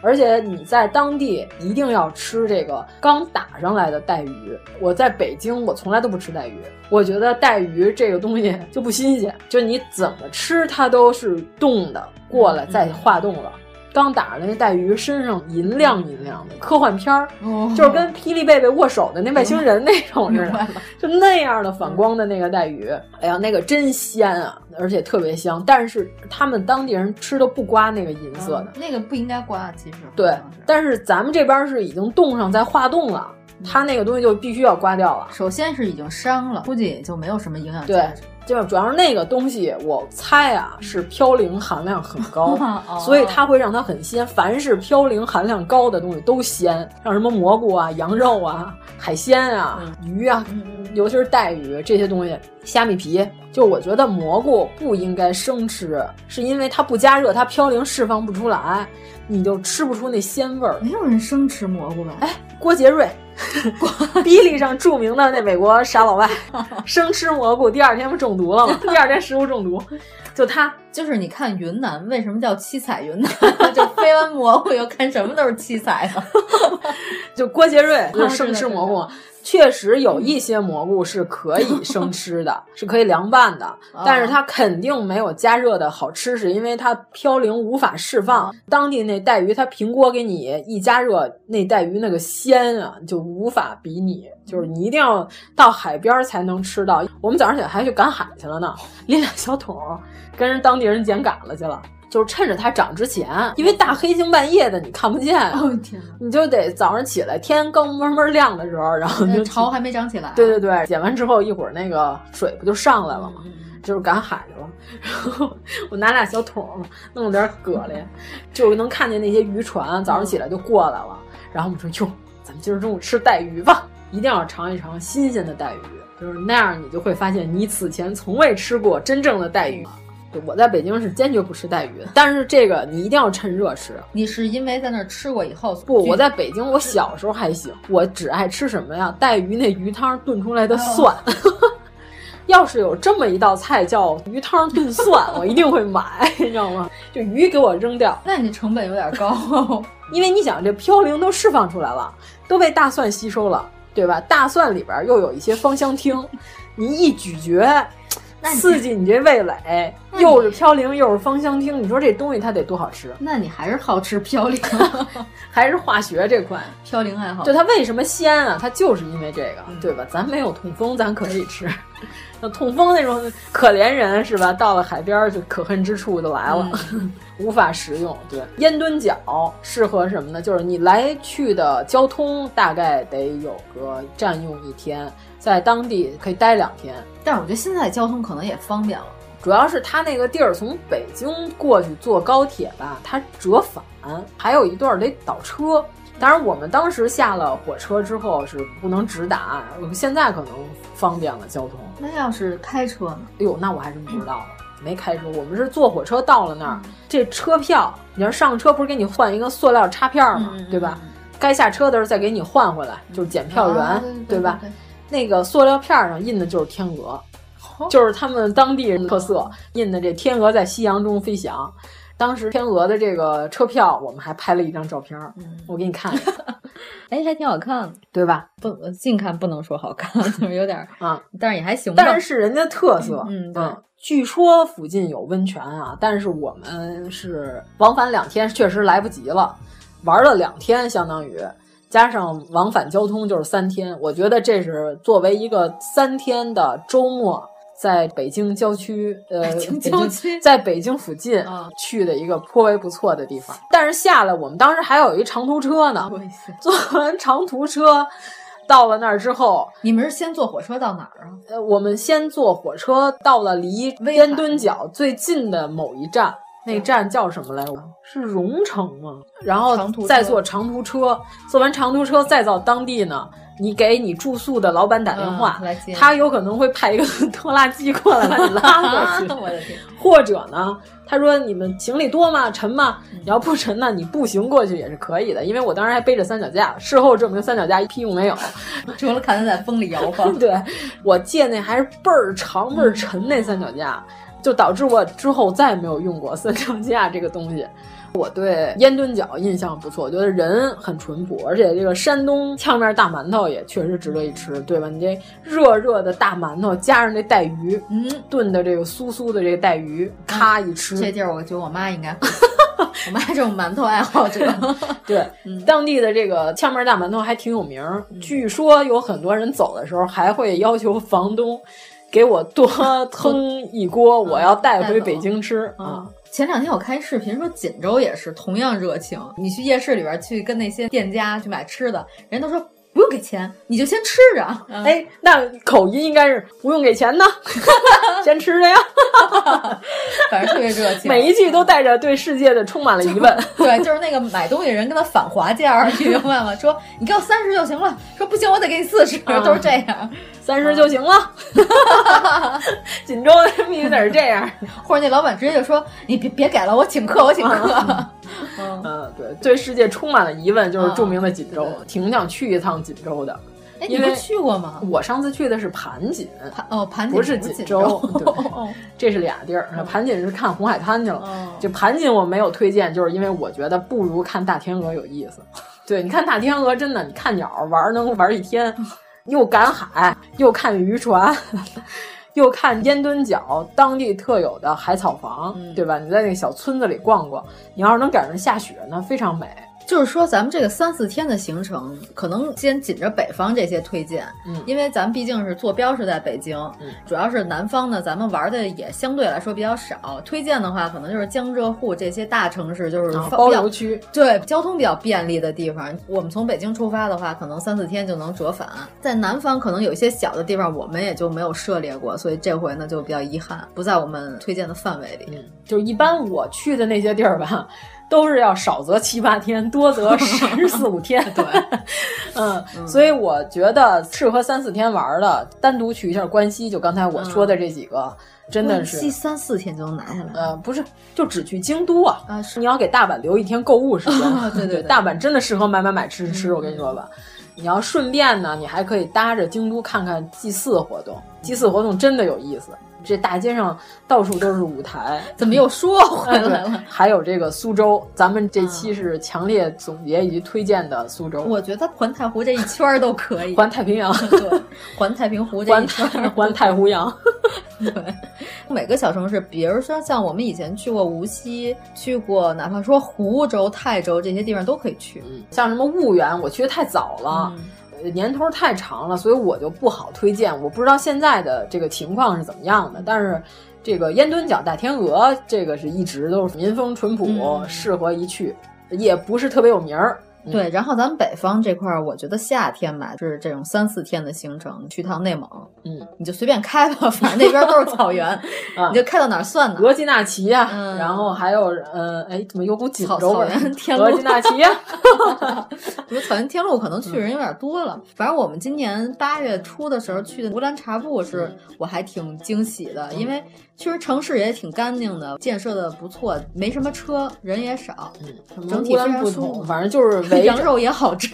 而且你在当地一定要吃这个刚打上来的带鱼。我在北京，我从来都不吃带鱼，我觉得带鱼这个东西就不新鲜，就你怎么吃它都是冻的，过嗯来再化冻了。刚打上来那带鱼身上银亮银亮的，科幻片儿，哦嗯就是跟霹雳贝贝握手的那外星人那种似 明白的了， 就那样的反光的那个带鱼，哎呀，那个真鲜啊，而且特别香。但是他们当地人吃都不刮那个银色的，嗯那个不应该刮，其实对好像是。但是咱们这边是已经冻上在化冻了，它那个东西就必须要刮掉了。首先是已经伤了，估计也就没有什么营养对价值。，就是主要是那个东西，我猜啊是嘌呤含量很高哦，所以它会让它很鲜。凡是嘌呤含量高的东西都鲜，像什么蘑菇啊、羊肉啊、海鲜啊、鱼啊，尤其是带鱼这些东西，虾米皮。就我觉得蘑菇不应该生吃，是因为它不加热，它嘌呤释放不出来，你就吃不出那鲜味儿。没有人生吃蘑菇吧？哎，郭杰瑞， 哔哩上著名的那美国傻老外，生吃蘑菇，第二天不中毒了吗？第二天食物中毒，就他。就是你看云南为什么叫七彩云南？ 就飞完蘑菇以后看什么都是七彩啊 的。就郭杰瑞就是是生的吃是的蘑菇，确实有一些蘑菇是可以生吃的，是可以凉拌的，但是它肯定没有加热的好吃，是因为它嘌呤无法释放。当地那带鱼，它平锅给你一加热，那带鱼那个鲜啊，就无法比拟。就是你一定要到海边儿才能吃到。我们早上起来还去赶海去了呢，拎俩小桶儿，跟人当地人捡赶了去了。就是趁着它涨之前，因为大黑星半夜的你看不见啊，哦天哪！你就得早上起来天刚慢慢亮的时候，然后就那呃潮还没长起来。啊对对对，剪完之后一会儿那个水不就上来了吗？就是赶海去了， 然后我拿俩小桶儿弄了点儿蛤蜊，就能看见那些渔船早上起来就过来了。然后我们说哟，咱们今儿中午吃带鱼吧，一定要尝一尝新鲜的带鱼，就是那样你就会发现你此前从未吃过真正的带鱼。对我在北京是坚决不吃带鱼的，但是这个你一定要趁热吃，你是因为在那儿吃过以后，不，我在北京，我小时候还行，我只爱吃什么呀？带鱼那鱼汤炖出来哦的蒜。 要是有这么一道菜叫鱼汤炖蒜，我一定会买，你知道吗？就鱼给我扔掉，那你成本有点高、因为你想，这嘌呤都释放出来了，都被大蒜吸收了，对吧？大蒜里边又有一些芳香烃，你一咀嚼，那你嗯刺激你这味蕾，那你又是嘌呤又是芳香烃，你说这东西它得多好吃？ 那你还是好吃啊嘌呤， 还是化学这块？嘌呤爱好。就它为什么鲜啊？它就是因为这个，对吧？咱没有痛风，咱可以吃。 那痛风那种可怜人是吧？到了海边儿就可恨之处就来了， 无法食用。对，烟墩角适合什么呢？就是你来去的交通大概得有个占用一天，在当地可以待两天。但是我觉得现在交通可能也方便了。主要是它那个地儿从北京过去坐高铁吧，它折返，还有一段儿得倒车。当然，我们当时下了火车之后是不能直达，我们现在可能方便了交通。那要是开车呢？哎呦，那我还真不知道了，没开车，我们是坐火车到了那嗯儿，这车票，你要上车不是给你换一个塑料插片儿吗？嗯嗯对吧？该下车的时候再给你换回来，就是检票员，啊对吧？？那个塑料片儿上印的就是天鹅，就是他们当地人特色，印的这天鹅在夕阳中飞翔。当时天鹅的这个车票，我们还拍了一张照片儿，我给你看一下，嗯哎，还挺好看的，对吧？不近看不能说好看， 就是有点儿啊，但是也还行吧。但是人家特色，嗯嗯对据说附近有温泉啊，但是我们是往返两天，确实来不及了，玩了两天，相当于加上往返交通就是三天。我觉得这是作为一个三天的周末，在北京郊区，呃，北京北郊区在北京附近啊去的一个颇为不错的地啊方。但是下来，我们当时还有一长途车呢，不好意思坐完长途车，到了那儿之后，你们是先坐火车到哪儿啊？呃，我们先坐火车到了离威海烟墩角最近的某一站，那站叫什么来着？是荣城吗？然后长途车再坐长途车，坐完长途车再到当地呢，你给你住宿的老板打电话嗯，来接他有可能会派一个 拖拉机过来把你拉 过去。我的天，或者呢，他说你们行李多吗？沉吗？嗯你要不沉呢，你步行过去也是可以的，因为我当时还背着三脚架，事后证明三脚架一屁用没有。除了看他在风里摇 ，晃对我借那还是倍儿长倍儿沉那三脚架，就导致我之后再也没有用过三脚架这个东西。我对烟墩角印象不错，我觉得人很淳朴，而且这个山东呛面大馒头也确实值得一吃，对吧？你这热热的大馒头加上这带鱼，嗯，炖的这个酥酥的这个带鱼，咔一吃，这地儿我觉得我妈应该会， 我妈这种馒头爱 好者，对，当地的这个呛面大馒头还挺有名儿，据说有很多人走的时候还会要求房东给我多 腾一锅，我要嗯带回北京吃啊。啊。前两天我看一视频说锦州也是同样热情，你去夜市里边去跟那些店家去买吃的，人都说不用给钱，你就先吃着。哎，哎，那口音应该是不用给钱 呢，先吃着 呀。反正特别 热情。每一句都带着对世界的充满了疑问。对，就是那个买东西人跟他反划价儿，你明白吗？说你给我三十就行了，说不行我得给你四十，啊都是这样。三十就行了，嗯 锦州的蜜语得是这样。或者那老板直接就说你别别给了，我请客，我请客。 嗯，对，对世界充满了疑问，就是啊著名的锦州对对，挺想去一趟锦州的。 哎，你因不为是去过吗？我上次去的是盘锦，盘哦，盘锦不是锦锦州对哦这是俩地儿。嗯盘锦是看红海滩去了，哦就盘锦我没有推荐，就是因为我觉得不如看大天鹅有意思。对，你看大天鹅真的，你看鸟玩儿能玩一天，又赶海，又看渔船。又看烟墩角当地特有的海草房，嗯对吧？你在那个小村子里逛逛，你要是能赶上下雪呢，非常美。就是说，咱们这个三四天的行程，可能先紧着北方这些推荐，嗯因为咱们毕竟是坐标是在北京，嗯主要是南方呢，咱们玩的也相对来说比较少。推荐的话，可能就是江浙沪这些大城市，就是然后啊方包比较邮区，对交通比较便利的地方。我们从北京出发的话，可能三四天就能折返。在南方，可能有一些小的地方，我们也就没有涉猎过，所以这回呢就比较遗憾，不在我们推荐的范围里。嗯，就是一般我去的那些地儿吧，都是要少则七八天，多则十四五天。对，嗯，所以我觉得适合三四天玩的，单独去一下关西，就刚才我说的这几个，真的关是。西三四天就能拿下来。呃，不是，就只去京都啊！啊是你要给大阪留一天购物时间。 对嗯对对大阪真的适合买买买吃吃吃，我跟你说吧。你要顺便呢，你还可以搭着京都看看祭祀活动，祭祀活动真的有意思。这大街上到处都是舞台，怎么又说回哎，来了？对， 还有这个苏州，咱们这期是强烈总结以及推荐的苏州，我觉得环太湖这一圈儿都 可以，环太平洋，对，环太平湖这环一圈太儿，环太湖洋，对，每个小城市，比如说像我们以前去过无锡，去过哪怕说湖州、泰州这些地方都可以去。像什么婺源，我去的太早嗯了。呃年头太长了，所以我就不好推荐。我不知道现在的这个情况是怎么样的，但是这个烟墩角大天鹅，这个是一直都是民风淳朴，嗯适合一去，也不是特别有名儿。嗯对，然后咱们北方这块儿，我觉得夏天吧，就是这种三四天的行程，去趟内蒙，嗯，你就随便开吧，反正那边都是草原， 啊你就开到哪儿算哪儿。额济纳旗呀、嗯然后还有呃，哎，怎么有股锦草州味儿草原天路额济纳旗 呀、我觉得草原天路可能去嗯人有点多了。反正我们今年八月初的时候去的乌兰察布是，嗯我还挺惊喜的，因为其实城市也挺干净的，建设的不错，没什么车，人也少，整嗯体乌非兰常不舒服同，反正 就是围羊着肉也 好吃。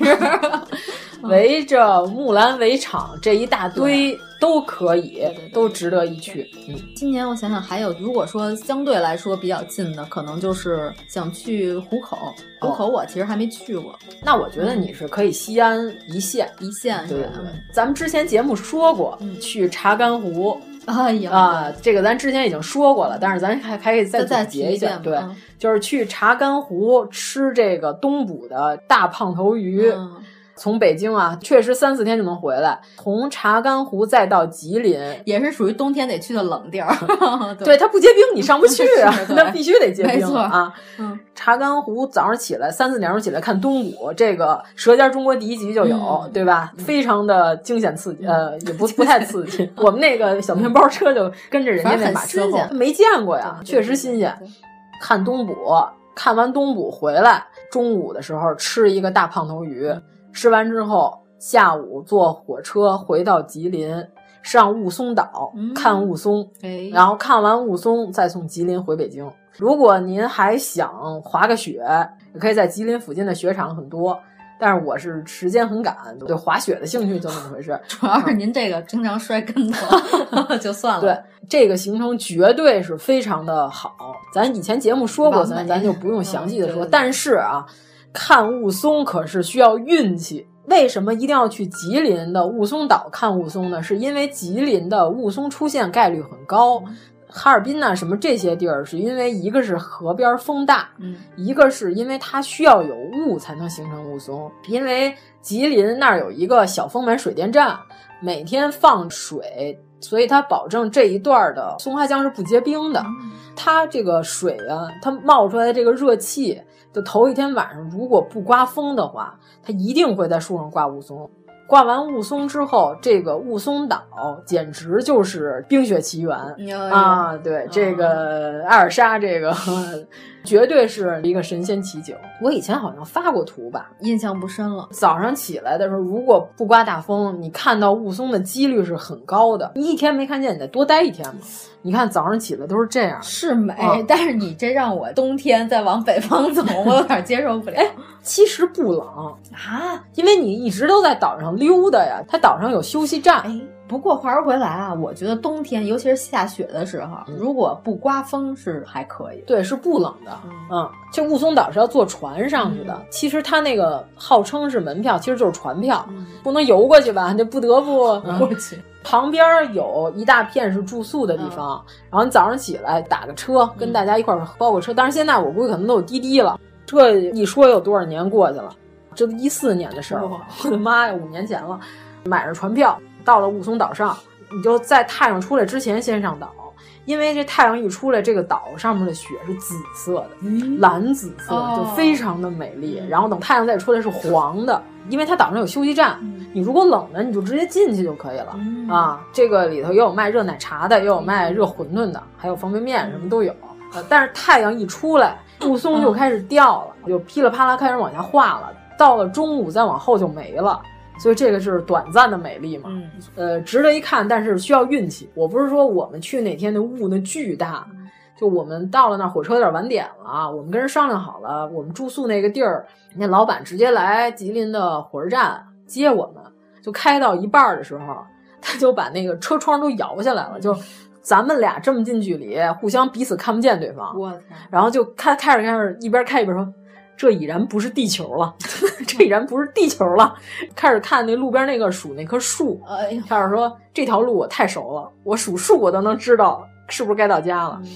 围着木兰围场这一大堆都可以对对，都值得一去。嗯，今年我想想，还有如果说相对来说比较近的，可能就是想去湖口。湖口我其实还没去过，那我觉得你是可以西安一线。一线对是对吧？对，咱们之前节目说过，嗯去查干湖哎呀，啊，这个咱之前已经说过了，但是咱还还可以再总提结一下，遍吧对，嗯就是去查干湖吃这个东捕的大胖头鱼，嗯从北京啊，确实三四天就能回来。从查干湖再到吉林，也是属于冬天得去的冷 地儿。对，它不结冰你上不去啊 是，对那必须得结没冰错啊。嗯查干湖早上起来三四点钟起来看东谷，这个《舌尖中国》第一集就有，嗯嗯对吧？非常的惊险刺激，呃，也不不太刺 激。我们那个小面包车就跟着人家那马车反正很后新，鲜没见过呀，确实新鲜。看东捕，看完东捕回来，中午的时候吃一个大胖头鱼，嗯吃完之后下午坐火车回到吉林，上雾凇岛嗯看雾凇，哎然后看完雾凇再从吉林回北京。如果您还想滑个雪，也可以在吉林附近的雪场很多。但是我是时间很赶，对滑雪的兴趣就那么回事。哎主要是您这个经常摔跟头， 就算了。对，这个行程绝对是非常的好。咱以前节目说过，完美咱咱就不用详细的嗯说。对对对但是啊，看雾凇可是需要运气。为什么一定要去吉林的雾凇岛看雾凇呢？是因为吉林的雾凇出现概率很高。嗯哈尔滨呐、什么这些地儿，是因为一个是河边风大，嗯，一个是因为它需要有雾才能形成雾凇，因为吉林那儿有一个小丰满水电站，每天放水，所以它保证这一段儿的松花江是不结冰的。它这个水啊，它冒出来的这个热气，就头一天晚上如果不刮风的话，它一定会在树上挂雾凇。挂完雾凇之后，这个雾凇岛简直就是冰雪奇缘。有啊，对，这个艾尔莎，这个 绝对是一个神仙奇景。我以前好像发过图吧。印象不深了。早上起来的时候，如果不刮大风，你看到雾凇的几率是很高的。你一天没看见，你得多待一天嘛。你看早上起来都是这样。是美，嗯但是你这让我冬天再往北方走，我有点接受不了。其实不冷， 啊，因为你一直都在岛上溜达呀。它岛上有休息站，哎，不过话说回来啊，我觉得冬天，尤其是下雪的时候，嗯如果不刮风是还可以。对，是不冷的。嗯嗯，这雾凇岛是要坐船上去的。其实它那个号称是门票，其实就是船票，不能游过去吧？你就不得不 我嗯去，旁边儿有一大片是住宿的地方，嗯然后你早上起来打个车，跟大家一块儿包个车。当然，现在我估计可能都有滴滴了。这一说有多少年过去了？这都一四年的事儿了，我的 妈呀，五年前了。买着船票到了雾凇岛上，你就在太阳出来之前先上岛，因为这太阳一出来，这个岛上面的雪是紫色的，蓝紫色，哦嗯就非常的美丽。然后等太阳再出来是黄的，因为它岛上有休息站，你如果冷了，你就直接进去就可以了。嗯啊，这个里头也有卖热奶茶的，也有卖热馄饨的，还有方便嗯面，什么都有。呃但是太阳一出来，雾凇就开始掉了，就噼里啪啦开始往下化了。到了中午再往后就没了，所以这个是短暂的美丽嘛。嗯，呃，值得一看，但是需要运气。我不是说我们去哪天那雾那巨大，嗯就我们到了那儿火车有点晚点了啊，我们跟人商量好了，我们住宿那个地儿，那老板直接来吉林的火车站接我们，就开到一半儿的时候，他就把那个车窗都摇下来了，就咱们俩这么近距离，互相彼此看不见对方，我天，然后就开开着开着，一边开一边说：“这已然不是地球了， 这已然不是地球了。” 开始看那路边那个数那棵树，哎呀，开始说：“这条路我太熟了，我数树我都能知道是不是该到家了。嗯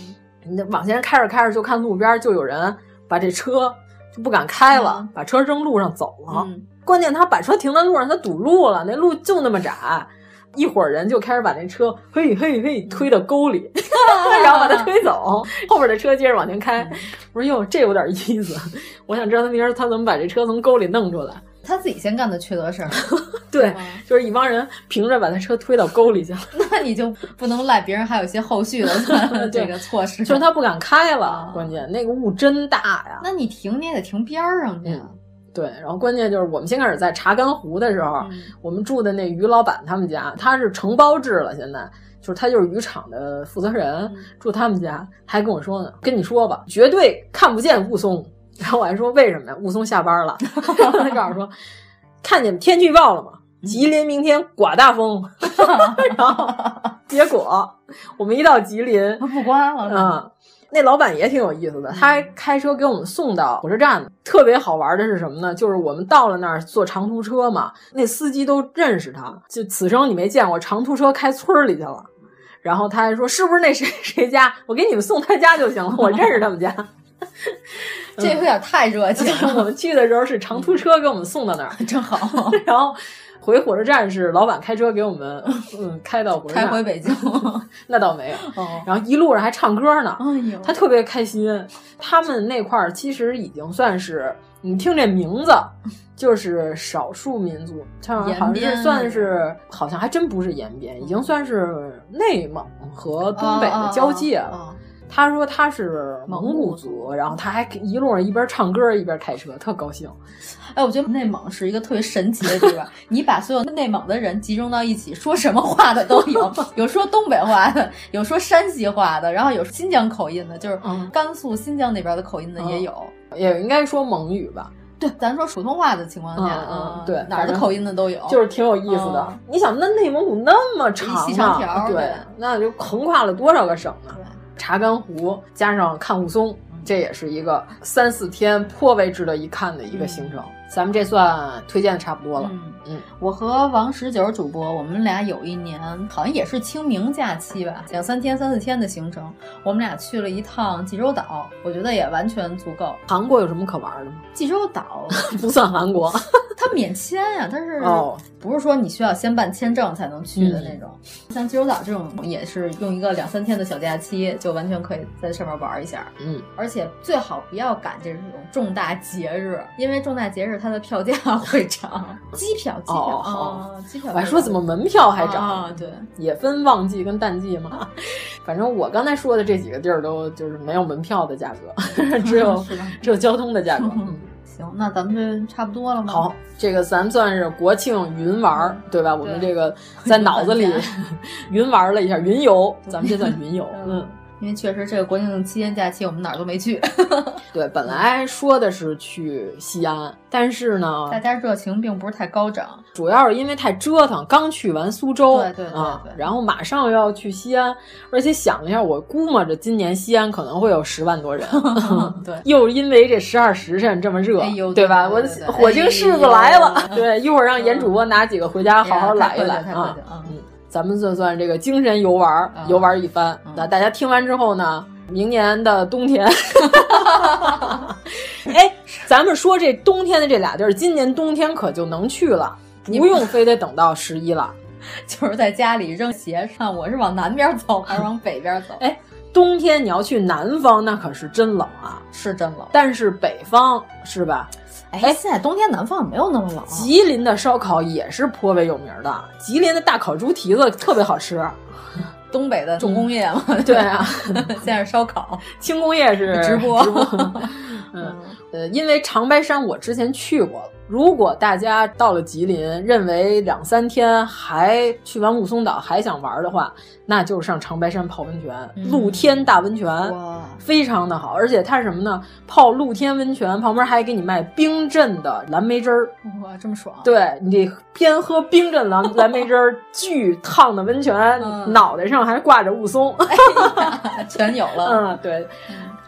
你往前开着开着，就看路边就有人把这车就不敢开了，嗯把车扔路上走了。嗯关键他把车停在路上，他堵路了，那路就那么窄。一伙人就开始把那车嘿嘿嘿嗯推到沟里，啊 然后把他推 走，后边的车接着往前开。嗯我说哟，这有点意思，我想知道他明儿他怎么把这车从沟里弄出来。他自己先干的缺德事儿， 对是吗，就是一帮人凭着把他车推到沟里去了，那你就不能赖别人，还有一些后续 的对这个措施。就是他不敢开了啊。关键那个雾真大呀，哎那你停你也得停边儿上去啊。对。然后关键就是我们先开始在查干湖的时候，嗯我们住的那于老板他们家，他是承包制了，现在就是他就是渔场的负责人，嗯住他们家还跟我说呢，跟你说吧，绝对看不见雾凇。然后我还说为什么呀？雾凇下 班了，他告诉我说，看见天气预报了吗？嗯吉林明天刮大 风，然后结果我们一到吉林， 他不刮了，嗯，那老板也挺有意思嗯的，他还开车给我们送到火车站呢。特别好玩的是什么呢？就是我们到了那儿坐长途车嘛，那司机都认识他，就此生你没见过长途车开村儿里去了。然后 他还说：“是不是那谁谁家？我给你们送他家就行了，我认识他们家。”这有点太热情了， 我们去的时候是长途车给我们送到那儿， 正好然后回火车站是老板开车给我们嗯开到火车开站，回 北京。那倒没有。哦，然后一路上还唱歌呢，哎呦，他特别开心。他们那块儿其实已经算是，你听这名字，就是少数民族，像好像延边嗯是算是，好像还真不是延边，已经算是内蒙和东北的交界啊了。哦哦哦他说他是蒙古族，然后他还一路上一边唱歌一边开车，特高兴。哎，我觉得内蒙是一个特别神奇的地方。 你把所有内蒙的人集中到一起，说什么话的都 有，有说东北话的，有说山西话的，然后有新疆口音的，就是嗯甘肃、新疆那边的口音的也有。也应该说蒙语吧，对，咱说普通话的情况下，嗯嗯嗯对哪儿反的正口音的都有，就是挺有意思的。嗯你想，那内蒙古那么长啊，一细长条儿对对，那就横跨了多少个省呢对？嗯查干湖加上看雾凇，这也是一个三四天颇为值得一看的一个行程。咱们这算推荐的差不多了。嗯嗯嗯，我和王十九主播，我们俩有一年好像也是清明假期吧，两三天、三四天的行程，我们俩去了一趟济州岛，我觉得也完全足够。韩国有什么可玩的吗？ 济州岛不算韩国它免签呀、但是哦，不是说你需要先办签证才能去的那嗯种。像济州岛这种，也是用一个两三天的小假期，就完全可以在上面玩一下。嗯，而且最好不要赶这种重大节日，因为重大节日它的票价会涨，机票机票哦啊、哦机票我会还涨。说怎么门票还涨？啊？对，也分旺季跟淡季 嘛。反正我刚才说的这几个地儿都就是没有门票的价 格，只有是吧只有交通的价 格。嗯行，那咱们这差不多了吗？好，，这个咱算是国庆云玩嗯儿，对吧？我们这个在脑子里云玩 云玩了一下，云游，咱们这算云游。嗯，因为确实这个国庆期间假期我们哪儿都没去，对，本来说的是去西安，但是呢，大家热情并不是太高涨。主要是因为太折腾，刚去完苏州，对对对啊对，然后马上要去西安，而且想了一下，我估摸着今年西安可能会有十万多 人， 对，又因为这十二时辰这么热，哎呦对吧？对对对我火星柿子来了，哎呦 对，一会儿让严主播拿几个回家好好揽一哎呀揽太客气了啊太客气了。嗯嗯，咱们算算这个精神游玩儿，嗯游玩儿一番嗯。那大家听完之后呢，明年的冬 天，哎，咱们说这冬天的这俩地儿，今年冬天可就能去了，不用非得等到十一了。就是在家里扔鞋上，我是往南边走还是往北边走？哎冬天你要去南方，那可是真冷啊。是真冷。但是北方是吧？哎哎，现在冬天南方也没有那么冷。啊吉林的烧烤也是颇为有名的，吉林的大烤猪蹄子特别好吃。东北的重工业嘛， 对啊，现在是烧烤。轻工业是直播 直播嗯，呃，因为长白山我之前去过了。如果大家到了吉林，认为两三天还去完雾凇岛还想玩的话，那就上长白山泡温泉，嗯露天大温泉。哇，非常的好，而且它是什么呢？泡露天温泉，旁边还给你卖冰镇的蓝莓汁儿。 哇，这么爽！对你边喝冰镇蓝蓝莓汁儿，巨烫的温泉，嗯脑袋上还挂着雾 凇。 全有了。嗯，对，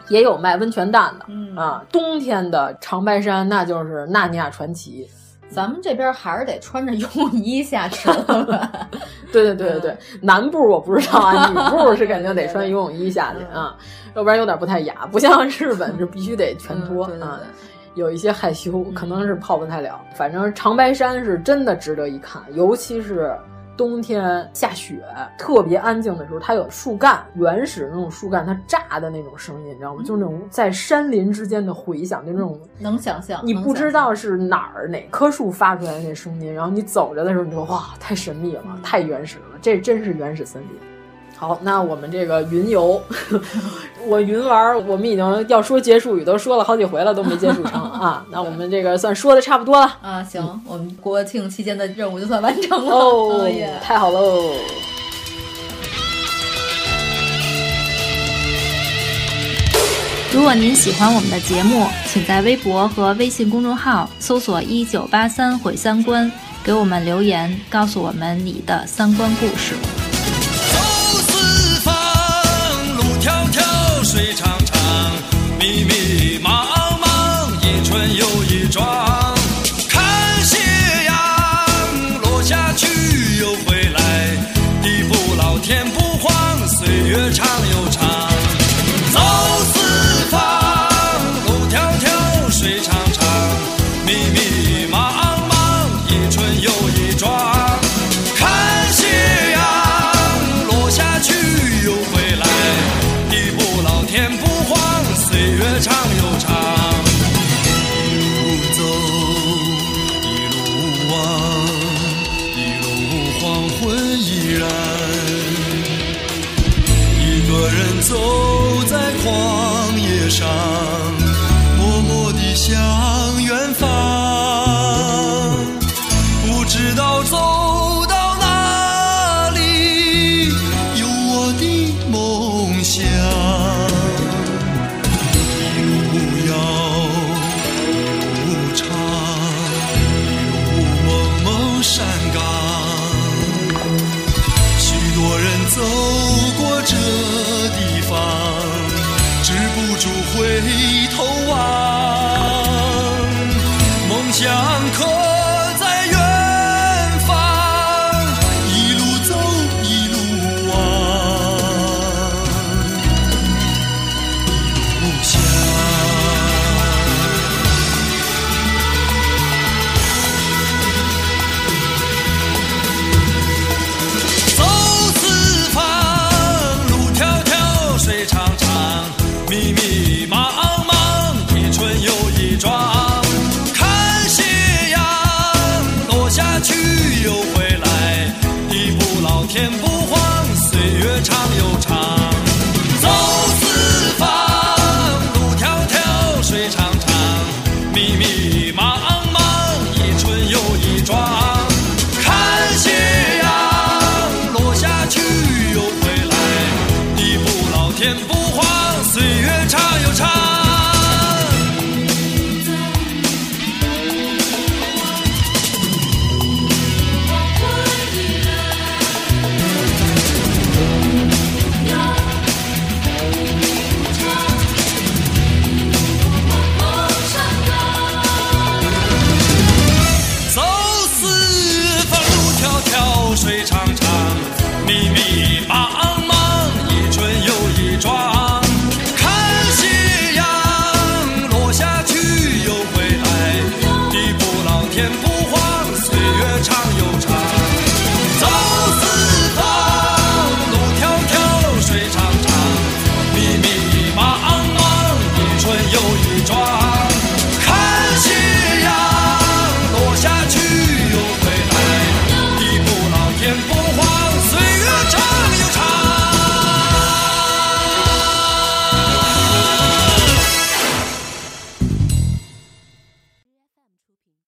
也有卖温泉蛋的。嗯啊，冬天的长白山那就是纳尼亚传奇。咱们这边还是得穿着泳衣下池子吧。 对对对对嗯对，南部我不知道 啊，女部是肯定得穿游泳衣下去啊，要不然有点不太雅，不像日本是必须得全脱嗯嗯对对啊对。嗯有一些害羞，可能是泡不太了。反正长白山是真的值得一看，尤其是冬天下雪，特别安静的时候，它有树干，原始那种树干，它炸的那种声音，你知道嗯吗？就是那种在山林之间的回响，就那种能想象，你能不想知象道是哪儿哪棵树发出来的那声音，然后你走着的时候，你说哇，太神秘了，嗯太原始了，这真是原始森林。好，那我们这个云游， 我云玩儿，我们已经要说结束语都说了好几回了，都没结束成 啊。那我们这个算说的差不多了啊。行，我们国庆期间的任务就算完成了。哦哎呀，太好哦喽。如果您喜欢我们的节目，请在微博和微信公众号搜索“一九八三毁三观”，给我们留言，告诉我们你的三观故事。走四方，路迢迢，水长长，迷迷茫茫，一春又一庄。看斜阳落下去又回来，地不老天不荒，岁月长又长。走四方，路迢迢，长又长。一路走，一路望，一路黄昏依然。一个人走在旷野上，默默地向远方，不知道走到哪里，有我的梦想。一路遥，一路长，一路蒙蒙山岗。许多人走过这地方，止不住回头望。